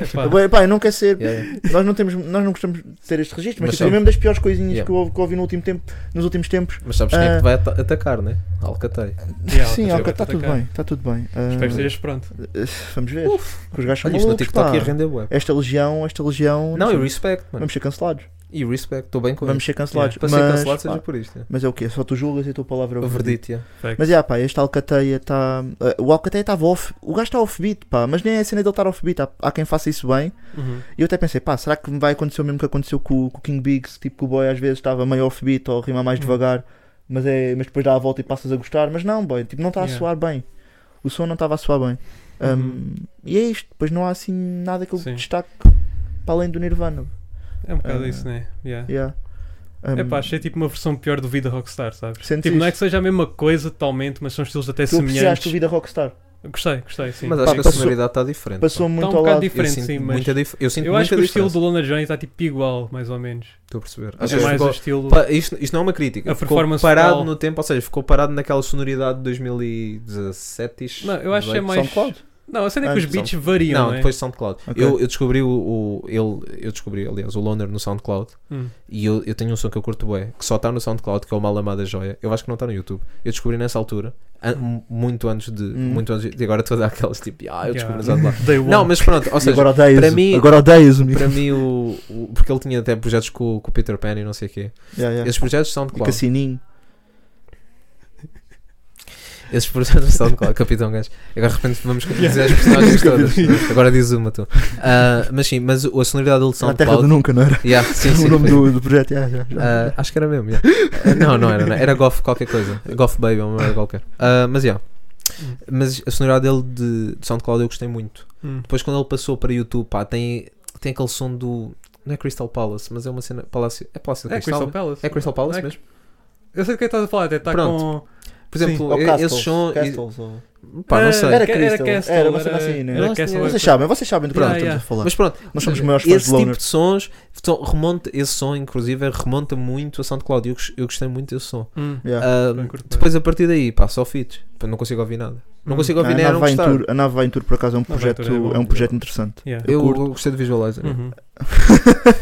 S8: Epá,
S6: pá, pá, eu não quero ser.
S7: Yeah, yeah.
S6: Nós não, temos, nós não gostamos de ter este registro, mas,
S7: Mas
S6: tipo, é
S7: sim.
S6: mesmo das piores coisinhas
S7: Yeah.
S6: que, eu, ouvi- que eu ouvi no último tempo, nos últimos tempos.
S7: Mas sabes quem é
S6: Ah.
S7: que te vai ata- atacar, né? Alcatei.
S8: yeah,
S6: sim,
S8: Alcatraz
S6: ok,
S8: vai
S6: está tudo
S8: atacar.
S6: bem, está tudo bem. Ah, eh,
S8: Espero que estejas pronto.
S6: vamos ver. que os gajos são
S7: Olha, isto no
S6: malucos, pá.
S7: TikTok ia render web.
S6: Esta legião, esta legião.
S7: Não, e
S6: sei,
S7: respect, mano.
S6: vamos ser cancelados.
S7: E respect, estou bem com
S6: Vamos
S7: isso.
S6: ser cancelados.
S7: Para
S6: Mas,
S7: ser cancelado
S6: pá,
S7: seja por isto. né?
S6: mas é o quê? Só tu julgas e a tua palavra é
S7: O
S6: o verdito.
S7: verdito, yeah.
S8: Facts.
S6: Mas é, pá, este Alcateia está. eh, o Alcateia estava off. O gajo está offbeat, pá. Mas nem é a cena dele estar offbeat. Há, há quem faça isso bem.
S8: Uhum.
S6: E eu até pensei, pá, será que vai acontecer o mesmo que aconteceu com, o- com o King Biggs? Tipo, que o boy às vezes estava meio offbeat ou rima
S8: Hum.
S6: mais devagar. Mas, é, mas depois dá a volta e passas a gostar. Mas não, boy. Tipo, não está a
S8: Yeah.
S6: soar bem. O som não estava a soar bem. Um,
S8: Uhum.
S6: E é isto. Depois não há assim nada que eu
S8: Sim.
S6: destaque para além do Nirvana.
S8: É um bocado
S6: Ah.
S8: isso, né? Yeah.
S6: Yeah. Um,
S8: É pá, achei tipo uma versão pior do Vida Rockstar, sabes?
S6: Sentes
S8: Tipo, não é
S6: isso?
S8: que seja a mesma coisa totalmente, mas são estilos até
S6: tu apreciaste o
S8: semelhantes.
S6: vida rockstar.
S8: Gostei, gostei, sim.
S7: Mas
S8: Sim.
S7: acho que a
S6: passou-
S7: sonoridade está diferente.
S6: Passou
S8: Está
S6: muito
S8: um
S6: ao
S8: bocado
S6: lado.
S7: pá. eu
S8: diferente,
S7: sinto
S8: sim, mas
S7: muita dif- Eu sinto
S8: eu acho que
S7: muita
S8: o estilo do
S7: diferença.
S8: Lona Jones está tipo igual, mais ou menos.
S7: Estou a perceber.
S8: Acho
S7: Ou
S8: que
S7: seja,
S8: mais o
S7: ficou-
S8: estilo.
S7: pa- Isto, isto não é uma crítica.
S8: A
S7: ficou
S8: performance
S7: parado
S8: vocal.
S7: no tempo, ou seja, ficou parado naquela sonoridade de 2017 -ish,
S8: Não, eu acho que é
S7: 18.
S8: mais.
S6: SoundCloud?
S8: Não, a cena é que os
S6: Antes,
S8: beats variam.
S7: Não,
S8: né?
S7: depois SoundCloud.
S6: Ok.
S7: Eu, eu descobri o, o- ele, eu descobri, aliás, o Loner no SoundCloud.
S8: Hum.
S7: E eu, eu tenho um som que eu curto bem, que só está no SoundCloud, que é o Malamada Joia. Eu acho que não está no YouTube. Eu descobri nessa altura, an- mu- muito antes de. Muito antes de e agora estou a dar aquelas tipo, ah, eu descobri
S8: Yeah.
S7: no SoundCloud.
S8: Day one.
S7: Não, mas pronto, ou
S6: E
S7: seja,
S6: agora odeias.
S7: para mim-
S6: agora odeias o micro.
S7: para mim, o, o- Porque ele tinha até projetos com, com o Peter Pan e não sei o quê.
S6: Yeah, yeah.
S7: Esses projetos de
S6: É. E
S7: SoundCloud.
S6: Cassininho.
S7: Esses personagens são de claro, Capitão Gancho. Agora de repente vamos dizer as personagens todas. Agora diz uma tu. Ah, mas sim, mas o- a sonoridade dele de
S6: Era a terra do
S7: SoundCloud.
S6: nunca, não era?
S7: Yeah, sim, sim,
S6: o nome
S7: foi.
S6: do, do projeto. yeah, yeah, já.
S7: Ah, acho que era mesmo. yeah. Ah, não, não era, não. era Goff qualquer coisa. Goff Baby, uma merda qualquer. Ah, mas yeah. Mas a sonoridade dele de, de SoundCloud eu gostei muito.
S8: Hum.
S7: Depois quando ele passou para YouTube, pá, tem, tem aquele som do. Não é Crystal Palace, mas é uma cena. Palácio, é Palácio
S8: É
S7: Crystal?
S8: Crystal Palace.
S7: É Crystal Palace
S8: É-
S7: mesmo?
S8: Eu sei do que é que estás a falar, até está
S7: Pronto.
S8: com.
S7: Por
S8: Sim.
S7: exemplo,
S6: Ou
S7: e-
S6: Castles,
S7: esse som. e-
S6: Castles, ou-
S7: pá, não
S8: Era-
S7: sei.
S6: Era
S8: Era
S6: Crystal.
S8: Castle,
S6: Era uma cena
S8: era-
S6: assim, né?
S8: era
S6: Era
S8: Castle,
S6: Vocês
S8: era-
S6: sabem, vocês sabem do que
S8: Yeah,
S6: estamos
S8: yeah.
S6: a falar.
S7: Mas pronto,
S6: Nós somos
S7: eh,
S6: os maiores fãs
S7: esse
S6: de Loner.
S7: tipo de sons, to- remonta, esse som inclusive remonta muito a SoundCloud. Eu, gos- eu gostei muito desse som.
S8: Hum.
S6: Yeah.
S7: Ah,
S8: também curto bem.
S7: depois a partir daí, pá, só feeds. Pá, Não consigo ouvir nada. Não
S8: Hum.
S7: consigo
S6: Ah,
S7: ouvir nem
S6: a,
S7: a não
S6: nave vai em
S7: gostar.
S6: tour, a nave vai em tour por acaso é um
S8: vai em
S6: projeto,
S8: tour, é bom.
S6: é um projeto interessante.
S8: Yeah.
S7: Eu,
S6: curto.
S7: eu gostei do Visualizer.
S8: Uhum.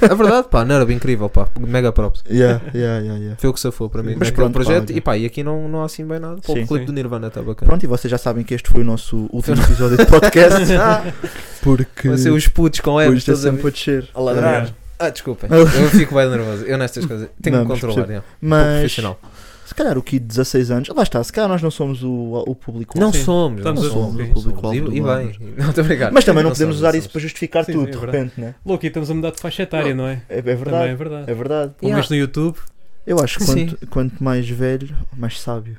S7: A verdade, pá, não era bem incrível, pá. Mega props.
S6: Yeah, yeah, yeah, yeah.
S7: Foi o que safou para mim.
S6: Mas
S7: Mas
S6: pronto, pá,
S7: projeto.
S6: olha.
S7: e pá, e aqui não, não há assim bem nada. Pô,
S6: Sim.
S7: o clipe
S8: Sim.
S7: do Nirvana está bacana.
S6: Pronto, e vocês já sabem que este foi o nosso último episódio de podcast. um porque
S7: Vai ser os putos com
S6: hoje
S7: Eves.
S6: está
S7: todos a
S6: sempre a
S7: ver.
S6: descer. A
S8: ladrar.
S7: Ah, desculpem. Eu fico bem nervoso. Eu nestas coisas. Tenho
S6: Não,
S7: que
S6: mas
S7: controlar. é. Pouco
S6: Mas
S7: profissional.
S6: se calhar o Kid de 16 anos, lá está, se calhar nós não somos o, o público.
S7: Não
S8: Sim.
S7: somos. Não
S8: Estamos a-
S7: somos.
S8: Sim.
S7: não somos.
S6: Público-alvo do
S7: E, e
S6: Loner.
S7: bem. Não, estou obrigado.
S6: Mas também não, podemos
S7: somos,
S6: usar isso
S7: somos.
S6: para justificar
S8: Sim,
S6: tudo,
S8: é
S6: de
S8: verdade.
S6: repente, né?
S8: Louco, e estamos a mudar de faixa etária, não é?
S6: É, é verdade.
S8: Também é verdade.
S6: É verdade.
S8: Pelo menos no YouTube.
S6: Eu acho que
S7: Sim.
S6: quanto, quanto mais velho, mais sábio.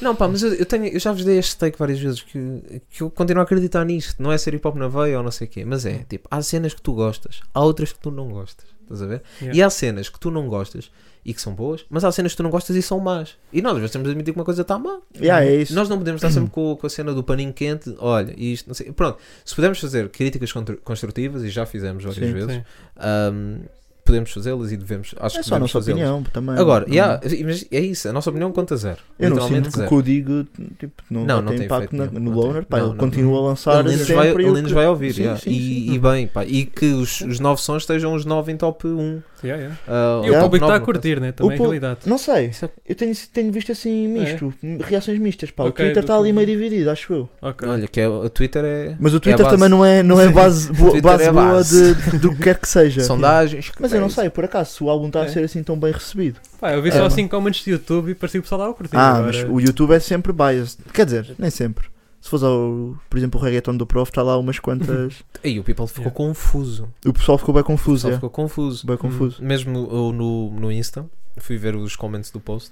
S7: Não, pá, mas eu, eu tenho, eu já vos dei este take várias vezes que, que eu continuo a acreditar nisto. Não é ser hip hop na veia ou não sei o quê, mas é tipo, há cenas que tu gostas, há outras que tu não gostas. Estás a ver?
S8: Yeah.
S7: E há cenas que tu não gostas e que são boas, mas há cenas que tu não gostas e são más. E nós às vezes temos de admitir que uma coisa está má.
S6: Yeah, é isso.
S7: Nós não podemos estar sempre com, com a cena do paninho quente, olha, isto, não sei. Pronto, se pudermos fazer críticas contru- construtivas, e já fizemos várias
S6: Sim,
S7: vezes,
S8: sim.
S7: ahm, podemos fazê-las e devemos. Acho
S6: é
S7: que
S6: só a
S7: devemos
S6: nossa
S7: fazê-las.
S6: opinião também.
S7: Agora,
S6: Não-
S7: yeah, mas é isso, a nossa opinião conta zero.
S6: Eu não
S7: literalmente
S6: sinto que o
S7: zero.
S6: que eu digo tipo, não,
S7: Não,
S6: não
S7: não
S6: tem
S7: tem
S6: impacto
S7: efeito
S6: na-
S7: nenhum,
S6: no
S7: não tem.
S6: loner. Pá,
S7: Não,
S6: ele
S7: não.
S6: continua a lançar
S7: Ele nos
S6: sempre.
S7: vai,
S6: o
S7: ele nos
S6: que-
S7: vai ouvir,
S6: Sim,
S7: yeah.
S6: sim,
S7: e,
S6: sim.
S7: e bem, pá, e que os, os novos sons estejam os nove em top 1.
S8: Yeah, yeah.
S6: Oh,
S7: ah,
S8: E o
S6: é um
S7: top
S8: público está
S7: nove,
S8: a
S7: no
S8: curtir, né? Também é
S6: pub-
S8: realidade.
S6: Não sei,
S7: Isso é-
S6: eu tenho, tenho visto assim misto, reações mistas. Pá. o
S8: Ok,
S6: Twitter
S8: do
S6: está ali
S8: que-
S6: meio dividido, acho eu.
S8: Ok.
S7: caso. Olha, que é, o Twitter é.
S6: Mas o
S7: a
S6: Twitter
S7: base.
S6: também não é, não é base, boa-
S7: Twitter
S6: base
S7: é a
S6: boa
S7: base.
S6: de- do que quer que seja.
S7: Sondagens. É
S6: Mas eu não sei, por acaso, se o álbum está a
S8: É.
S6: ser assim tão bem recebido.
S8: Pá, eu vi só
S6: É.
S8: 5 comments de YouTube e parecia que o pessoal estava a curtir.
S6: ah,
S8: agora.
S6: mas o YouTube é sempre biased. Quer dizer, nem sempre. Se fores ao, por exemplo, o reggaeton do Prof, está lá umas quantas.
S7: Aí o people ficou
S8: Yeah.
S7: confuso.
S6: o pessoal ficou bem
S7: O
S6: confuso.
S7: pessoal
S6: é.
S7: ficou confuso.
S6: Bem confuso.
S7: Hum, Mesmo eu no, no Insta, fui ver os comments do post.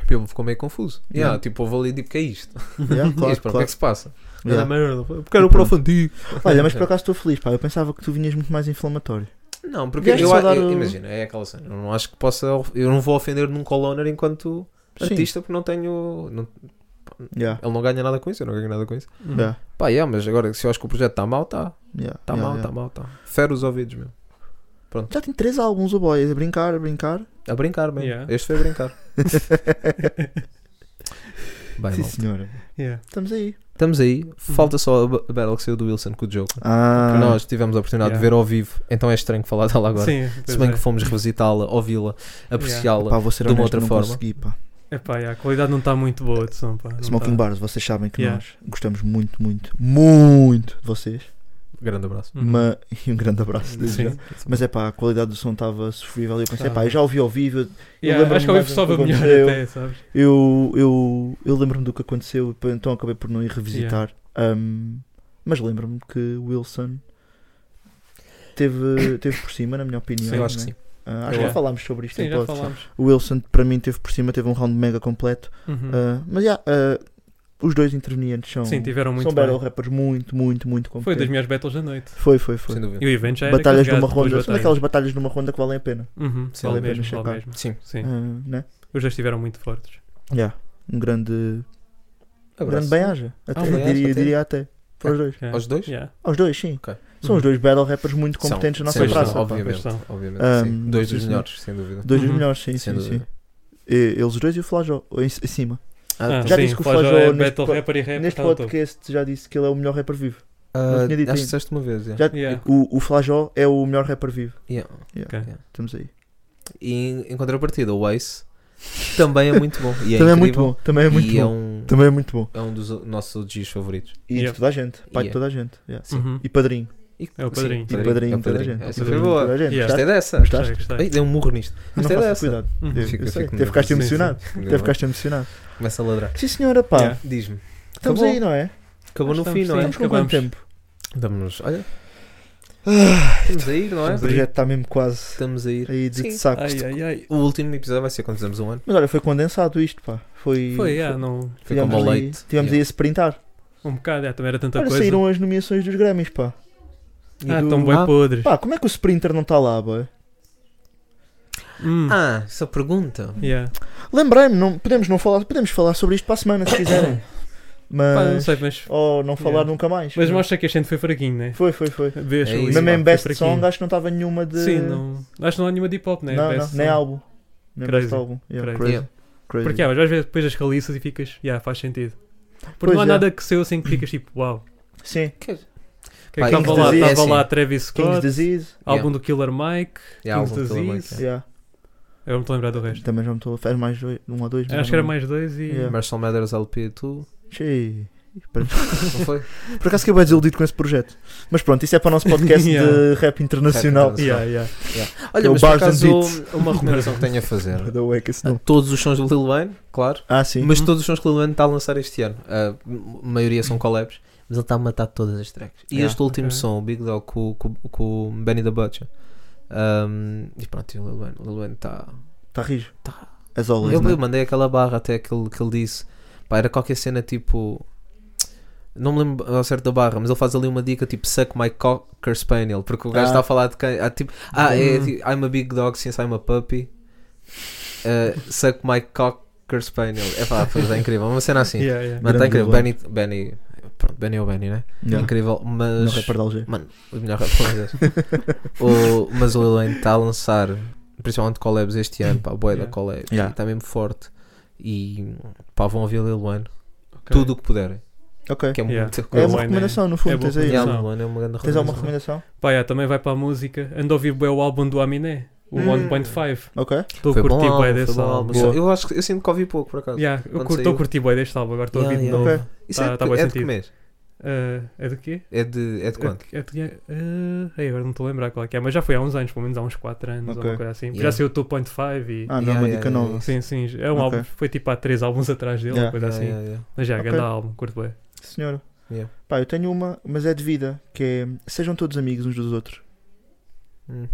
S7: O people ficou meio confuso. Yeah,
S6: Yeah.
S7: Tipo, houve ali, tipo, que é isto?
S6: Yeah,
S7: Que é
S6: claro,
S7: isto, pá, O que é
S6: claro.
S7: que se passa?
S6: Yeah.
S7: merda. Porque era o prof antigo.
S6: Olha, mas por acaso estou feliz, pá. Eu pensava que tu vinhas muito mais inflamatório.
S7: Não, porque
S6: Vieste
S7: eu,
S6: só
S7: a-
S6: dar um-
S7: eu-
S6: o-
S7: imagina, é aquela cena. Eu não acho que possa. Eu não vou ofender nunca o Loner enquanto
S6: Sim.
S7: artista porque não tenho. não-
S6: Yeah,
S7: ele não ganha nada com isso, eu não ganho nada com isso.
S8: Uhum.
S6: yeah,
S7: Pá, yeah, mas agora se eu acho que o projeto está mal, está.
S6: yeah,
S8: Tá
S7: Está
S6: yeah,
S7: mal, está
S6: yeah.
S7: mal, está. Fere os ouvidos, meu.
S6: Já tem três álbuns o boy, a brincar, a brincar.
S7: A brincar, mesmo.
S8: Yeah.
S7: Este foi a brincar. Bem,
S6: Sim, Uhum.
S7: malta.
S6: senhora.
S8: Yeah.
S6: Estamos aí.
S7: Estamos aí. Falta só a ba- a battle que saiu do Wilson com o Joker.
S6: Ah,
S7: Que nós tivemos a oportunidade de ver
S8: Yeah.
S7: ao vivo, então é estranho falar dela agora.
S8: Sim,
S7: Se bem que
S8: pois é.
S7: fomos revisitá-la, ouvi-la, apreciá-la.
S6: pá, vou ser
S7: de uma
S6: honesto,
S7: outra
S6: não
S7: forma.
S6: consegui, pá.
S8: é. Epá, yeah, a qualidade não está muito boa de som, pá. não
S6: Smoking
S8: tá.
S6: Bars, vocês sabem que
S8: Yeah.
S6: nós gostamos muito, muito, muito de vocês.
S7: Grande abraço.
S8: Uhum.
S6: Ma- E um grande abraço. desde já.
S8: Sim.
S6: Mas é pá, a qualidade do som estava sofrível. E eu pensei,
S8: Tá.
S6: pá, eu já ouvi ao vivo. Eu,
S8: Yeah,
S6: lembro-me
S8: acho que o
S6: mais
S8: Ivo sobe
S6: do que
S8: melhor
S6: aconteceu.
S8: até, sabes?
S6: eu, eu, eu lembro-me do que aconteceu. Então acabei por não ir revisitar. Ahm, mas lembro-me que o Wilson teve, teve por cima, na minha opinião.
S7: eu acho que
S6: né?
S7: sim.
S6: Ah, acho
S8: Eu
S6: que já
S8: acho.
S6: falámos sobre isto
S8: Sim,
S6: em
S8: já
S6: podcast.
S8: falámos.
S6: O Wilson, para mim, teve por cima. Teve um round mega completo.
S8: Uhum.
S6: Ah, mas já, ah, os dois intervenientes são.
S8: Sim, tiveram muito
S6: São battle
S8: bem.
S6: rappers muito, muito, muito
S8: Foi das
S6: competentes.
S8: melhores battles da noite.
S6: Foi, foi, foi.
S7: Sem dúvida.
S8: E o evento já era
S6: Batalhas
S8: carregado
S6: numa
S8: de duas
S6: ronda. São
S8: batalhas.
S6: daquelas batalhas numa ronda que valem a pena.
S8: Uhum,
S7: Sim,
S8: vale
S6: vale a pena
S8: mesmo, vale
S6: checar.
S8: mesmo.
S7: Sim.
S8: Sim,
S6: Ah, né?
S8: os dois estiveram muito fortes.
S6: Yeah. Um grande, um grande
S7: Abraço.
S6: bem-aja. Até,
S7: Ah, um bem-aja
S6: diria,
S7: até.
S6: diria até. Para os dois.
S8: Yeah.
S7: Aos dois?
S8: É. Yeah.
S6: Aos dois, sim.
S7: Ok.
S6: São os dois battle rappers muito
S7: São,
S6: competentes na nossa
S7: sem
S8: Pois são,
S6: praça. pá.
S7: dúvida, Obviamente.
S8: Pois são.
S7: obviamente
S6: Ahm,
S7: sim. Dois
S6: sim,
S7: dos
S6: senhor.
S7: melhores, sem dúvida.
S6: Dois dos
S8: Uhum.
S6: melhores, sim,
S7: Sem
S6: sim, sim.
S7: dúvida.
S6: E- Eles dois e o Flajó, ou em- acima.
S7: Ah,
S8: Ah,
S6: já
S8: sim,
S6: disse que o
S8: Flajó
S6: Flajó
S8: é
S6: neste
S8: battle
S6: po-
S8: rapper e rap.
S6: Neste
S8: tá no topo.
S6: podcast já disse que ele é o melhor rapper vivo.
S7: ah,
S6: não tinha dito
S7: acho que
S6: ainda.
S7: disseste uma vez. yeah.
S6: Já-
S8: Yeah.
S6: O, o Flajó é o melhor rapper vivo.
S7: Yeah.
S6: Estamos aí.
S7: E em- em contrapartida, o Ace também é muito bom. E é
S6: também é muito
S7: incrível.
S6: bom. Também é muito bom.
S7: e É um,
S6: Também é muito bom.
S7: é um dos nossos OGs favoritos.
S6: E
S8: Yeah.
S6: de toda a gente. Pai
S7: Yeah.
S6: de toda a gente. yeah.
S7: Sim.
S8: Uhum.
S6: E padrinho.
S8: É o
S7: Sim,
S8: padrinho.
S6: E padrinho de
S7: é o
S6: toda a gente.
S7: Essa
S6: E
S7: foi
S6: padrinho de toda
S7: boa.
S6: a gente.
S8: Yeah.
S7: Gostei
S6: Gostaste?
S7: dessa.
S6: Gostaste?
S8: Gostei, gostei.
S7: Ei, dei um murro nisto.
S6: Não
S7: Gostei
S6: faças
S7: dessa.
S6: cuidado.
S8: Uhum.
S6: Eu-
S7: Fica-
S6: eu sei.
S7: fica
S6: Até ficaste
S7: nervoso.
S6: emocionado. Até ficaste emocionado.
S7: Começa a ladrar.
S6: Sim, senhora, pá.
S8: Yeah.
S7: Diz-me.
S6: Estamos
S7: Acabou.
S6: aí, não é?
S7: Acabou no
S8: Estamos,
S7: fim, não é?
S8: sim.
S6: Estamos com quanto
S8: Acabamos.
S6: tempo?
S7: Estamos. Olha.
S6: Ah,
S7: Estamos a ir, não é?
S6: O projeto está mesmo quase
S7: Estamos a ir.
S6: aí de
S7: Sim.
S6: saco.
S8: Ai, ai, ai.
S7: O último episódio vai ser quando fizemos um ano.
S6: Mas olha, foi condensado isto, pá. Foi.
S8: Foi, yeah, não,
S7: Foi como
S6: tivemos
S7: ao
S6: aí-
S7: leite.
S6: Tivemos aí a se printar.
S8: um bocado, yeah, também era tanta
S6: Olha,
S8: coisa.
S6: saíram as nomeações dos Grammys, pá.
S8: Ah,
S7: do-
S8: tão bem
S7: Ah.
S8: podres.
S6: Pá, como é que o Sprinter não está lá, boy?
S8: Hum.
S7: Ah, essa pergunta.
S8: Yeah.
S6: Lembrei-me, não, podemos, não falar, podemos falar sobre isto para a semana, se quiserem.
S8: Pá, não
S6: Mas. é.
S8: sei, mas,
S6: Ou não falar
S8: Yeah.
S6: nunca mais.
S8: mas mostra que este ano foi fraquinho, né?
S6: Foi, foi, foi.
S8: Vês,
S7: É
S8: o
S7: isso,
S8: Ivo,
S6: Mesmo
S8: foi
S6: em Best
S8: fraquinho.
S6: Song, acho que não estava nenhuma de.
S8: Sim, não. Acho que não há nenhuma de hip hop, né?
S6: Não,
S8: Best
S6: não, nem
S8: Song.
S6: álbum. Nem
S8: Crazy.
S6: best álbum. Yeah,
S8: Crazy.
S6: crazy.
S7: Yeah.
S6: Crazy.
S8: Porque ah, mas vais ver depois as caliças e ficas, já faz sentido. Porque
S6: Pois
S8: não há
S6: é.
S8: nada que saiu assim que ficas tipo, uau.
S6: Sim.
S8: Que
S7: Pá,
S8: é que estava
S6: King's
S8: lá, estava
S6: Disease,
S7: é
S8: lá
S7: assim.
S8: Travis
S6: King's
S8: Scott,
S6: Disease.
S8: álbum do Killer Mike,
S7: Yeah,
S8: King's
S7: álbum do Killer
S8: Disease.
S7: Mike,
S6: Yeah.
S8: Eu não me lembrar do resto.
S6: Também já me estou a fazer mais dois- um ou dois. mas
S8: Acho que
S6: já
S8: era
S6: não-
S8: mais dois e.
S6: Yeah.
S7: Marshall Mathers LP, tu.
S6: Xiii.
S7: Não foi?
S6: Por acaso que eu bem desiludido com esse projeto. Mas pronto, isso é para o nosso podcast de
S8: Yeah.
S6: rap internacional.
S7: Rap
S8: Yeah, yeah.
S7: Olha,
S6: É o
S7: mas por
S6: Bars and
S7: acaso,
S6: Beats.
S7: uma recomendação que tenho a fazer.
S6: Da Wake, esse nome.
S7: Todos os sons do Lil Wayne, claro.
S6: Ah, sim.
S7: Mas todos os sons que o Lil Wayne está a lançar este ano, a maioria são collabs, mas ele está a matar todas as tracks. E
S6: Yeah,
S7: este último
S8: ok.
S7: som, o Big Dog com, com, com o Benny the Butcher. Um, e pronto, e o Lil Wayne, o Lil Wayne está.
S6: Está rijo.
S7: Tá.
S6: As always.
S7: Eu,
S6: né?
S7: eu mandei aquela barra até que ele, que ele disse: Pá, era qualquer cena tipo. Não me lembro ao certo da barra, mas ele faz ali uma dica tipo Suck my cocker spaniel, porque o gajo
S6: Ah.
S7: está a falar de quem. Ah, tipo, ah é tipo, I'm a big dog since I'm a puppy. Uh, suck my cocker spaniel. É pá, pois é incrível. Uma cena assim.
S8: Yeah, yeah.
S7: Mano, está
S6: Grande
S7: incrível. Benny, Benny, pronto, Benny é o Benny, né?
S6: Yeah.
S7: Incrível, mas.
S6: Não é rapper de Alger.
S7: Mano, o melhor rap o, Mas o Lil Wayne está a lançar, principalmente collabs este ano, pá, boia da
S8: Yeah.
S7: collab,
S6: Yeah.
S7: está mesmo forte. E pá, vão ouvir Lil Wayne,
S8: Ok.
S7: tudo o que puderem.
S6: Ok.
S7: Que é,
S8: Yeah.
S7: muita
S6: É
S7: coisa.
S8: Lil
S6: uma
S8: Wayne
S6: recomendação, no
S8: é
S6: fundo.
S8: boa
S6: Tens, aí, um-
S7: Yeah,
S8: Não.
S7: Lil Wayne é uma grande
S6: tens alguma
S7: recomendação.
S6: recomendação?
S8: Pá, yeah, também vai para a música. Ando a ouvir bué o álbum do Aminé, o
S6: Hum.
S8: 1.5.
S6: Ok.
S8: Estou a
S7: Foi bom
S8: curtir
S7: álbum,
S8: bué
S7: foi
S8: desse
S7: bom
S8: álbum.
S7: álbum.
S8: Yeah.
S7: Eu acho que eu sinto que ouvi pouco por acaso.
S8: Yeah, eu
S7: Quando
S8: estou
S7: saiu.
S8: a curtir bué deste álbum, agora estou a ouvir
S7: Yeah,
S8: de
S7: yeah.
S8: novo.
S6: Ok.
S7: Isso
S8: Tá-
S7: é, de-
S8: tá bué
S7: é de
S8: sentido.
S7: comer.
S8: Ah, é do quê?
S7: É de, é de quanto?
S8: É, é de- ah, ai, agora não estou a lembrar qual é que é, mas já foi há uns anos, pelo menos há uns 4 anos ou
S6: Ok.
S8: uma coisa assim.
S7: Yeah.
S8: Já saiu o 2.5 e.
S6: Ah, não,
S7: Yeah,
S6: uma
S7: yeah,
S6: dica
S7: yeah,
S6: nova.
S7: yeah.
S8: Sim, sim, é um
S6: Ok.
S8: álbum, foi tipo há 3 álbuns atrás dele,
S6: Yeah.
S8: uma coisa
S7: Yeah,
S8: assim.
S7: yeah, yeah.
S8: Mas já,
S6: Ok.
S8: grande álbum, curto bué.
S6: Senhora.
S7: Yeah.
S6: Pá, eu tenho uma, mas é de vida, que é sejam todos amigos uns dos outros.
S7: Hum.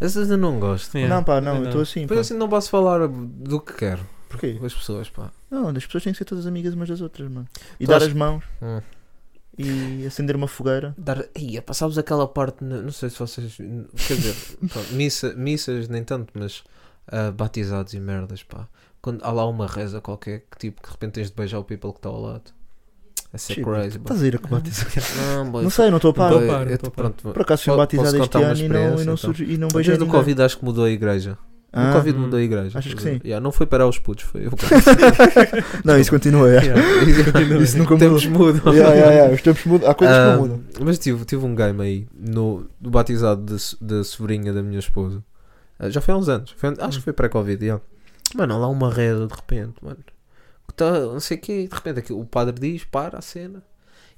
S7: Essas eu não gosto.
S8: Yeah.
S6: Não, pá,
S8: Também
S6: não, eu
S8: É. não.
S6: estou assim. Pá.
S7: Depois assim não posso falar do que quero
S6: Porquê?
S7: com as pessoas, pá.
S6: Não, as pessoas têm que ser todas amigas umas das outras, mano. E
S7: Tu
S6: dar
S7: achas-
S6: as mãos
S7: Hum.
S6: e acender uma fogueira.
S7: Dar, ia, passámos aquela parte, na- não sei se vocês. Quer dizer, pronto, missa- missas nem tanto, mas ah, batizados e merdas, pá. Quando há lá uma reza qualquer que tipo, que de repente tens de beijar o people que está ao lado. Essa é
S6: Sim,
S7: crazy, pá.
S6: Tipo, Estás a ir a combate.
S7: Não, boy,
S6: Não sei, não estou a par.
S8: Não tô a par,
S7: eu-
S8: não tô a par.
S7: pronto,
S6: Por acaso fui
S7: Posso- posso
S6: batizado este
S7: contar uma
S6: ano e não, e
S7: experiência,
S6: não,
S7: então?
S6: surgi, e não beijei
S7: Desde o
S6: ninguém.
S7: Covid acho que mudou a igreja.
S6: Ah,
S7: o Covid
S8: hum.
S7: mudou a igreja.
S6: Achas que sim?
S7: Yeah, não foi parar aos putos, foi eu.
S6: não, isso continua, é.
S8: Yeah. Continua.
S6: Isso nunca mudou.
S7: Temos mudo.
S6: Yeah, yeah, yeah, Os tempos mudam. Há coisas que
S7: Ah,
S6: não mudam.
S7: Mas tive, tive um game aí no, no batizado da so- da sobrinha da minha esposa. Ah, já foi há uns anos. Foi an- acho que foi pré-Covid. já. Mano, há lá uma reza de repente, mano. Que tá, não sei o quê. De repente aqui, o padre diz, para a cena.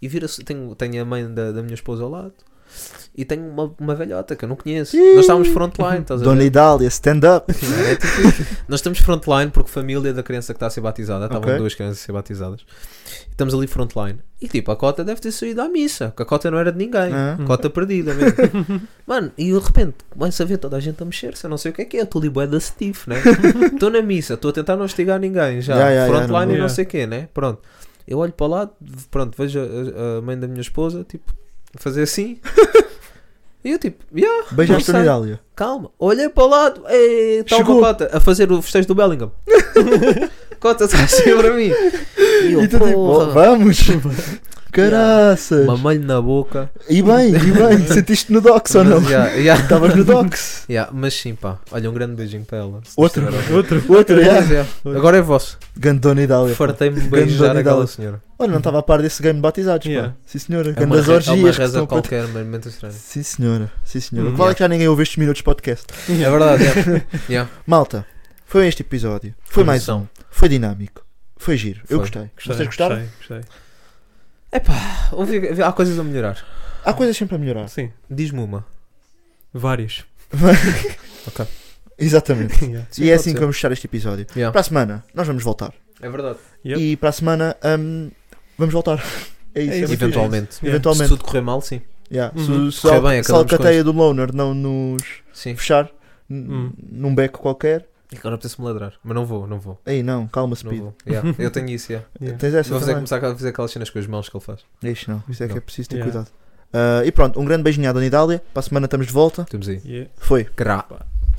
S7: E vira-se. Tenho, tenho a mãe da, da minha esposa ao lado. E tenho uma, uma velhota que eu não conheço.
S6: Ih!
S7: Nós estávamos frontline, estás a
S6: Dona
S7: ver?
S6: Idália, stand up.
S7: É tipo isso. Nós estamos frontline porque família da criança que está a ser batizada, estavam
S6: Ok.
S7: duas crianças a ser batizadas. E estamos ali frontline. E tipo, a cota deve ter saído à missa, porque a cota não era de ninguém.
S6: Ah.
S7: Cota perdida mesmo. Mano, e de repente vai-se a ver toda a gente a mexer-se. Eu não sei o que é que é. Estou ali bué da stiff, né? Estou na missa, estou a tentar não estigar ninguém já.
S6: Yeah, yeah, yeah,
S7: frontline
S8: não-
S7: e não
S8: yeah.
S7: sei o que, né? Pronto. Eu olho para lá, pronto, vejo a, a mãe da minha esposa, tipo, fazer assim. e eu tipo, yeah,
S6: Beijaste
S7: Não
S6: Dona
S7: sei.
S6: Idália.
S7: Calma, olhei para o lado, está
S6: Chegou.
S7: uma cota a fazer o festejo do Bellingham. cota está assim para mim. E eu,
S6: E tu tipo, oh,
S7: porra,
S6: vamos. Caraças.
S7: mamãe-lhe na boca.
S6: E bem, e bem. Sentiste no docs ou não?
S7: Mas, yeah, yeah,
S6: Estavas no docs.
S7: yeah, mas sim, pá, olha, um grande beijinho para ela. Se
S6: Outro.
S7: estiver a ouvir.
S8: Outro.
S6: Outro, é.
S7: Mas, yeah, Agora é vosso.
S6: Grande Dona Idália. pá.
S7: Fartei-me de
S6: Grande
S7: beijar
S6: dona
S7: aquela
S6: Idália.
S7: senhora.
S6: Olha, não estava a par desse game de batizados,
S8: Yeah.
S6: pá. Sim, senhora.
S7: É uma,
S6: Grandes
S7: re- é uma
S6: orgias que
S7: reza
S6: estão para-
S7: qualquer, mas muito estranho.
S6: Sim, senhora. Sim, senhora.
S8: Hum.
S6: Vale que já ninguém ouve estes minutos de podcast.
S7: É verdade, yeah.
S6: Malta, foi este episódio. Foi mais um. Foi dinâmico. Foi giro. Eu
S7: Foi.
S6: gostei. Vocês gostaram?
S8: Gostei, gostei.
S7: Houve- Há coisas a melhorar.
S6: Há coisas sempre a melhorar.
S8: Sim,
S7: Diz-me uma.
S8: vários.
S6: Exatamente.
S8: Yeah.
S7: Sim,
S6: e é
S7: pode
S6: assim que
S7: ser.
S6: vamos fechar este episódio.
S7: Yeah.
S6: Para a semana, nós vamos voltar.
S7: É verdade.
S8: Yep.
S6: E para a semana, hum, vamos voltar. É isso.
S8: É isso.
S6: muito giro.
S7: Eventualmente.
S8: Yeah.
S7: Se
S6: Eventualmente.
S7: tudo correr mal, sim.
S6: Yeah.
S8: Uhum.
S6: Se, se,
S7: Correr
S6: al-
S7: bem, acabamos
S6: se a alcateia do Loner não nos
S7: Sim.
S6: fechar n-
S8: Hum.
S6: num beco qualquer,
S7: Agora preciso-me ladrar. Mas não vou, não vou.
S6: aí não, calma,
S7: Não
S6: Speed.
S7: vou. Yeah, eu tenho isso, yeah.
S8: Yeah.
S6: Tens essa
S7: Vou
S6: Assim também.
S7: fazer, é começar a fazer aquelas cenas com as mãos que ele faz.
S6: Isso não, isso é que é preciso ter
S8: Yeah.
S6: cuidado. Ah, e pronto, um grande beijinho à Dona Idália. Para a semana estamos de volta.
S7: Temos aí.
S8: Yeah.
S6: Foi.
S7: Gra.